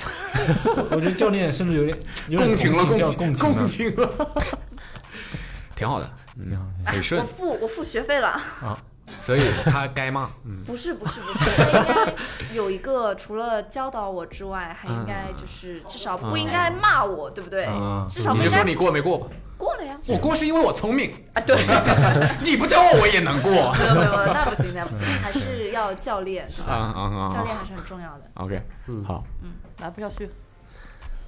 Speaker 3: [laughs] 我我觉得教练是不是有点有点
Speaker 2: 共情了，
Speaker 3: 共叫
Speaker 2: 情，
Speaker 3: 情啊了
Speaker 2: 共情了，挺好的，嗯，很顺
Speaker 7: [laughs]
Speaker 3: 哎
Speaker 7: 我，付我付学费了。
Speaker 2: 所以他该骂，嗯，
Speaker 7: 不是不是不是，他应该有一个除了教导我之外，还应该就是至少不应该骂我，对不对
Speaker 3: 嗯？
Speaker 7: 至少不
Speaker 2: 你就
Speaker 7: 应该
Speaker 2: 说你过没过吧，
Speaker 7: 过了呀。
Speaker 2: 我过是因为我聪明，
Speaker 7: 啊，对，
Speaker 2: [laughs] 你不教我我也能过，
Speaker 7: 没有没有，没有那不行那不行，还是要教练，对
Speaker 2: 啊
Speaker 7: 吧？
Speaker 2: 啊
Speaker 7: 教
Speaker 2: 啊
Speaker 7: 练还是很重要的。
Speaker 2: ，OK，好，
Speaker 6: 来不下去。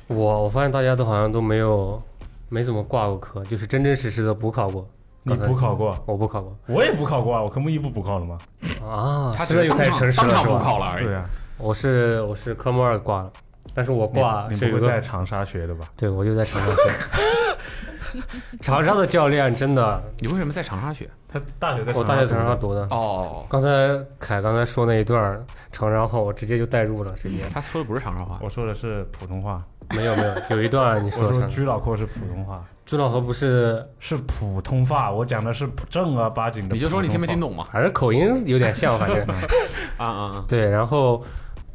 Speaker 5: 我我发现大家都好像都没有没怎么挂过科，就是真真实实的补考过。
Speaker 3: 你补考过？
Speaker 5: 我补考过
Speaker 3: 我也补考过啊，我科目一不补考了吗？
Speaker 5: 啊，
Speaker 2: 他
Speaker 5: 现在
Speaker 2: 只是
Speaker 5: 又
Speaker 2: 当
Speaker 5: 开始
Speaker 2: 场
Speaker 5: 诚实
Speaker 2: 当
Speaker 5: 了
Speaker 2: 场
Speaker 5: 是
Speaker 2: 补
Speaker 5: 吧？
Speaker 2: 考了而已。
Speaker 3: 对啊，
Speaker 5: 我是我是科目二挂了，但是我挂
Speaker 3: 你
Speaker 5: 是
Speaker 3: 不
Speaker 5: 有
Speaker 3: 会
Speaker 5: 个
Speaker 3: 在长沙学的吧？
Speaker 5: 对，我就在长沙学。 [laughs] 长沙的教练真的，
Speaker 2: 你为什么在长沙学？
Speaker 3: 他大学在
Speaker 5: 我大学长沙读的。
Speaker 2: 哦，
Speaker 5: 刚才凯刚才说那一段儿长沙话，我直接就带入了，直 [laughs] 接
Speaker 2: 他说的不是长沙话
Speaker 3: 我说的是普通话，
Speaker 5: 没有没有，有一段儿你
Speaker 3: 我
Speaker 5: 说
Speaker 3: 说
Speaker 5: 长
Speaker 3: 居老阔是普通话，
Speaker 5: 朱老头不是，
Speaker 3: 是普通话，我讲的是普正儿八经的。
Speaker 2: 你就说你听没听？懂嘛？
Speaker 5: 反正口音有点像，反 [laughs] 正
Speaker 2: 啊啊啊！
Speaker 5: 对。然后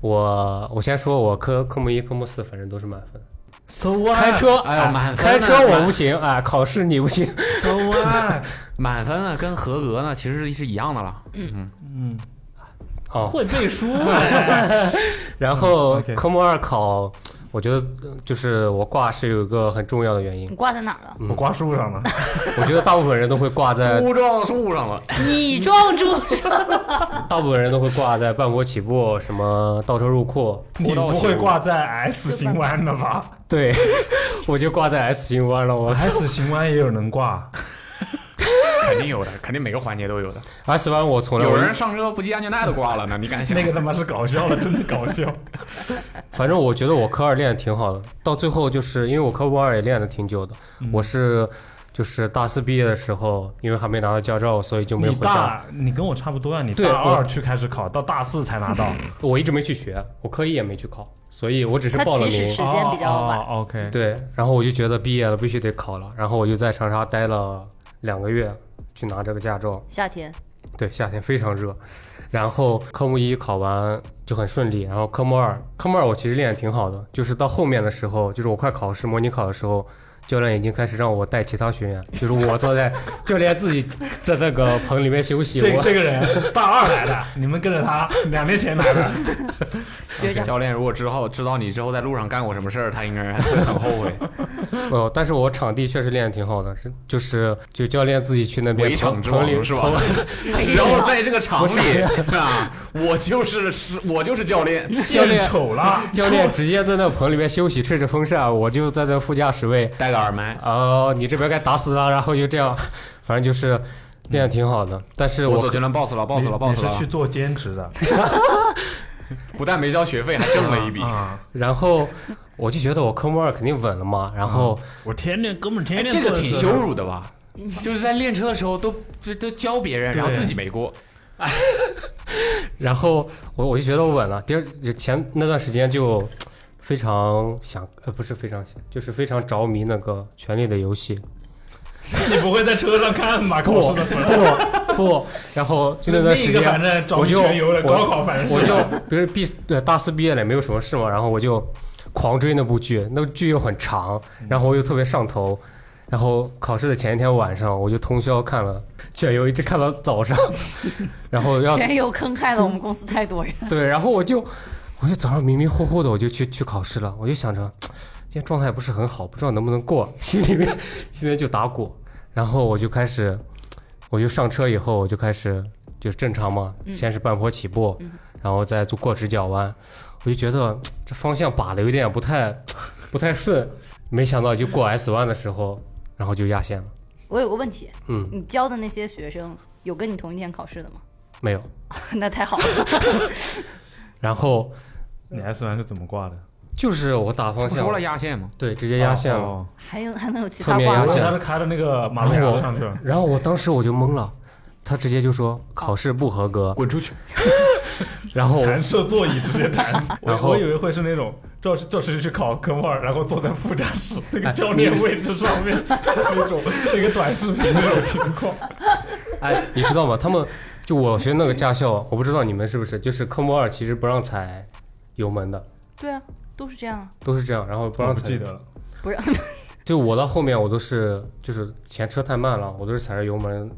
Speaker 5: 我我先说，我科科目一、科目四反正都是满分。
Speaker 2: So what？
Speaker 5: 开车
Speaker 2: 哎呀，满分
Speaker 5: 开
Speaker 2: 呢
Speaker 5: 车我不行啊，考试你不行。
Speaker 2: So what？满分呢，跟合格呢其实是一样的了。
Speaker 3: 嗯，
Speaker 5: 哦，
Speaker 3: 会背书啊。
Speaker 5: [laughs] 然后
Speaker 3: 嗯，OK
Speaker 5: 科目二考，我觉得呃就是我挂是有一个很重要的原因
Speaker 6: 你，挂在哪儿
Speaker 1: 嗯
Speaker 6: 了？
Speaker 3: 我挂树上了，
Speaker 5: 我觉得大部分人都会挂
Speaker 2: [laughs]
Speaker 5: 在
Speaker 2: 都撞树上了，
Speaker 6: 你撞住
Speaker 5: 大部分人都会挂在半坡起步、什么倒车入库。
Speaker 3: 你不会挂在 S 型弯的吧
Speaker 5: [laughs] 对，我就挂在 S 型弯了。我
Speaker 3: ？S 型弯也有人挂，
Speaker 2: [laughs] 肯定有的，肯定每个环节都有的。
Speaker 5: [laughs] S 弯我从来
Speaker 2: 有人上车不系安全带都挂了呢，你敢信
Speaker 3: 那？个他妈是搞笑的，真的搞笑。
Speaker 5: 反正我觉得我科二练的挺好的，到最后就是因为我科目二也练的挺久的，我是就是大四毕业的时候，因为还没拿到驾照，所以就
Speaker 3: 你
Speaker 5: 没有回家。
Speaker 3: 大，你跟我差不多啊，你
Speaker 5: 对
Speaker 3: 大
Speaker 5: 我
Speaker 3: 二去开始考，到大四才拿到，
Speaker 5: 我一直没去学，我科一也没去考，所以我只是
Speaker 6: 他
Speaker 5: 报了
Speaker 6: 其实
Speaker 5: 名。
Speaker 6: 时间比较晚
Speaker 3: 哦。哦 OK，
Speaker 5: 对，然后我就觉得毕业了必须得考了，然后我就在长沙待了两个月去拿这个驾照。
Speaker 6: 夏天
Speaker 5: 对，夏天非常热。然后科目一考完就很顺利，然后科目二，科目二我其实练得挺好的，就是到后面的时候，就是我快考试模拟考的时候，教练已经开始让我带其他学员，就是我
Speaker 2: [laughs]
Speaker 5: 坐在教练自己在那个棚里面休息，
Speaker 3: 这
Speaker 5: 我
Speaker 3: 这个人大二来的，你们跟着他两年前来
Speaker 5: [laughs]
Speaker 3: 的，
Speaker 6: 学长，
Speaker 2: 教练如果之后知道你之后在路上干过什么事儿，他应该还是会很后悔。
Speaker 5: 呃，但是我场地确实练得挺好的，是就是就教练自己去那边
Speaker 2: 围
Speaker 5: 棚
Speaker 2: 场之
Speaker 5: 棚里
Speaker 2: 王是吧
Speaker 5: 棚
Speaker 2: 只要在这个场
Speaker 5: 不
Speaker 2: 里
Speaker 5: 是
Speaker 2: 啊，我就是是，我就是教练。
Speaker 5: 教练
Speaker 3: 献丑了，
Speaker 5: 教练直接在那棚里面休息，吹着风扇，我就在那副驾驶位
Speaker 2: 戴个耳麦，
Speaker 5: 哦，你这边该打死他，然后
Speaker 3: [laughs]
Speaker 5: 就这样，反正就是练的挺好的。但是
Speaker 2: 我
Speaker 5: 我
Speaker 2: 左教练 boss 了，boss 了
Speaker 3: 你你
Speaker 2: ，boss
Speaker 3: 是
Speaker 2: 了
Speaker 3: 去，做兼职的，
Speaker 2: 不但没交学费，还挣了一笔。
Speaker 3: 啊，
Speaker 5: 然后我就觉得我科目二肯定稳了嘛，然后
Speaker 8: [laughs]
Speaker 3: 嗯
Speaker 8: 我天天哥们儿天
Speaker 2: 哎，
Speaker 8: 天
Speaker 2: 这个
Speaker 8: 坐着
Speaker 2: 挺
Speaker 8: 车
Speaker 2: 羞辱的吧？就是在练车的时候都都都教别人，然后
Speaker 3: 对
Speaker 2: 自己没过。
Speaker 5: 然后我我就觉得我稳了。第二前那段时间就非常想，呃，不是非常想，就是非常着迷那个《权力的游戏》
Speaker 3: [laughs] 你不会在车上看吧？考试的时
Speaker 5: [laughs]
Speaker 3: 候，
Speaker 5: 不不，然后就那段时
Speaker 3: 另一个
Speaker 5: 间
Speaker 3: 反正着
Speaker 5: 我
Speaker 3: 迷
Speaker 5: 就
Speaker 3: 全游了，
Speaker 5: 我
Speaker 3: 高考反正
Speaker 5: 我
Speaker 3: 是
Speaker 5: 就比如毕呃大四毕业了，也没有什么事嘛，然后我就狂追那部剧，那部剧又很长，然后我又特别上头，然后考试的前一天晚上我就通宵看了卷游，一直看到早上， [laughs] 然后要
Speaker 9: 全有坑害了我们公司太多人。
Speaker 5: [laughs] 对，然后我就我就早上迷迷糊糊的我就去去考试了，我就想着今天状态不是很好，不知道能不能过，心里面心里面就打鼓，然后我就开始我就上车以后我就开始就是正常嘛，
Speaker 9: 嗯
Speaker 5: 先是半坡起步，然后再做过直角弯，我就觉得这方向把的有点不太 [coughs] 不太顺，没想到就过 S 弯的时候，然后就压线了，
Speaker 6: 我有个问题，
Speaker 5: 嗯，
Speaker 6: 你教的那些学生有跟你同一天考试的
Speaker 7: [laughs]
Speaker 6: 吗？
Speaker 5: 没有，
Speaker 6: 那太好了，
Speaker 5: 然后
Speaker 3: [laughs] 你 S 弯是怎么挂的？
Speaker 5: 就是我打方
Speaker 2: 不
Speaker 5: 向
Speaker 2: 说了压线 [laughs] 吗？
Speaker 5: 对，直接压线了。
Speaker 3: 哦，哦
Speaker 6: 还有还能有其
Speaker 5: 侧
Speaker 6: 他
Speaker 5: 面
Speaker 6: 挂
Speaker 5: 压
Speaker 3: 我以
Speaker 6: 吗
Speaker 5: 线
Speaker 3: 为他是开的那个马路
Speaker 5: 然后
Speaker 3: 牙
Speaker 5: 我
Speaker 3: 上去
Speaker 5: [laughs]
Speaker 3: 了，
Speaker 5: 然后我当时我就懵了，他直接就说考试不合格，
Speaker 2: 滚出去！
Speaker 5: 然后
Speaker 3: [laughs] 弹射座椅直接
Speaker 5: [laughs]
Speaker 3: 弹。我
Speaker 5: 然后
Speaker 3: 我以为会是那种赵赵师去考科目二，然后坐在副驾驶那
Speaker 5: 哎
Speaker 3: 个教练位置上
Speaker 5: [laughs]
Speaker 3: 面那种那个短视频那种情况。
Speaker 5: 哎，你知道吗？他们就我学那个驾校，我不知道你们是不是，就是科目二其实不让踩油门的，
Speaker 6: 对啊，都是这样啊，
Speaker 5: 都是这样，然后不
Speaker 3: 我
Speaker 5: 让
Speaker 3: 不
Speaker 5: 踩。
Speaker 3: 记得了，
Speaker 6: 不是
Speaker 5: 就我到后面我都是就是前车太慢了，我都是踩着油门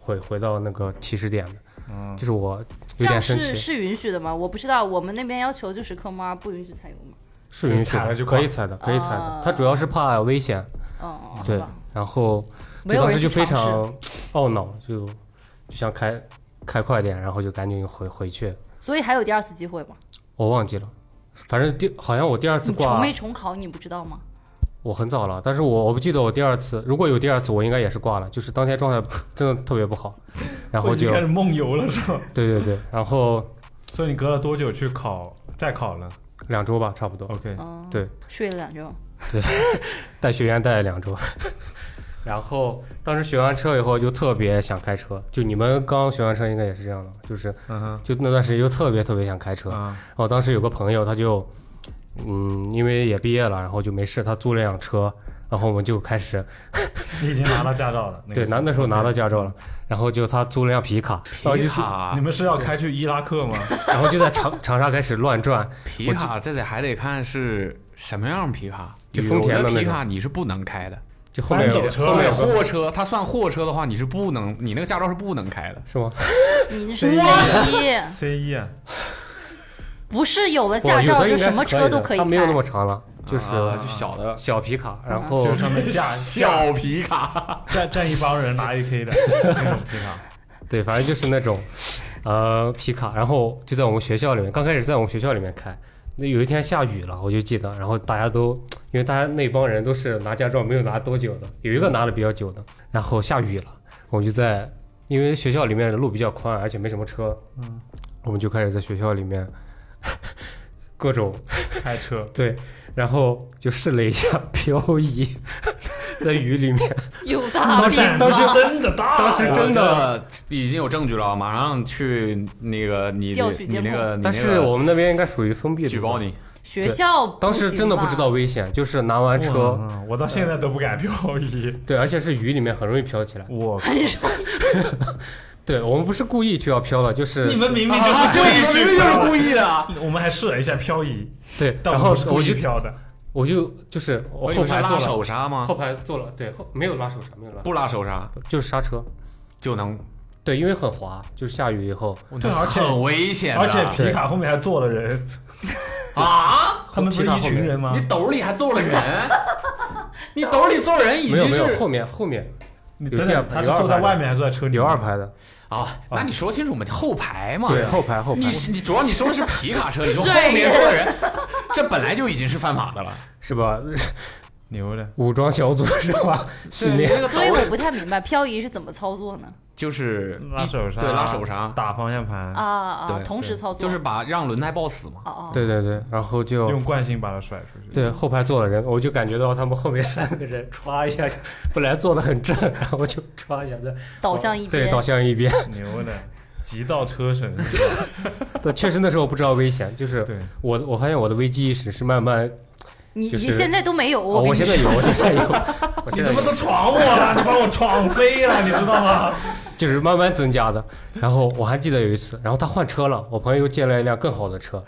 Speaker 5: 回回到那个起始点的，
Speaker 3: 嗯，
Speaker 5: 就是我
Speaker 6: 这
Speaker 5: 有点
Speaker 6: 样
Speaker 5: 生
Speaker 6: 是
Speaker 5: 气，
Speaker 6: 是允许的吗？我不知道，我们那边要求就是科目二不允许踩油门。
Speaker 5: 是允许
Speaker 3: 踩了就
Speaker 5: 的，
Speaker 3: 挂
Speaker 5: 可以踩的，可以踩的
Speaker 6: 啊。
Speaker 5: 他主要是怕危险，
Speaker 6: 哦哦，
Speaker 5: 对
Speaker 6: 好吧，
Speaker 5: 然后
Speaker 6: 没
Speaker 5: 就
Speaker 6: 有
Speaker 5: 当时
Speaker 6: 人
Speaker 5: 就
Speaker 6: 去
Speaker 5: 非
Speaker 6: 尝试。
Speaker 5: 常懊恼，就就想开开快点，然后就赶紧回回去，
Speaker 6: 所以还有第二次机会吗？
Speaker 5: 我忘记了。反正第好像我第二次
Speaker 9: 你
Speaker 5: 挂
Speaker 9: 重没重考你不知道吗？
Speaker 5: 我很早了，但是我我不记得我第二次，如果有第二次，我应该也是挂了，就是当天状态 [laughs] 真的特别不好，然
Speaker 3: 我
Speaker 5: 后
Speaker 3: 已经
Speaker 5: 就
Speaker 3: 开始梦游了，是吧？ [laughs]
Speaker 5: 对对对，然后
Speaker 3: 所以你隔了多久去考再考呢
Speaker 5: 两周吧，差不多
Speaker 3: ？OK，
Speaker 6: 哦
Speaker 9: 嗯，
Speaker 5: 对，
Speaker 9: 睡了两周。
Speaker 5: 带学员带了两周， [laughs] 然后当时学完车以后就特别想开车，就你们刚学完车应该也是这样的，就是
Speaker 3: 嗯哼，
Speaker 5: 就那段时间就特别特别想开车，
Speaker 3: 啊，
Speaker 5: 然后当时有个朋友，他就，嗯，因为也毕业了，然后就没事，他租了辆车，然后我们就开始，
Speaker 3: 你已经拿到驾照了，那个嗯
Speaker 5: 对，拿那时候拿到驾照了，然后就他租了辆皮卡，然后
Speaker 2: 皮
Speaker 5: 就
Speaker 2: 卡
Speaker 3: 你，啊们是要开去伊拉克 [laughs] 吗？
Speaker 5: 然后就在
Speaker 3: [laughs]
Speaker 5: 长长沙开始乱转，
Speaker 2: 皮卡这得还得看是什么样皮卡，
Speaker 5: 就
Speaker 2: 有
Speaker 5: 丰田的那
Speaker 2: 的
Speaker 5: 种
Speaker 2: 皮卡你是不能开的，
Speaker 5: 就后面
Speaker 3: 翻
Speaker 5: 有
Speaker 3: 斗车
Speaker 2: 后面
Speaker 3: 有个
Speaker 2: 货车，它算货车的话，你是不能，你那个驾照是不能开的。
Speaker 5: 是吗？
Speaker 9: 你是
Speaker 3: 谁
Speaker 9: C
Speaker 6: [laughs]
Speaker 9: 一，
Speaker 3: C 一啊，
Speaker 9: 不是有了
Speaker 5: 不，
Speaker 9: 驾
Speaker 5: 有
Speaker 9: 照
Speaker 5: 的
Speaker 9: 就
Speaker 5: 应该
Speaker 9: 什么车都
Speaker 5: 可
Speaker 9: 可
Speaker 5: 以
Speaker 9: 以
Speaker 5: 的，
Speaker 9: 开
Speaker 5: 它。没有那么长了，就是
Speaker 2: 啊就小的
Speaker 5: 小皮卡，然后
Speaker 3: 啊就是上面架 [laughs] 架
Speaker 2: 小皮卡，
Speaker 3: 站站一帮人拿 AK [laughs] 的那种皮卡，
Speaker 5: 对，反正就是那种，呃，皮卡，然后就在我们学校里面，刚开始在我们学校里面开。那有一天下雨了，我就记得，然后大家都，因为大家那帮人都是拿驾照没有拿多久的，有一个拿了比较久的，然后下雨了，我们就在，因为学校里面的路比较宽，而且没什么车，嗯，我们就开始在学校里面 [laughs] 各种
Speaker 3: 开车
Speaker 5: 对，然后就试了一下 [laughs] 漂移，在雨里面，
Speaker 9: 有大
Speaker 5: 当时
Speaker 9: 病
Speaker 5: 当时
Speaker 9: 吧？
Speaker 3: 真的大，啊
Speaker 5: 当时真的
Speaker 2: 我这已经有证据了，马上去那个你
Speaker 9: 调取
Speaker 2: 你
Speaker 9: 监控
Speaker 2: 那呃个，你那个
Speaker 5: 但是我们那边应该属于封闭的，
Speaker 2: 举报你，
Speaker 9: 学校
Speaker 5: 当时真的不
Speaker 9: 不
Speaker 5: 知
Speaker 9: 行吧
Speaker 5: 道。危险，就是拿完车，
Speaker 3: 哇，我到现在都不敢漂移，
Speaker 5: 对，而且是雨里面很容易飘起来。
Speaker 3: 我
Speaker 5: 对我们不是故意就要飘的，就是
Speaker 3: 你们明明就是
Speaker 2: 啊
Speaker 3: 故意去飘的，啊
Speaker 2: 意的。
Speaker 3: 我们还试了一下漂移，
Speaker 5: 对，
Speaker 3: 但
Speaker 5: 然
Speaker 3: 我
Speaker 5: 后
Speaker 3: 们是故
Speaker 5: 我
Speaker 3: 意
Speaker 5: 就
Speaker 3: 飘的，
Speaker 5: 我就就是我
Speaker 2: 我
Speaker 5: 后
Speaker 2: 后
Speaker 5: 排
Speaker 2: 排
Speaker 5: 坐
Speaker 2: 拉
Speaker 5: 了，
Speaker 2: 手刹吗
Speaker 5: 后？排坐了，对，后没有拉手刹，没有拉，
Speaker 2: 不拉手刹
Speaker 5: 就是刹车。
Speaker 2: 就能，
Speaker 5: 对，因为很滑，就是下雨以后，
Speaker 3: 对，而且
Speaker 2: 很危险的。
Speaker 3: 而且皮卡后面还坐了人，
Speaker 2: 啊，
Speaker 3: [laughs] 他们不是一群人吗
Speaker 2: 你？兜里还坐了人，你兜里坐人已
Speaker 5: 没有
Speaker 2: 经
Speaker 5: 没有，
Speaker 2: 是
Speaker 5: 后面后面
Speaker 3: 你
Speaker 5: 有
Speaker 3: 等
Speaker 5: 第二
Speaker 3: 等，他是
Speaker 5: 有二
Speaker 3: 坐在
Speaker 5: 排的
Speaker 3: 外面还是坐在车里？
Speaker 5: 有二排的，
Speaker 2: 啊，那你说清楚嘛，后排
Speaker 9: 哦
Speaker 2: 嘛。
Speaker 5: 对，后排后排
Speaker 2: 你你主要你说的是皮卡车，你说后面坐人，这本来就已经是犯法的了。
Speaker 5: 是吧？ [laughs]
Speaker 3: 牛的，
Speaker 5: 武装小组是吧？训练
Speaker 2: 这个
Speaker 9: 所以
Speaker 2: 兜里
Speaker 9: 我不太明白漂移是怎么操作呢？
Speaker 2: 就是
Speaker 3: 拉手刹，
Speaker 2: 对，拉手刹，
Speaker 3: 打方向盘，
Speaker 9: 啊啊，
Speaker 2: 对
Speaker 9: 同时操作
Speaker 2: 就是把让轮胎抱死嘛。
Speaker 9: 哦哦，
Speaker 5: 对对对，然后就
Speaker 3: 用惯性把它甩出去。
Speaker 5: 对，后排坐了人，我就感觉到他们后面三个人歘一下，本来坐的很正，然后就歘一下在
Speaker 9: 倒向一
Speaker 5: 对
Speaker 9: 边
Speaker 5: 倒，向一边。
Speaker 3: 牛的，极道车 [laughs] 神，
Speaker 5: 对，确实那时候不知道危险，就是
Speaker 3: 对，
Speaker 5: 我我发现我的危机意识是慢慢，
Speaker 9: 你
Speaker 5: 就是
Speaker 9: 你现在都没有，
Speaker 5: 哦
Speaker 9: 跟
Speaker 5: 我
Speaker 9: 你
Speaker 5: 现在有，我现在有，我
Speaker 3: 你
Speaker 5: 现在
Speaker 3: 他妈
Speaker 5: 有
Speaker 3: 都闯我了， [laughs] 你把我闯飞 [laughs] 了，你知道吗？
Speaker 5: 就是慢慢增加的。然后我还记得有一次，然后他换车了，我朋友又借了一辆更好的车，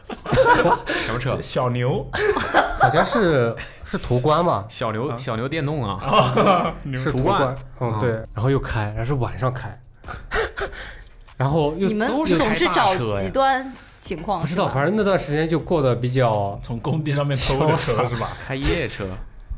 Speaker 2: 什么车？
Speaker 3: 小牛，
Speaker 5: 好像是是途观吧，
Speaker 2: 小牛小牛电动啊，
Speaker 3: 牛
Speaker 5: 是
Speaker 2: 途
Speaker 5: 途
Speaker 2: 观
Speaker 5: 观，嗯
Speaker 2: 啊
Speaker 5: 对，然后又开，然后是晚上开， [laughs] 然后又
Speaker 9: 你们
Speaker 2: 都是
Speaker 9: 总
Speaker 2: 开
Speaker 9: 是
Speaker 2: 大
Speaker 9: 找
Speaker 2: 车呀
Speaker 9: 极端情况
Speaker 5: 哎不知
Speaker 9: 是
Speaker 5: 道，
Speaker 9: 吧？
Speaker 5: 反正那段时间就过得比较
Speaker 3: 从工地上面偷的车是吧？
Speaker 2: 开夜车，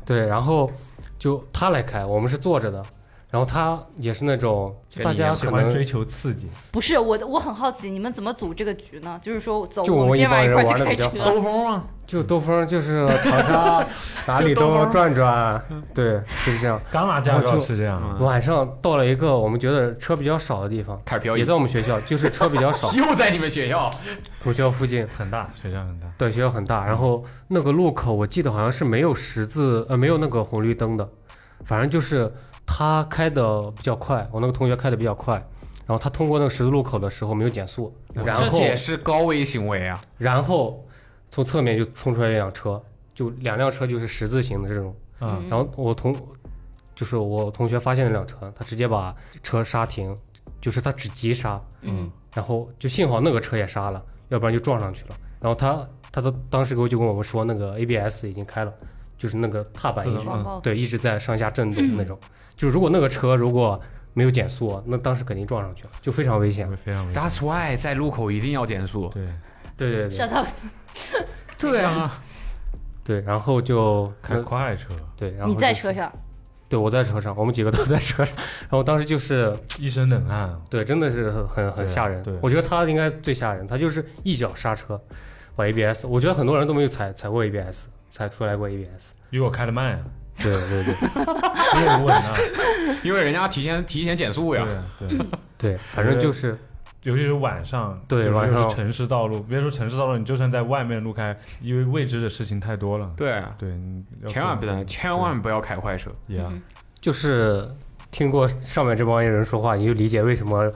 Speaker 5: 对，然后就他来开，我们是坐着的，然后他也是那种
Speaker 2: 跟
Speaker 5: [laughs] 大
Speaker 2: 你一
Speaker 5: 家
Speaker 2: 样
Speaker 5: 可
Speaker 3: 喜欢追
Speaker 5: 能
Speaker 3: 求刺激，
Speaker 9: 不是我，我很好奇你们怎么组这个局呢？就是说，走，
Speaker 5: 就我
Speaker 9: 我
Speaker 5: 们
Speaker 9: 们
Speaker 5: 一
Speaker 9: 今晚
Speaker 5: 帮
Speaker 9: 块
Speaker 5: 人
Speaker 9: 去
Speaker 5: 玩得
Speaker 9: 开
Speaker 5: 比较
Speaker 9: 车。
Speaker 2: 风啊，
Speaker 5: 就兜风，就是长沙哪里
Speaker 3: 就兜
Speaker 5: 都
Speaker 3: 风
Speaker 5: 转转，对，就是这样。
Speaker 3: 伽马驾照是这样啊，
Speaker 2: 嗯
Speaker 5: 晚上到了一个我们觉得车比较少的地方，
Speaker 2: 开始漂
Speaker 5: 也
Speaker 2: 移，
Speaker 5: 在，我们学校，就是车比较
Speaker 2: [laughs]
Speaker 5: 少
Speaker 2: 又在你们学校，
Speaker 5: 我们学校附近。
Speaker 3: 很大，学校很大，
Speaker 5: 对，学校很大，然后那个路口我记得好像是没有十字，呃，没有那个红绿灯的，反正就是他开的比较快，我那个同学开的比较快，然后他通过那个十字路口的时候没有减速，然
Speaker 2: 这
Speaker 5: 后
Speaker 2: 也是高危行为啊。
Speaker 5: 然后从侧面就冲出来一辆车，就两辆车就是十字形的这种，
Speaker 3: 嗯，
Speaker 5: 然后我同就是我同学发现那辆车，他直接把车刹停，就是他只急刹，
Speaker 9: 嗯，
Speaker 5: 然后就幸好那个车也刹了，要不然就撞上去了。然后他他的当时给我就跟我们说，那个 ABS 已经开了，就是那个踏板
Speaker 3: 自
Speaker 5: 一
Speaker 3: 动
Speaker 5: 直
Speaker 3: 嗯
Speaker 9: 哦嗯
Speaker 5: 对一直在上下震动那种。就是如果那个车如果没有减速，那当时肯定撞上去了，就非常危险。
Speaker 3: 会非常危险。
Speaker 2: That's why 在路口一定要减速。
Speaker 3: 对，
Speaker 5: 对对
Speaker 6: 啊
Speaker 5: 对
Speaker 9: 上到
Speaker 2: 对啊，
Speaker 5: 对，然后就
Speaker 3: 开快车，
Speaker 5: 对，然后
Speaker 9: 你在
Speaker 5: 就
Speaker 9: 车上，
Speaker 5: 对我在车上，我们几个都在车上。然后当时就是
Speaker 3: 一身冷汗，
Speaker 5: 对，真的是很很很
Speaker 3: 对
Speaker 5: 吓人。
Speaker 3: 对
Speaker 5: 我觉得他应该最吓人，他就是一脚刹车，把 ABS，我觉得很多人都没有踩踩过 ABS，踩出来过 ABS。
Speaker 3: 比我开的慢啊呀，
Speaker 5: 对对对
Speaker 3: 比我稳 [laughs] 啊，
Speaker 2: 因为人家提前提前减速呀。
Speaker 3: 对对，
Speaker 5: [laughs] 对，反正就是
Speaker 3: [laughs] 尤其是晚上，
Speaker 5: 对
Speaker 3: 就是
Speaker 5: 晚
Speaker 3: 又
Speaker 5: 上
Speaker 3: 是城市道路，别说城市道路，你就算在外面路开，因为未知的事情太多了。
Speaker 2: 对，
Speaker 3: 对，你要
Speaker 2: 千万不能，千万不要开快车。
Speaker 3: 也啊，
Speaker 5: 嗯就是听过上面这帮人说话，你就理解为什么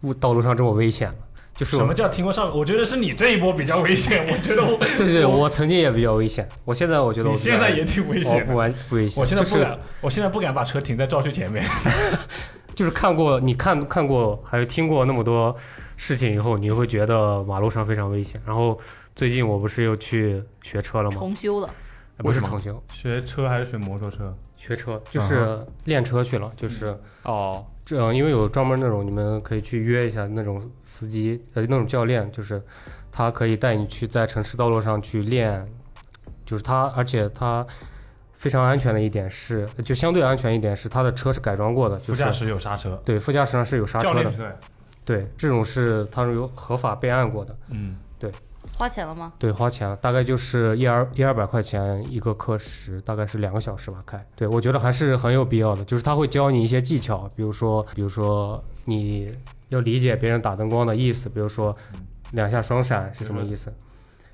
Speaker 5: 路道路上这么危险了。就是
Speaker 8: 什
Speaker 5: 我
Speaker 8: 么叫听过上面？我觉得是你这一波比较危
Speaker 5: [laughs]
Speaker 8: 险，我觉得我
Speaker 5: 对对，我曾经也比较危险，我现在我觉得我
Speaker 8: 你
Speaker 5: 比较
Speaker 8: 现在也挺危
Speaker 5: 我
Speaker 8: 险的
Speaker 5: 不。玩哦不危险，
Speaker 8: 我现在
Speaker 5: 就
Speaker 8: 不
Speaker 5: 是
Speaker 8: 敢，我现在不敢把车停在赵旭前面。
Speaker 5: 就是看过你看看过还有听过那么多事情以后，你会觉得马路上非常危险。然后最近我不是又去学车了吗？哎
Speaker 9: 重修了，
Speaker 5: 不
Speaker 2: 为
Speaker 5: 是
Speaker 2: 什么
Speaker 5: 重修，
Speaker 3: [laughs] 学车还是学摩托车？
Speaker 5: 学车就
Speaker 3: 啊嗯
Speaker 5: 是练车去了，就是
Speaker 2: 哦，
Speaker 5: 这样因为有专门那种你们可以去约一下那种司机呃那种教练，就是他可以带你去在城市道路上去练，就是他而且他。非常安全的一点是，就相对安全一点是，他的车是改装过的，就
Speaker 3: 副
Speaker 5: 是
Speaker 3: 驾驶有刹车，
Speaker 5: 对，副驾驶上是有刹
Speaker 3: 教
Speaker 5: 车
Speaker 3: 练
Speaker 5: 的，
Speaker 3: 车呀，
Speaker 5: 对，这种是它是有合法备案过的，
Speaker 3: 嗯，
Speaker 9: 花钱了吗？
Speaker 5: 对，花钱大概就是一二一二百块钱一个课时，大概是两个小时吧开。对我觉得还是很有必要的，就是他会教你一些技巧，比如说，比如说你要理解别人打灯光的意思，比如说两下双闪是什么意思，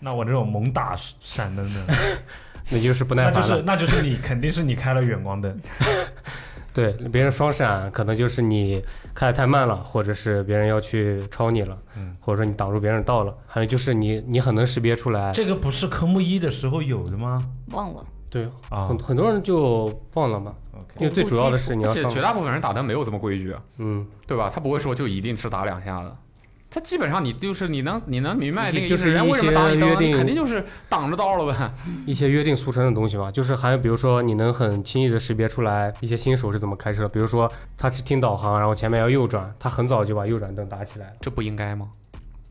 Speaker 3: 那我这种猛打闪灯的，
Speaker 5: [laughs] 那就是不耐
Speaker 3: 那就
Speaker 5: 烦
Speaker 3: 是
Speaker 5: 了。
Speaker 3: 那就是你肯定是你开了远光
Speaker 5: [laughs]
Speaker 3: 灯，
Speaker 5: 对，别人双闪可能就是你开的太慢了，或者是别人要去超你了，
Speaker 3: 嗯
Speaker 5: 或者说你挡住别人道了，还有就是你你很能识别出来，
Speaker 3: 这个不是科目一的时候有的吗？
Speaker 9: 忘了，
Speaker 5: 对，
Speaker 3: 啊
Speaker 5: 很很多人就忘了嘛，因为最主要的是你
Speaker 2: 而
Speaker 5: 要
Speaker 2: 且
Speaker 5: 上
Speaker 2: 绝，大部分人打灯没有这么规矩，啊
Speaker 5: 嗯。
Speaker 2: 对吧？他不会说就一定是打两下的。他基本上你就是你能你能明白
Speaker 5: 就
Speaker 2: 那个意
Speaker 5: 就
Speaker 2: 思
Speaker 5: 是
Speaker 2: 人家
Speaker 5: 一
Speaker 2: 为什么
Speaker 5: 些
Speaker 2: 打你灯
Speaker 5: 约
Speaker 2: 啊，你
Speaker 5: 定
Speaker 2: 肯定就是挡着道了呗。 [laughs]
Speaker 5: 一些约定俗成的东西吧，就是还有比如说你能很轻易的识别出来一些新手是怎么开车的，比如说他只听导航，然后前面要右转，他很早就把右转灯打起来了，
Speaker 2: 这不应该吗？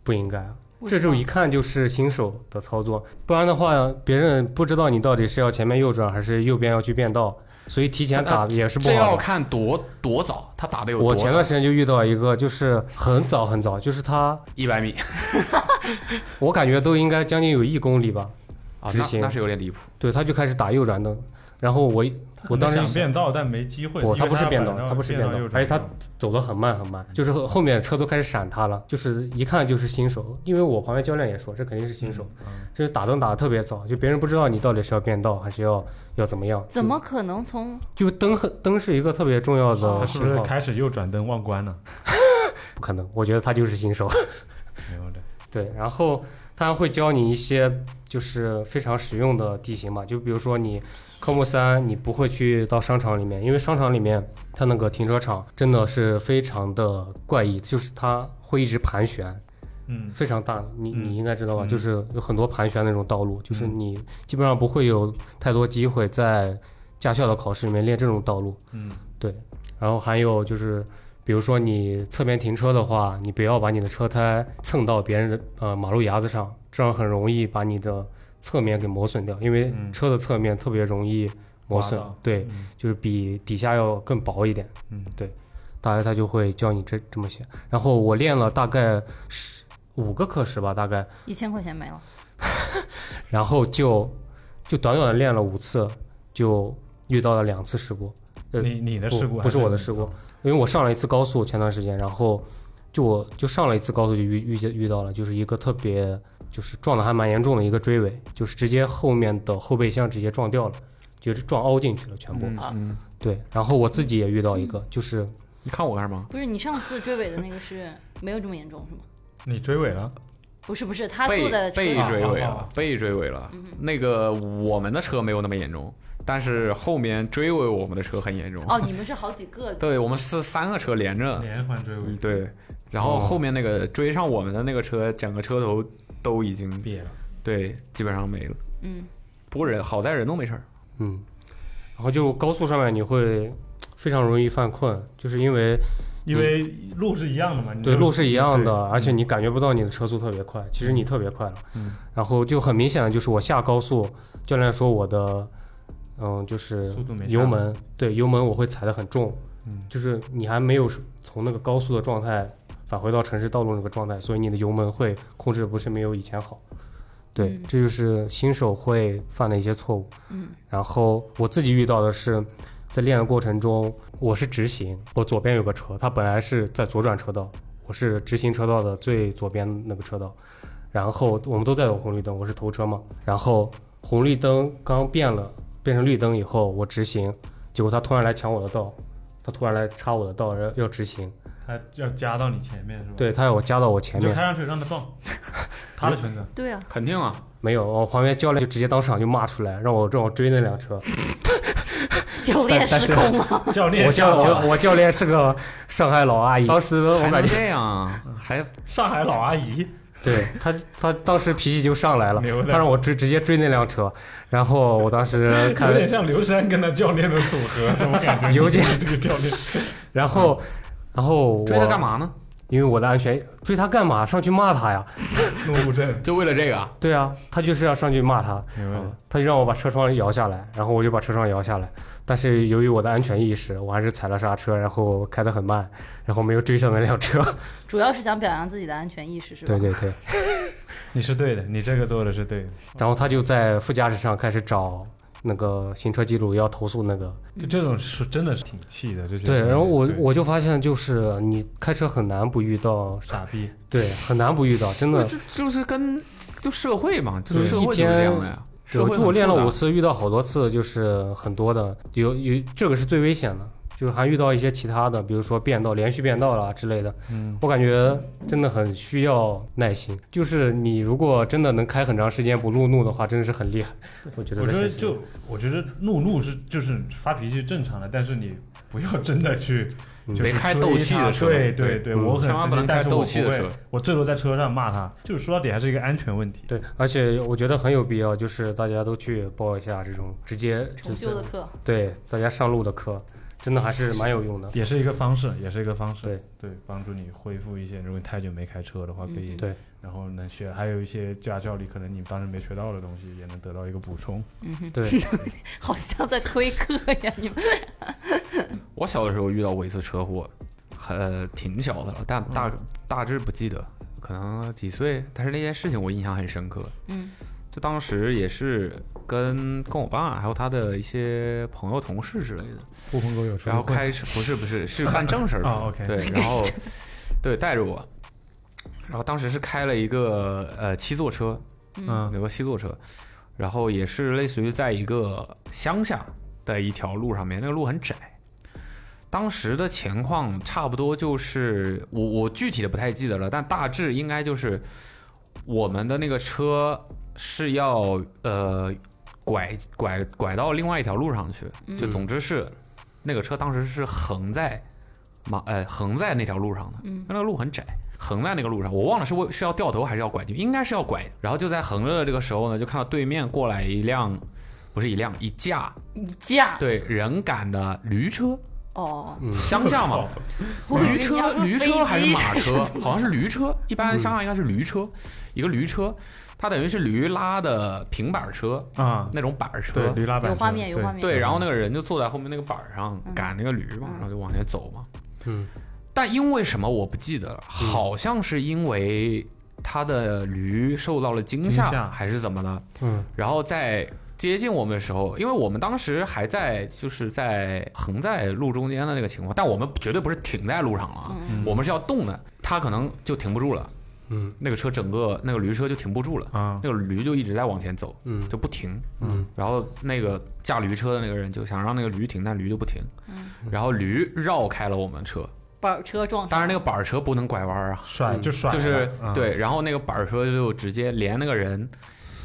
Speaker 5: 不应该啊。这就一看就是新手的操作，不然的话别人不知道你到底是要前面右转还是右边要去变道，所以提前打也是不
Speaker 2: 这要
Speaker 5: 好的。
Speaker 2: 看多多早，他打的有多
Speaker 5: 我
Speaker 2: 早。
Speaker 5: 前段时间就遇到一个，就是很早很早，就是他，
Speaker 2: 一百米
Speaker 5: 我感觉都应该将近有一公里吧，
Speaker 2: 啊，
Speaker 5: 直
Speaker 2: 那
Speaker 5: 行
Speaker 2: 那是有点离谱。
Speaker 5: 对，他就开始打右转灯，然后我我当时
Speaker 3: 想
Speaker 5: 一
Speaker 3: 变道，但没机会。
Speaker 5: 不，
Speaker 3: 因为
Speaker 5: 他不是变道，
Speaker 3: 反倒
Speaker 5: 他不是
Speaker 3: 变
Speaker 5: 变道
Speaker 3: 右，转
Speaker 5: 而且他走得很慢很慢，就是后后面车都开始闪他了，就是一看就是新手。因为我旁边教练也说，这肯定是新手，
Speaker 3: 嗯
Speaker 5: 就是打灯打得特别早，就别人不知道你到底是要变道还是要要怎么样。
Speaker 9: 怎么可能从
Speaker 5: 就灯很灯是一个特别重要的
Speaker 3: 他是
Speaker 5: 信
Speaker 3: 不是
Speaker 5: 号，
Speaker 3: 开始右转灯忘关了？
Speaker 5: 不可能，我觉得他就是新手。
Speaker 3: [laughs] 没有的，
Speaker 5: 对，然后他会教你一些就是非常实用的地形嘛，就比如说你科目三你不会去到商场里面，因为商场里面它那个停车场真的是非常的怪异，就是它会一直盘旋，
Speaker 3: 嗯，
Speaker 5: 非常大，你
Speaker 3: 嗯
Speaker 5: 你应该知道吧？
Speaker 3: 嗯
Speaker 5: 就是有很多盘旋那种道路，就是
Speaker 3: 嗯
Speaker 5: 你基本上不会有太多机会在驾校的考试里面练这种道路。
Speaker 3: 嗯，
Speaker 5: 对。然后还有就是，比如说你侧边停车的话，你不要把你的车胎蹭到别人的呃马路牙子上，这样很容易把你的侧面给磨损掉，因为
Speaker 3: 嗯
Speaker 5: 车的侧面特别容易磨损。
Speaker 3: 刮到
Speaker 5: 对，
Speaker 3: 嗯
Speaker 5: 就是比底下要更薄一点。
Speaker 3: 嗯
Speaker 5: 对，大概他就会教你这这么写。然后我练了大概十五个课时吧，大概，
Speaker 9: 一千块钱没了？
Speaker 5: 然后就就短短的练了五次，就遇到了两次事故。呃
Speaker 3: 你你的
Speaker 5: 不
Speaker 3: 事故
Speaker 5: 不是
Speaker 3: 还
Speaker 5: 我的事故
Speaker 3: 你，
Speaker 5: 因为我上了一次高速，前段时间，然后就我就上了一次高速就遇遇见遇到了，就是一个特别就是撞的还蛮严重的一个追尾，就是直接后面的后备箱直接撞掉了，就是撞凹进去了全部。
Speaker 2: 嗯，
Speaker 5: 对，然后我自己也遇到一个，就是
Speaker 2: 你看我干什么？
Speaker 9: 不是，你上次追尾的那个是没有这么严重是吗？
Speaker 3: 你追尾了，
Speaker 9: 不是不是，他坐
Speaker 2: 被
Speaker 9: 在车
Speaker 2: 被
Speaker 9: 上
Speaker 2: 追尾了
Speaker 3: 哦，
Speaker 2: 被追尾了。那个我们的车没有那么严重，但是后面追尾我们的车很严重。
Speaker 9: 哦，你们是好几个
Speaker 2: 对，我们是三个车连
Speaker 5: 啊
Speaker 2: 着，
Speaker 3: 连环追
Speaker 5: 嗯
Speaker 3: 尾，
Speaker 2: 对，然后
Speaker 5: 哦
Speaker 2: 后面那个追上我们的那个车，整个车头都已经
Speaker 3: 瘪了。
Speaker 2: 对，基本上没了。
Speaker 9: 嗯，
Speaker 2: 不过人好在人都没事儿。
Speaker 5: 嗯，然后就高速上面你会非常容易犯困，就是因为
Speaker 3: 因为路是一样的嘛，你就
Speaker 5: 对
Speaker 3: 是
Speaker 5: 路是一样的，
Speaker 3: 对
Speaker 5: 而且你感觉不到你的车速特别快，其实你特别快了。
Speaker 3: 嗯，
Speaker 5: 然后就很明显的就是我下高速，教练说我的嗯就是
Speaker 3: 速度没下
Speaker 5: 油门对油门我会踩得很重，
Speaker 3: 嗯
Speaker 5: 就是你还没有从那个高速的状态返回到城市道路那个状态，所以你的油门会控制不是没有以前好。对，
Speaker 10: 嗯
Speaker 5: 这就是新手会犯的一些错误。
Speaker 10: 嗯，
Speaker 5: 然后我自己遇到的是，在练的过程中，我是直行，我左边有个车，它本来是在左转车道，我是直行车道的最左边那个车道，然后我们都在有红绿灯，我是头车嘛，然后红绿灯刚变了，变成绿灯以后，我直行，结果他突然来抢我的道，他突然来插我的道，要要直行，
Speaker 3: 他要加到你前面是吧？，
Speaker 5: 对他要我夹到我前
Speaker 3: 你就
Speaker 5: 面
Speaker 3: 开，上去让他
Speaker 5: [laughs]
Speaker 3: 撞，他的全责。
Speaker 7: 对啊，
Speaker 9: 肯定啊，
Speaker 5: 没有，我旁边教练就直接当场就骂出来，让我让我追那辆车，
Speaker 4: [laughs] 教练
Speaker 5: 但
Speaker 4: 失控了。
Speaker 3: 教
Speaker 5: 我
Speaker 3: 练
Speaker 5: 教
Speaker 3: 吓到了，
Speaker 5: 我我教练是个上海老阿姨，当时我
Speaker 9: 还
Speaker 5: 感
Speaker 9: 能
Speaker 5: 觉
Speaker 9: 这样啊，还
Speaker 3: 上海老阿
Speaker 5: [laughs]
Speaker 3: 姨，
Speaker 5: 对他他当时脾气就上来了
Speaker 3: 牛，的
Speaker 5: 他让我追直接追那辆车，然后我当时
Speaker 3: 有 [laughs]
Speaker 5: 看，
Speaker 3: 点像刘珊跟他教练的组合，我感觉
Speaker 5: 有点
Speaker 3: 这个教练
Speaker 5: 然后然后我
Speaker 9: 追他干？嘛呢？
Speaker 5: 因为我的安全追他干嘛？上去骂他呀？
Speaker 3: 怒路症，
Speaker 9: 就为了这个啊？
Speaker 5: 对啊，他就是要上去骂他，
Speaker 3: 明白了。
Speaker 5: 他就让我把车窗摇下来，然后我就把车窗摇下来。但是由于我的安全意识，我还是踩了刹车，然后开得很慢，然后没有追上那辆车。
Speaker 7: 主要是想表扬自己的安全意识，是吧？
Speaker 5: 对对对，
Speaker 3: 你是对的，你这个做的是对的。
Speaker 5: 然后他就在副驾驶上开始找那个行车记录要投诉那个
Speaker 3: 就这种是真的是挺气的，这些
Speaker 5: 对，然后我
Speaker 3: 对
Speaker 5: 我就发现，就是你开车很难不遇到，
Speaker 3: 傻逼，
Speaker 5: 对，很难不遇到，真的。
Speaker 9: 就就是跟就社会嘛，就
Speaker 5: 对
Speaker 9: 社会
Speaker 5: 一
Speaker 9: 就是这样
Speaker 5: 天
Speaker 9: 的呀。
Speaker 5: 对，
Speaker 9: 社
Speaker 5: 我
Speaker 9: 会
Speaker 5: 就我
Speaker 9: 很
Speaker 5: 练
Speaker 9: 复
Speaker 5: 了
Speaker 9: 杂
Speaker 5: 五次，遇到好多次，就是很多的，有有这个是最危险的，就是还遇到一些其他的，比如说变道、连续变道啦之类的。
Speaker 3: 嗯，
Speaker 5: 我感觉真的很需要耐心，就是你如果真的能开很长时间不路怒的话，真的是很厉害。我觉得
Speaker 3: 我
Speaker 5: 在
Speaker 3: 觉得
Speaker 5: 学习
Speaker 3: 就我觉得怒怒是就是发脾气正常的，但是你不要真的去
Speaker 5: 嗯
Speaker 3: 就是
Speaker 9: 别开
Speaker 3: 追
Speaker 9: 斗气
Speaker 3: 他
Speaker 9: 的车
Speaker 3: 对对对，
Speaker 5: 嗯
Speaker 3: 我很
Speaker 9: 千万不
Speaker 3: 生
Speaker 9: 能
Speaker 3: 气但
Speaker 9: 开
Speaker 3: 是
Speaker 9: 斗
Speaker 3: 我
Speaker 9: 气
Speaker 3: 不
Speaker 9: 的
Speaker 3: 会
Speaker 9: 车，
Speaker 3: 我最多在车上骂他。就是说到底还是一个安全问题。
Speaker 5: 对，而且我觉得很有必要，就是大家都去报一下这种直接
Speaker 4: 重修的课，
Speaker 5: 对大家上路的课，真的还是蛮有用的。
Speaker 3: 也是一个方式，也是一个方式，
Speaker 5: 对
Speaker 3: 帮助你恢复一些。如果你太久没开车的话，
Speaker 9: 嗯
Speaker 3: 可以、
Speaker 5: 对，
Speaker 3: 然后能学，还有一些驾校里可能你当时没学到的东西，也能得到一个补充。
Speaker 4: 嗯 [laughs]
Speaker 5: 对，
Speaker 4: 好像在推课呀！你们
Speaker 9: 我小的时候遇到过一次车祸，呃，挺小的了，但大大致不记得，可能几岁，但是那件事情我印象很深刻。
Speaker 4: 嗯，
Speaker 9: 就当时也是跟跟我爸还有他的一些朋友、同事之类的，
Speaker 3: 狐朋狗友出
Speaker 9: 然后开车不是不是是办正事儿的、
Speaker 3: 哦，OK
Speaker 9: 对，然后对带着我，然后当时是开了一个呃七座车，
Speaker 3: 嗯
Speaker 9: 有个七座车，然后也是类似于在一个乡下的一条路上面，那个路很窄。当时的情况差不多就是我我具体的不太记得了，但大致应该就是我们的那个车是要呃拐拐拐到另外一条路上去，就总之是那个车当时是横在马呃横在那条路上的，那个路很窄，横在那个路上，我忘了是为是要掉头还是要拐进去，应该是要拐。然后就在横着的这个时候呢，就看到对面过来一辆，不是一辆一架
Speaker 5: 嗯
Speaker 4: 架
Speaker 9: 对人赶的驴车，
Speaker 4: 哦，
Speaker 5: 嗯
Speaker 9: 乡下嘛，驴车驴车还是马车？好像是驴车，一般乡下应该是驴车，一个驴车，它等于是驴拉的平板车
Speaker 3: 啊，
Speaker 9: 那种板儿车
Speaker 3: 对，，驴拉板
Speaker 7: 有
Speaker 3: 车
Speaker 7: 画面，有
Speaker 3: 对
Speaker 7: 画面。
Speaker 9: 对，然后那个人就坐在后面那个板儿上赶那个驴嘛，然后就往前走嘛。
Speaker 5: 嗯，
Speaker 9: 但因为什么我不记得了，好像是因为他的驴受到了惊
Speaker 3: 惊吓
Speaker 9: 吓还是怎么的，
Speaker 5: 嗯
Speaker 9: 然后在接近我们的时候，因为我们当时还在就是在横在路中间的那个情况，但我们绝对不是停在路上了啊，我们是要动的，他可能就停不住了，
Speaker 5: 嗯
Speaker 9: 那个车整个那个驴车就停不住了，
Speaker 3: 啊，
Speaker 9: 那个驴就一直在往前走，
Speaker 5: 嗯
Speaker 9: 就不停，
Speaker 5: 嗯，
Speaker 9: 然后那个驾驴车的那个人就想让那个驴停，但驴就不停，
Speaker 4: 嗯
Speaker 9: 然后驴绕开了我们车，
Speaker 4: 板车撞
Speaker 9: 当然那个板儿车不能拐弯儿啊，
Speaker 3: 甩
Speaker 5: 嗯
Speaker 3: 就甩了，
Speaker 9: 就是
Speaker 3: 嗯，
Speaker 9: 对，然后那个板儿车就直接连那个人，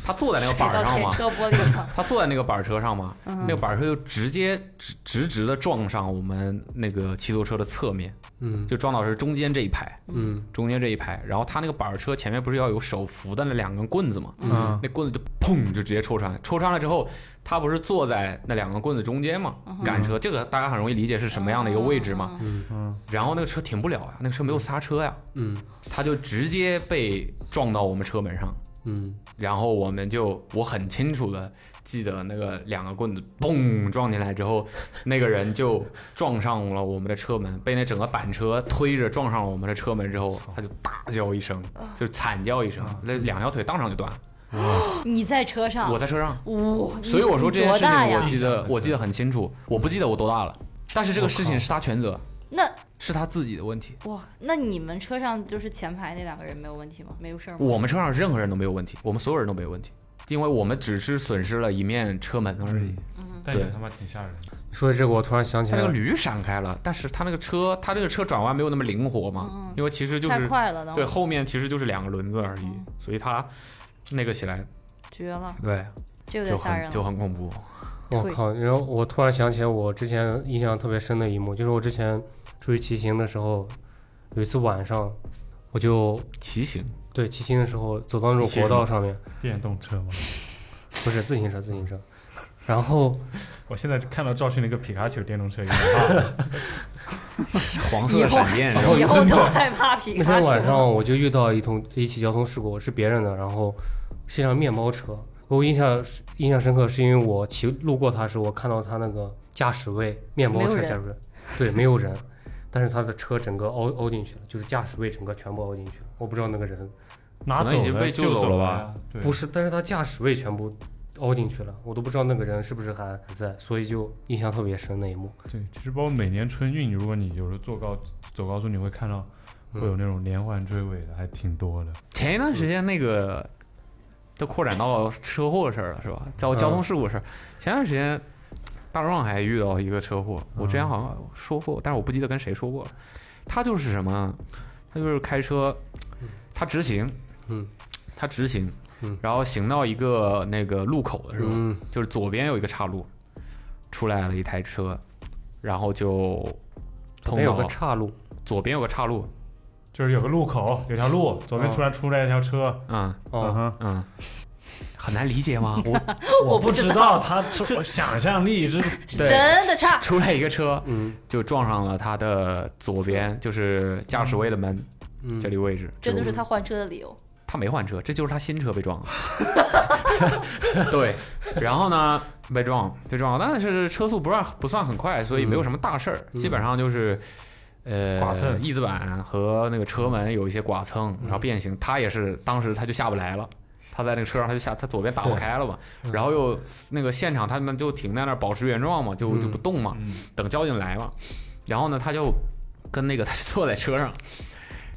Speaker 9: 他坐在那个板儿
Speaker 4: 到
Speaker 9: 上 [laughs]
Speaker 4: 前
Speaker 9: 嘛，
Speaker 4: 车嗯玻璃上，
Speaker 9: 他坐在那个板儿车上嘛，那个板儿车就直接直直直的撞上我们那个七座车的侧面，
Speaker 5: 嗯
Speaker 9: 就撞到是中间这一排，
Speaker 5: 嗯
Speaker 9: 中间这一排，然后他那个板儿车前面不是要有手扶的那两根棍子嘛，
Speaker 3: 嗯，
Speaker 9: 那棍子就砰就直接戳穿，戳穿了之后，他不是坐在那两个棍子中间嘛，赶车，这个大家很容易理解是什么样的一个位置嘛，
Speaker 5: 嗯
Speaker 3: 嗯，
Speaker 9: 然后那个车停不了啊呀，那个车没有刹车呀，
Speaker 5: 嗯
Speaker 9: 他就直接被撞到我们车门上，
Speaker 5: 嗯
Speaker 9: 然后我们就我很清楚的记得那个两个棍子嘣撞进来之后，那个人就撞上了我们的车门，被那整个板车推着撞上
Speaker 5: 啊
Speaker 9: 了我们的车门之后，他就大叫一声，就惨叫一声，那两条腿当场就断了。
Speaker 4: 你在车上，
Speaker 9: 我在车上，
Speaker 4: 哇，
Speaker 9: 所以我说这件事情
Speaker 4: 你多大呀
Speaker 9: 我记得我记得很清楚，我不记得我多大了，但是这个事情是他全责，
Speaker 4: 那
Speaker 9: 是他自己的问题。
Speaker 4: 哇，那你们车上就是前排那两个人没有问题吗？没有事儿吗？
Speaker 5: 嗯
Speaker 9: 我们车上任何人都没有问题，我们所有人都没有问题，因为我们只是损失了一面车门而已。
Speaker 4: 嗯
Speaker 3: 但也
Speaker 9: 对
Speaker 3: 他妈挺吓人的。
Speaker 5: 说起这个，我突然想起
Speaker 9: 他
Speaker 5: 来
Speaker 9: 那个
Speaker 5: 了，
Speaker 9: 驴闪开了，但是他那个车，他这个车转弯没有那么灵活嘛，因为其实就
Speaker 4: 嗯太
Speaker 9: 是
Speaker 4: 快了，都嗯
Speaker 9: 对后面其实就是两个轮子而已，所以他那个起来，
Speaker 4: 绝了，
Speaker 9: 对，
Speaker 4: 这有
Speaker 9: 就
Speaker 4: 点吓
Speaker 9: 很
Speaker 4: 人
Speaker 9: 就
Speaker 4: 了。
Speaker 9: 很恐怖。
Speaker 5: 我
Speaker 4: 腿
Speaker 5: 靠！然后我突然想起来，我之前印象特别深的一幕，就是我之前出去骑行的时候，有一次晚上，我就
Speaker 9: 骑行
Speaker 5: 对骑行的时候走到那种
Speaker 9: 骑
Speaker 5: 国
Speaker 9: 什
Speaker 5: 道
Speaker 9: 么
Speaker 5: 上面，
Speaker 3: 电动车吗？
Speaker 5: 不是自行车，自行车，然后
Speaker 3: 我现在看到赵迅那个皮卡丘电动车，有啊点怕
Speaker 9: [laughs]
Speaker 3: 了
Speaker 9: 黄色闪电，然后
Speaker 7: 以后都害怕皮
Speaker 5: 哦那
Speaker 7: 卡
Speaker 5: 天
Speaker 7: 丘。
Speaker 5: 晚上我就遇到一通一起交通事故，是别人的，然后是一辆面包车。给我印象印象深刻，是因为我骑路过它时，我看到它那个驾驶位面包
Speaker 4: 没有
Speaker 5: 车
Speaker 4: 人
Speaker 5: 驾驶位，对，没有人，但是他的车整个凹凹进去了，就是驾驶位整个全部凹进去了。我不知道那个人
Speaker 3: 拿走
Speaker 9: 可能已经
Speaker 3: 了
Speaker 9: 被
Speaker 3: 就
Speaker 9: 救走
Speaker 3: 走
Speaker 9: 了
Speaker 3: 呀？对
Speaker 5: 不是，但是他驾驶位全部凹进去了，我都不知道那个人是不是还在，所以就印象特别深那一幕。
Speaker 3: 对，其实包括每年春运，如果你有时候坐高走高速，你会看到会有那种连环追尾的，还挺多的。
Speaker 9: 前一段时间那个都扩展到车祸事儿了，是吧？
Speaker 5: 嗯
Speaker 9: 交交通事故事儿。前段时间大壮还遇到一个车祸，
Speaker 5: 嗯
Speaker 9: 我之前好像说过，但是我不记得跟谁说过了。他就是什么？他就是开车，他直行，
Speaker 5: 嗯，
Speaker 9: 他直行
Speaker 5: 嗯，
Speaker 9: 然后行到一个那个路口的时候，
Speaker 5: 嗯
Speaker 9: 就是左边有一个岔路，出来了一台车，然后就碰
Speaker 5: 没有个
Speaker 9: 到
Speaker 5: 岔路，
Speaker 9: 左边有个岔路，
Speaker 3: 就是有个路口，有条路，左边
Speaker 5: 哦
Speaker 3: 突然出来一条车，
Speaker 9: 嗯
Speaker 3: 嗯
Speaker 5: 哦，
Speaker 3: 哼，
Speaker 9: 嗯，很难理解吗？
Speaker 5: [laughs]
Speaker 9: 哦我
Speaker 11: 我不知道他
Speaker 9: [laughs]
Speaker 11: 这想象力这
Speaker 7: 真的差，
Speaker 9: 出来一个车，
Speaker 5: 嗯
Speaker 9: 就撞上了他的左边，就是驾驶位的门、
Speaker 5: 嗯，
Speaker 9: 这里位置。
Speaker 7: 这就是他换车的理由。
Speaker 9: 他没换车，这就是他新车被撞了。 [laughs] 对，然后呢，被撞，被撞，但是车速不算不算很快，所以没有什么大事儿，
Speaker 5: 嗯
Speaker 9: 基本上就是。呃，
Speaker 3: 剐蹭
Speaker 9: 翼子板和那个车门有一些剐蹭，
Speaker 5: 嗯
Speaker 9: 然后变形。他也是当时他就下不来了，他在那个车上他就下，他左边打不开了嘛，
Speaker 5: 嗯
Speaker 9: 然后又那个现场他们就停在那儿保持原状嘛，就就不动嘛，
Speaker 5: 嗯
Speaker 9: 等交警来嘛。然后呢，他就跟那个他就坐在车上，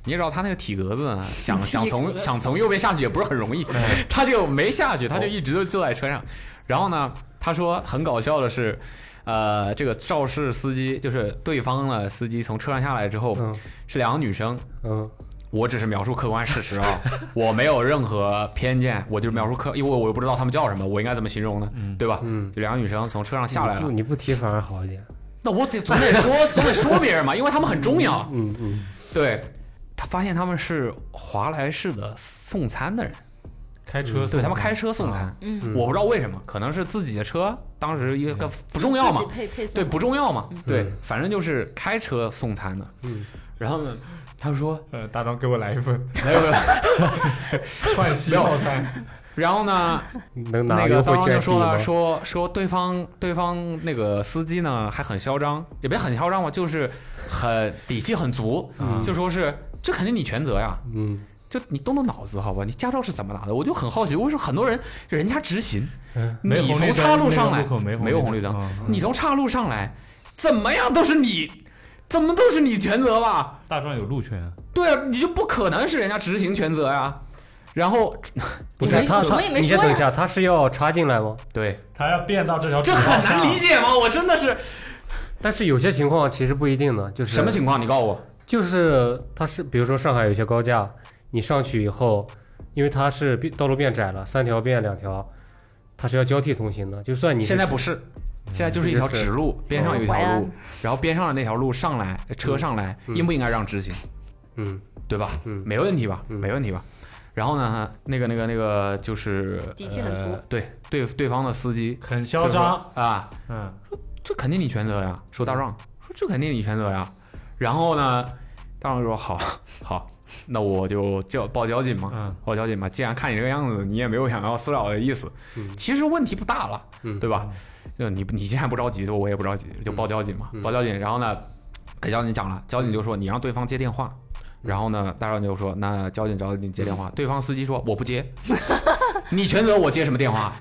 Speaker 9: 你也知道他那个 [laughs] 体格子呢，想想从想从右边下去也不是很容易，
Speaker 5: 哎
Speaker 9: 他就没下去，他
Speaker 5: 哦
Speaker 9: 就一直就坐在车上。然后呢，他说很搞笑的是，呃，这个肇事司机就是对方的司机从车上下来之后、
Speaker 5: 嗯
Speaker 9: 是两个女生。 [laughs]
Speaker 5: 嗯
Speaker 9: 我只是描述客观事实
Speaker 5: [laughs]
Speaker 9: 啊，我没有任何偏见，我就描述客，因为我又不知道她们叫什么，我应该怎么形容呢？对吧？
Speaker 5: 嗯，
Speaker 9: 就两个女生从车上下来
Speaker 5: 你不
Speaker 9: 了，
Speaker 5: 你不提反而好一点。
Speaker 9: 那我得总得说总得说别人嘛，因为他们很重要。
Speaker 5: 嗯嗯，
Speaker 9: 对，他发现他们是华莱士的送餐的人，
Speaker 3: 开车，
Speaker 9: 对他们开车送餐。
Speaker 5: 嗯
Speaker 9: 我不知道为什么，可能是自己的车，当时一个不重要嘛
Speaker 7: 自己，配配送
Speaker 9: 对，不重要嘛，对
Speaker 5: 嗯，
Speaker 9: 反正就是开车送餐的。
Speaker 5: 嗯，
Speaker 9: 然后呢，
Speaker 5: [laughs]
Speaker 9: 他说
Speaker 3: 呃，大壮给我来一份
Speaker 9: 没有没有，
Speaker 3: [laughs] 串西套餐，
Speaker 9: 然后呢，
Speaker 5: 能拿
Speaker 9: 嗯那个
Speaker 5: 优惠
Speaker 9: 当时
Speaker 5: 券
Speaker 9: 就
Speaker 5: 抵
Speaker 9: 说
Speaker 5: 吗
Speaker 9: 了，？说说对方对方那个司机呢还很嚣张，也别很嚣张吧，就是很底气很足，就说是这肯定你全责呀，
Speaker 5: 嗯，
Speaker 9: 就你动动脑子好吧，你驾照是怎么拿的？我就很好奇，为什么很多人人家直行，
Speaker 5: 嗯
Speaker 3: 没
Speaker 9: 你
Speaker 3: 红绿灯
Speaker 9: 从岔路
Speaker 3: 那个
Speaker 9: 上来
Speaker 3: 路口没红
Speaker 9: 有
Speaker 3: 绿
Speaker 9: 红绿灯
Speaker 3: 灯嗯，
Speaker 9: 你从岔路上来，怎么样都是你，怎么都是你全责吧？
Speaker 3: 大壮有路权啊，
Speaker 9: 对啊，你就不可能是人家执行全责呀。然后，
Speaker 5: 不是他
Speaker 7: 我
Speaker 5: 他，
Speaker 7: 们也没
Speaker 5: 你先
Speaker 7: 说
Speaker 5: 等一
Speaker 7: 呀
Speaker 5: 下，他是要插进来吗？
Speaker 9: 对，
Speaker 11: 他要变到这条主
Speaker 9: 这
Speaker 11: 道
Speaker 9: 很
Speaker 11: 上
Speaker 9: 难理解吗？我真的是
Speaker 5: 但是有些情况其实不一定呢，就是
Speaker 9: 什么情况？你告诉我。
Speaker 5: 就是它是，比如说上海有些高架，你上去以后，因为它是变道路变窄了，三条变两条，它是要交替通行的。就算你是嗯
Speaker 9: 现在不是，现在就是一条直路，边上有一条
Speaker 7: 淮安
Speaker 9: 路，然后边上的那条路上来，车上来，
Speaker 5: 嗯
Speaker 9: 应不应该让执行？
Speaker 5: 嗯
Speaker 9: 对吧？
Speaker 5: 嗯
Speaker 9: 没问题吧？
Speaker 5: 嗯
Speaker 9: 没问题吧？然后呢，那个那个那个就是
Speaker 7: 底气很足
Speaker 9: 呃对对，对方的司机
Speaker 11: 很嚣张，
Speaker 9: 啊，
Speaker 11: 嗯，
Speaker 9: 这肯定你全责呀。说大壮，说这肯定你全责呀。然后呢，大壮就说好好，那我就叫报交警嘛。
Speaker 3: 嗯，
Speaker 9: 报交警嘛，既然看你这个样子，你也没有想要私了的意思，
Speaker 5: 嗯
Speaker 9: 其实问题不大了，
Speaker 5: 嗯
Speaker 9: 对吧？就你你既然不着急，我也不着急，就报交警嘛，
Speaker 5: 嗯嗯
Speaker 9: 报交警。然后呢，给交警讲了，交警就说你让对方接电话，然后呢，大壮就说：“那交警找你接电话。”对方司机说：“我不接， [laughs] 你全责我接什么电话？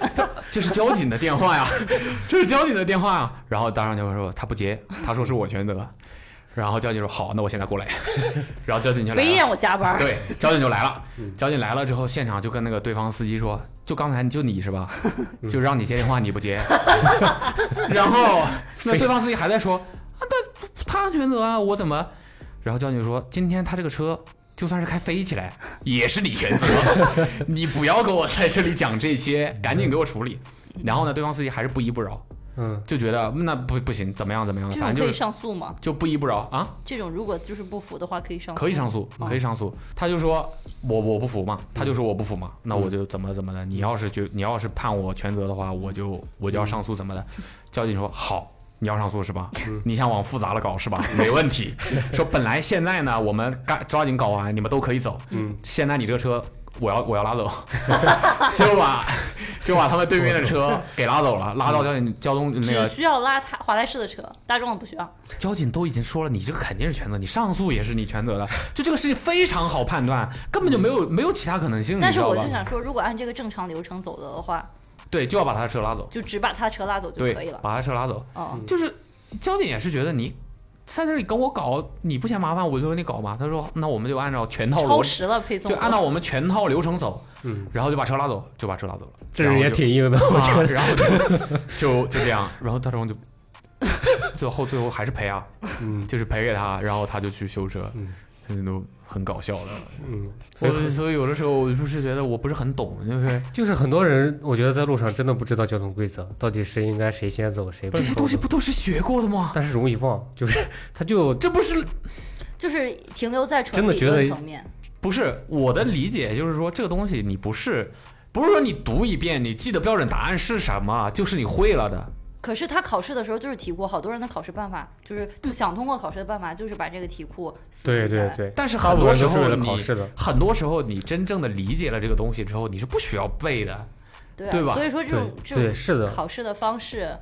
Speaker 9: [laughs] 这是交警的电话呀， [laughs] 这是交警的电话呀。”然后大壮就说：“他不接，他说是我全责。”然后交警说：“好，那我现在过来。” [laughs] 然后交警就来
Speaker 1: 非
Speaker 9: 了。
Speaker 1: 让我加班，
Speaker 9: 对，交警就来了。交警来了之后，现场就跟那个对方司机说：“就刚才就你是吧？就让你接电话你不接。” [laughs] 然后那对方司机还在说：“啊，那他全责啊，我怎么？”然后交警说：“今天他这个车就算是开飞起来，也是你全责， [laughs] 你不要跟我在这里讲这些，赶紧给我处理。”然后呢，对方司机还是不依不饶，
Speaker 5: 嗯，
Speaker 9: 就觉得那不不行，怎么样怎么样，
Speaker 4: 这
Speaker 9: 反
Speaker 4: 种可
Speaker 9: 正就
Speaker 4: 以
Speaker 9: 是
Speaker 4: 上诉吗？
Speaker 9: 就不依不饶啊。
Speaker 4: 这种如果就是不服的话，可以上诉。哦
Speaker 9: 可以上诉，可以上诉。他就说我我不服嘛，他就
Speaker 4: 嗯
Speaker 9: 说我不服嘛，那我就怎么怎么的。你要是觉你要是判我全责的话，我就我就要上诉怎么
Speaker 4: [laughs]
Speaker 9: 的。交警说好。你要上诉是吧？
Speaker 4: 嗯
Speaker 9: 你想往复杂了搞是吧？没问题。
Speaker 4: [laughs]
Speaker 9: 说本来现在呢，我们该抓紧搞完，你们都可以走。嗯，现在你这个车，我要我要拉走， [laughs] 就把就把他们对面的车给拉走了，拉
Speaker 4: 嗯
Speaker 9: 到交警交通那
Speaker 4: 只
Speaker 9: 个
Speaker 4: 需要拉他华莱士的车，大众的不需要。
Speaker 9: 交警都已经说了，你这个肯定是全责，你上诉也是你全责的， [laughs] 就这个事情非常好判断，根本就没有没有其他可能性，你
Speaker 4: 嗯但
Speaker 9: 知
Speaker 4: 是
Speaker 9: 道
Speaker 4: 我
Speaker 9: 吧
Speaker 4: 就？想说，如果按这个正常流程走的话，
Speaker 9: 对，就要把他的车拉走，
Speaker 4: 就只把他车拉走就可以
Speaker 9: 对，
Speaker 4: 了。
Speaker 9: 把他车拉走，
Speaker 4: 哦，
Speaker 9: 就是交警也是觉得你在这里跟我搞，你不嫌麻烦，我就跟你搞嘛。他说那我们就按照全套
Speaker 4: 超
Speaker 9: 流，
Speaker 4: 时了配送
Speaker 9: 就
Speaker 4: 的。
Speaker 9: 按照我们全套流程走，
Speaker 5: 嗯，
Speaker 9: 然后就把车拉走，就把车拉走了，
Speaker 5: 这人也挺硬 [laughs] 的，我
Speaker 9: 然
Speaker 5: 觉
Speaker 9: 后
Speaker 5: 得。
Speaker 9: 就，然后就就就这样，然后大壮就。 [laughs] 最后，最后还是赔啊，
Speaker 5: 嗯
Speaker 9: 就是赔给他，然后他就去修车，
Speaker 5: 嗯
Speaker 9: 嗯，都很搞笑的。
Speaker 5: 嗯，所
Speaker 9: 所
Speaker 5: 以
Speaker 9: 以所以有的时候我就是觉得我不是很懂，就是
Speaker 5: 就是很多人，我觉得在路上真的不知道交通规则，到底谁应该谁先走，谁不
Speaker 9: [laughs] 这些
Speaker 5: 走
Speaker 9: 东西不都是学过的吗？
Speaker 5: 但是容易忘，就是他
Speaker 9: [laughs]
Speaker 5: 就
Speaker 9: 这不是
Speaker 4: 就是停留在纯
Speaker 5: 真的
Speaker 4: 理
Speaker 5: 觉得
Speaker 4: 论层面，
Speaker 9: 不是我的理解，就是说这个东西你不是不是说你读一遍你记得标准答案是什么，就是你会了的。
Speaker 4: 可是他考试的时候就是题库，好多人的考试办法就是想通过考试的办法就是把这个题库撕
Speaker 5: 对
Speaker 4: 下
Speaker 5: 对
Speaker 4: 来。
Speaker 5: 对，
Speaker 9: 但是
Speaker 5: 大部
Speaker 9: 很多
Speaker 5: 分
Speaker 9: 时
Speaker 5: 都是
Speaker 9: 候
Speaker 5: 为了
Speaker 9: 你
Speaker 5: 考试的。
Speaker 9: 很多时候你真正的理解了这个东西之后，你是不需要背的。
Speaker 4: 对啊
Speaker 9: 对吧
Speaker 4: 所以说这
Speaker 5: 对
Speaker 4: 种这
Speaker 5: 对，
Speaker 4: 种
Speaker 5: 是的，
Speaker 4: 考试的方式，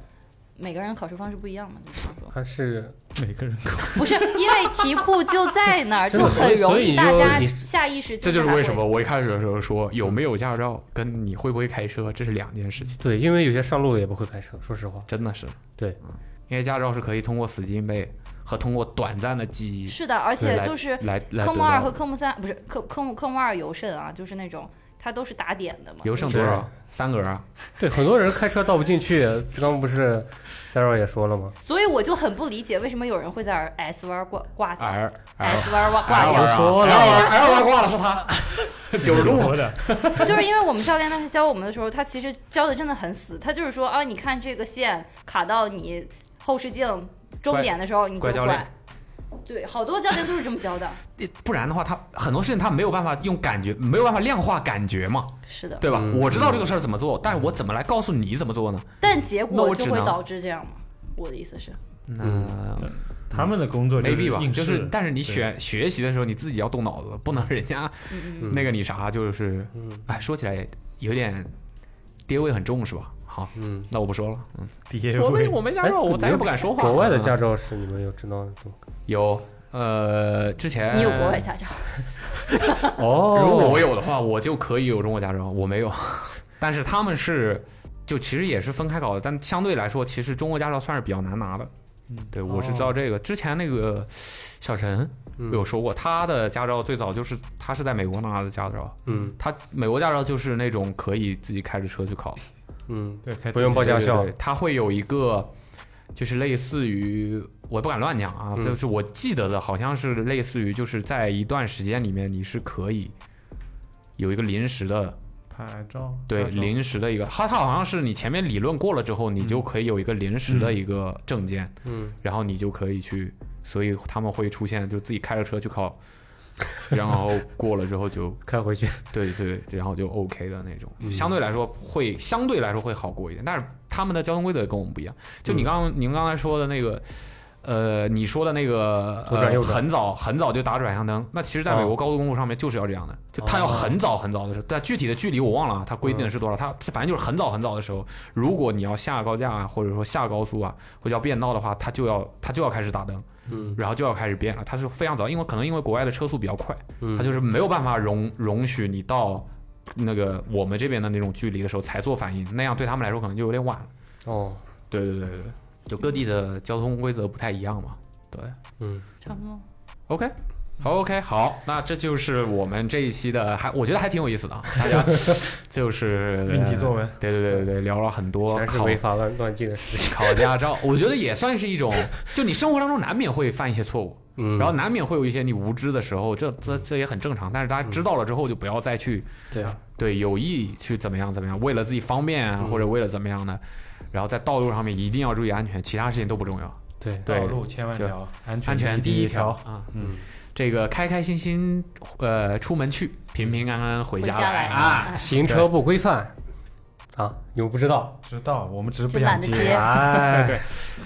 Speaker 4: 每个人考试方式不一样嘛，就这样说。
Speaker 5: 他是
Speaker 9: 每个人
Speaker 4: 不是因为题库就在那儿，
Speaker 5: 真
Speaker 4: 就
Speaker 5: 的
Speaker 4: 很容
Speaker 5: 所以
Speaker 4: 易
Speaker 5: 你
Speaker 4: 大
Speaker 5: 就
Speaker 4: 家
Speaker 5: 你
Speaker 4: 下意识。
Speaker 9: 这就是为什么我一开始的时候说有没有驾照跟你会不会开车这是两件事情，
Speaker 5: 对，因为有些上路也不会开车，说实话，
Speaker 9: 真的是
Speaker 5: 对
Speaker 9: 嗯因为驾照是可以通过死记硬背和通过短暂的记忆
Speaker 4: 是的，而且
Speaker 9: 来
Speaker 4: 就是
Speaker 9: 来来
Speaker 4: 科
Speaker 9: 得
Speaker 4: 目二
Speaker 9: 到
Speaker 4: 和
Speaker 9: 的。
Speaker 4: 科目三不是科科目科目二尤甚啊，就是那种它都是打点的嘛。
Speaker 9: 尤胜多少？三格啊！
Speaker 5: 对，很多人开车倒不进去，刚刚不是 Sarah 也说了吗？
Speaker 4: 所以我就很不理解为什么有人会在 S 弯挂挂
Speaker 9: L
Speaker 2: 哎
Speaker 9: L
Speaker 4: S 弯
Speaker 9: [laughs]
Speaker 4: 挂挂
Speaker 9: L
Speaker 4: 掉，
Speaker 9: 玩
Speaker 5: 说了
Speaker 9: L 玩 L 玩挂了是他，九十度的。
Speaker 4: 就是因为我们教练当时教我们的时候，他其实教的真的很死，他就是说啊，你看这个线卡到你后视镜终点的时候，你就
Speaker 9: 怪教
Speaker 4: 拐
Speaker 9: 练。
Speaker 4: 对，好多教练都是这么教的。
Speaker 9: 不然的话，他很多事情他没有办法用感觉，没有办法量化感觉嘛，
Speaker 4: 是的，
Speaker 9: 对吧？
Speaker 5: 嗯
Speaker 9: 我知道这个事儿怎么做，但是我怎么来告诉你怎么做呢？
Speaker 4: 但结
Speaker 9: [laughs] 那
Speaker 4: 果
Speaker 9: 我
Speaker 4: 就
Speaker 9: 只
Speaker 4: 会
Speaker 9: 能
Speaker 4: 导致这样嘛。我的意思是，
Speaker 9: 那
Speaker 3: [laughs] 他们的工作嗯就是
Speaker 9: maybe 吧，
Speaker 3: 应
Speaker 9: 就
Speaker 3: 试
Speaker 9: 是，但是你选学习的时候，你自己要动脑子，不能人家
Speaker 4: 嗯嗯，
Speaker 9: 那个你啥，就是，
Speaker 5: 嗯
Speaker 9: 哎，说起来有点爹味很重是吧？好，
Speaker 5: 嗯，
Speaker 9: 那我不说了。嗯，
Speaker 3: 爹
Speaker 9: 我没
Speaker 3: 味
Speaker 9: 我没驾
Speaker 5: 哎
Speaker 9: 照，我咱
Speaker 5: 你
Speaker 9: 也
Speaker 5: 们
Speaker 9: 不敢说话。
Speaker 5: 国外的
Speaker 9: 嗯
Speaker 5: 驾照是你们有知道怎么？
Speaker 9: 有，呃，之前
Speaker 4: 嗯你有国外驾照，
Speaker 5: 哦
Speaker 9: 如果我有的话，我就可以有中国驾照，我没有。 [laughs] 但是他们是，就其实也是分开搞的，但相对来说，其实中国驾照算是比较难拿的。嗯，对，我是知道这个。之前那个小陈有说过，他的驾照最早就是他是在美国拿的驾照，
Speaker 5: 嗯
Speaker 9: 他美国驾照就是那种可以自己开着车去考的。
Speaker 5: 嗯，
Speaker 3: 对，开
Speaker 5: 不用报
Speaker 9: 对
Speaker 5: 驾
Speaker 9: 对
Speaker 5: 校
Speaker 9: 对，它会有一个，就是类似于，我也不敢乱讲啊，
Speaker 5: 嗯
Speaker 9: 就是我记得的好像是类似于，就是在一段时间里面你是可以有一个临时的，
Speaker 3: 牌照，
Speaker 9: 对，
Speaker 3: 驾照
Speaker 9: 临时的一个，它它好像是你前面理论过了之后，你就可以有一个临时的一个证件，
Speaker 5: 嗯，
Speaker 9: 然后你就可以去，所以他们会出现就自己开着车去考。然后过了之后就
Speaker 5: 开回去，
Speaker 9: 对对，然后就 OK 的那种，
Speaker 5: 嗯
Speaker 9: 相对来说会相
Speaker 5: 嗯
Speaker 9: 对来说会好过一点，但是他们的交通规则跟我们不一样。就你刚刚、您刚才说的那个，呃，你说的那个、
Speaker 5: 左转
Speaker 9: 呃
Speaker 5: 右转
Speaker 9: 很早很早就打转向灯，那其实在美国
Speaker 5: 哦
Speaker 9: 高速公路上面就是要这样的，就他要
Speaker 5: 啊
Speaker 9: 很早很早的时候，但具体的距离我忘了啊，它规定的是多少，它反正就是很早很早的时候，如果你要下高架啊，或者说下高速啊，或者要变道的话，它就要它就要开始打灯，
Speaker 5: 嗯
Speaker 9: 然后就要开始变了，它是非常早，因为可能因为国外的车速比较快，
Speaker 5: 嗯，
Speaker 9: 它就是没有办法容容许你到那个我们这边的那种距离的时候才做反应，那样对他们来说可能就有点晚了。
Speaker 5: 哦，
Speaker 9: 对对对对对，就各地的交通规则不太一样嘛。对
Speaker 5: 嗯，
Speaker 1: 差不多。
Speaker 9: ，OK。好，OK，好，那这就是我们这一期的，还我觉得还挺有意思的，啊，大家就是
Speaker 3: 命题作文，
Speaker 9: 对对对对对，聊了很多
Speaker 5: 全是
Speaker 9: 考
Speaker 5: 违法乱乱纪的事情。
Speaker 9: 考驾照，我觉得也算是一种，就你生活当中难免会犯一些错误，
Speaker 5: 嗯，
Speaker 9: 然后难免会有一些你无知的时候，这这这也很正常。但是大家知道了之后，就不要再去
Speaker 5: 对啊，
Speaker 9: 对有意去怎么样怎么样，为了自己方便啊，
Speaker 5: 嗯
Speaker 9: 或者为了怎么样的，然后在道路上面一定要注意安全，其他事情都不重要。
Speaker 5: 对，哦
Speaker 9: 对
Speaker 3: 道，路千万
Speaker 9: 就
Speaker 3: 条，安
Speaker 9: 安全
Speaker 3: 第
Speaker 9: 第一条
Speaker 3: 条。
Speaker 9: 啊，
Speaker 5: 嗯，
Speaker 9: 这个开开心心呃出门去，平平安安回家
Speaker 1: 回家来
Speaker 9: 啊。
Speaker 5: 行车不规范啊，你们不知道？
Speaker 3: 知道，我们只是不
Speaker 1: 就
Speaker 3: 想
Speaker 1: 懒得
Speaker 3: 接
Speaker 1: 接。
Speaker 5: 哎，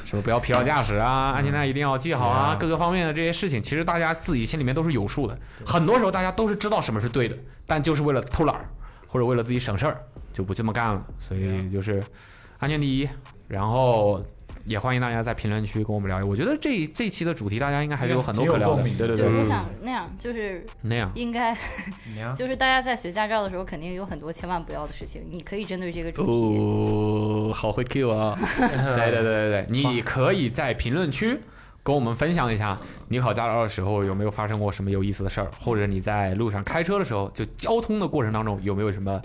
Speaker 9: 什么不要疲劳驾驶啊，安全带一定要系好啊，
Speaker 3: 嗯
Speaker 9: 各个方面的这些事情，其实大家自己心里面都是有数的。很多时候大家都是知道什么是对的，但就是为了偷懒儿或者为了自己省事儿，就不这么干了。所以就是安全第一，然后。也欢迎大家在评论区跟我们聊一聊。我觉得这一这一期的主题大家应该还是有很多可聊
Speaker 3: 挺有
Speaker 9: 的
Speaker 3: 共，鸣
Speaker 9: 对对
Speaker 1: 对，
Speaker 9: 对，
Speaker 1: 我想那样，就是
Speaker 9: 那样
Speaker 1: 应该
Speaker 3: 你啊，
Speaker 1: 就是大家在学驾照的时候，肯定有很多千万不要的事情，你可以针对这个主题。
Speaker 9: 哦，好会
Speaker 1: [laughs]
Speaker 9: Q 啊！对对对对对，你可以在评论区跟我们分享一下，你考驾照的时候有没有发生过什么有意思的事儿，或者你在路上开车的时候，就交通的过程当中有没有什么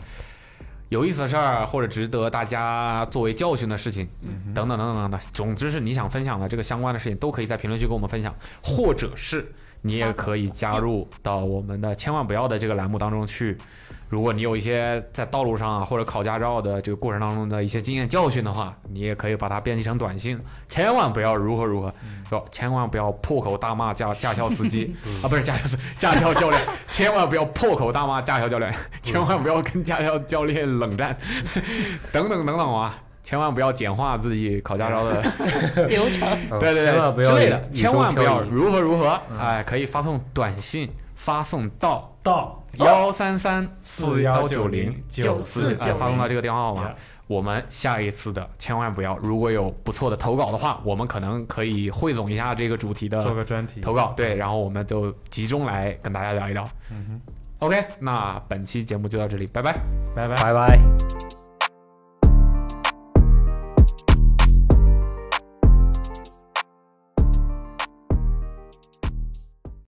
Speaker 9: 有意思的事儿，或者值得大家作为教训的事情，
Speaker 1: 嗯
Speaker 9: 等等等等等等。总之是你想分享的这个相关的事情，都可以在评论区跟我们分享，或者是你也可以加入到我们的“千万不要”的这个栏目当中去。如果你有一些在道路上啊或者考驾照的这个过程当中的一些经验教训的话，你也可以把它编辑成短信。千万不要如何如何，
Speaker 5: 嗯
Speaker 9: 说千万不要破口大骂驾驾校司机啊，不是驾校司驾校教练，千万不要破口大骂驾校
Speaker 5: 嗯
Speaker 9: 教练，千万不要跟驾校教练冷战，等等等等啊。千万不要简化自己考驾照的，
Speaker 1: 流程，
Speaker 5: 嗯
Speaker 9: [laughs] 对对
Speaker 5: 千万不
Speaker 9: 对，
Speaker 5: 要
Speaker 9: 之类的，
Speaker 5: 雨
Speaker 9: 千万不要
Speaker 5: 中挑一嗯
Speaker 9: 如何如何，哎，可以发送短信发送到
Speaker 3: 到
Speaker 5: 哦
Speaker 9: 幺三三四幺九零
Speaker 3: 4190
Speaker 9: 九四，哎，发送到这个电话号码
Speaker 3: Yeah。
Speaker 9: 我们下一次的千万不要，如果有不错的投稿的话，我们可能可以汇总一下这个主题
Speaker 3: 做
Speaker 9: 的
Speaker 3: 个专题。
Speaker 9: 投稿，对，然后我们就集中来跟大家聊一聊。OK，那本期节目就到这里，拜拜。
Speaker 3: 拜拜。
Speaker 5: 拜拜。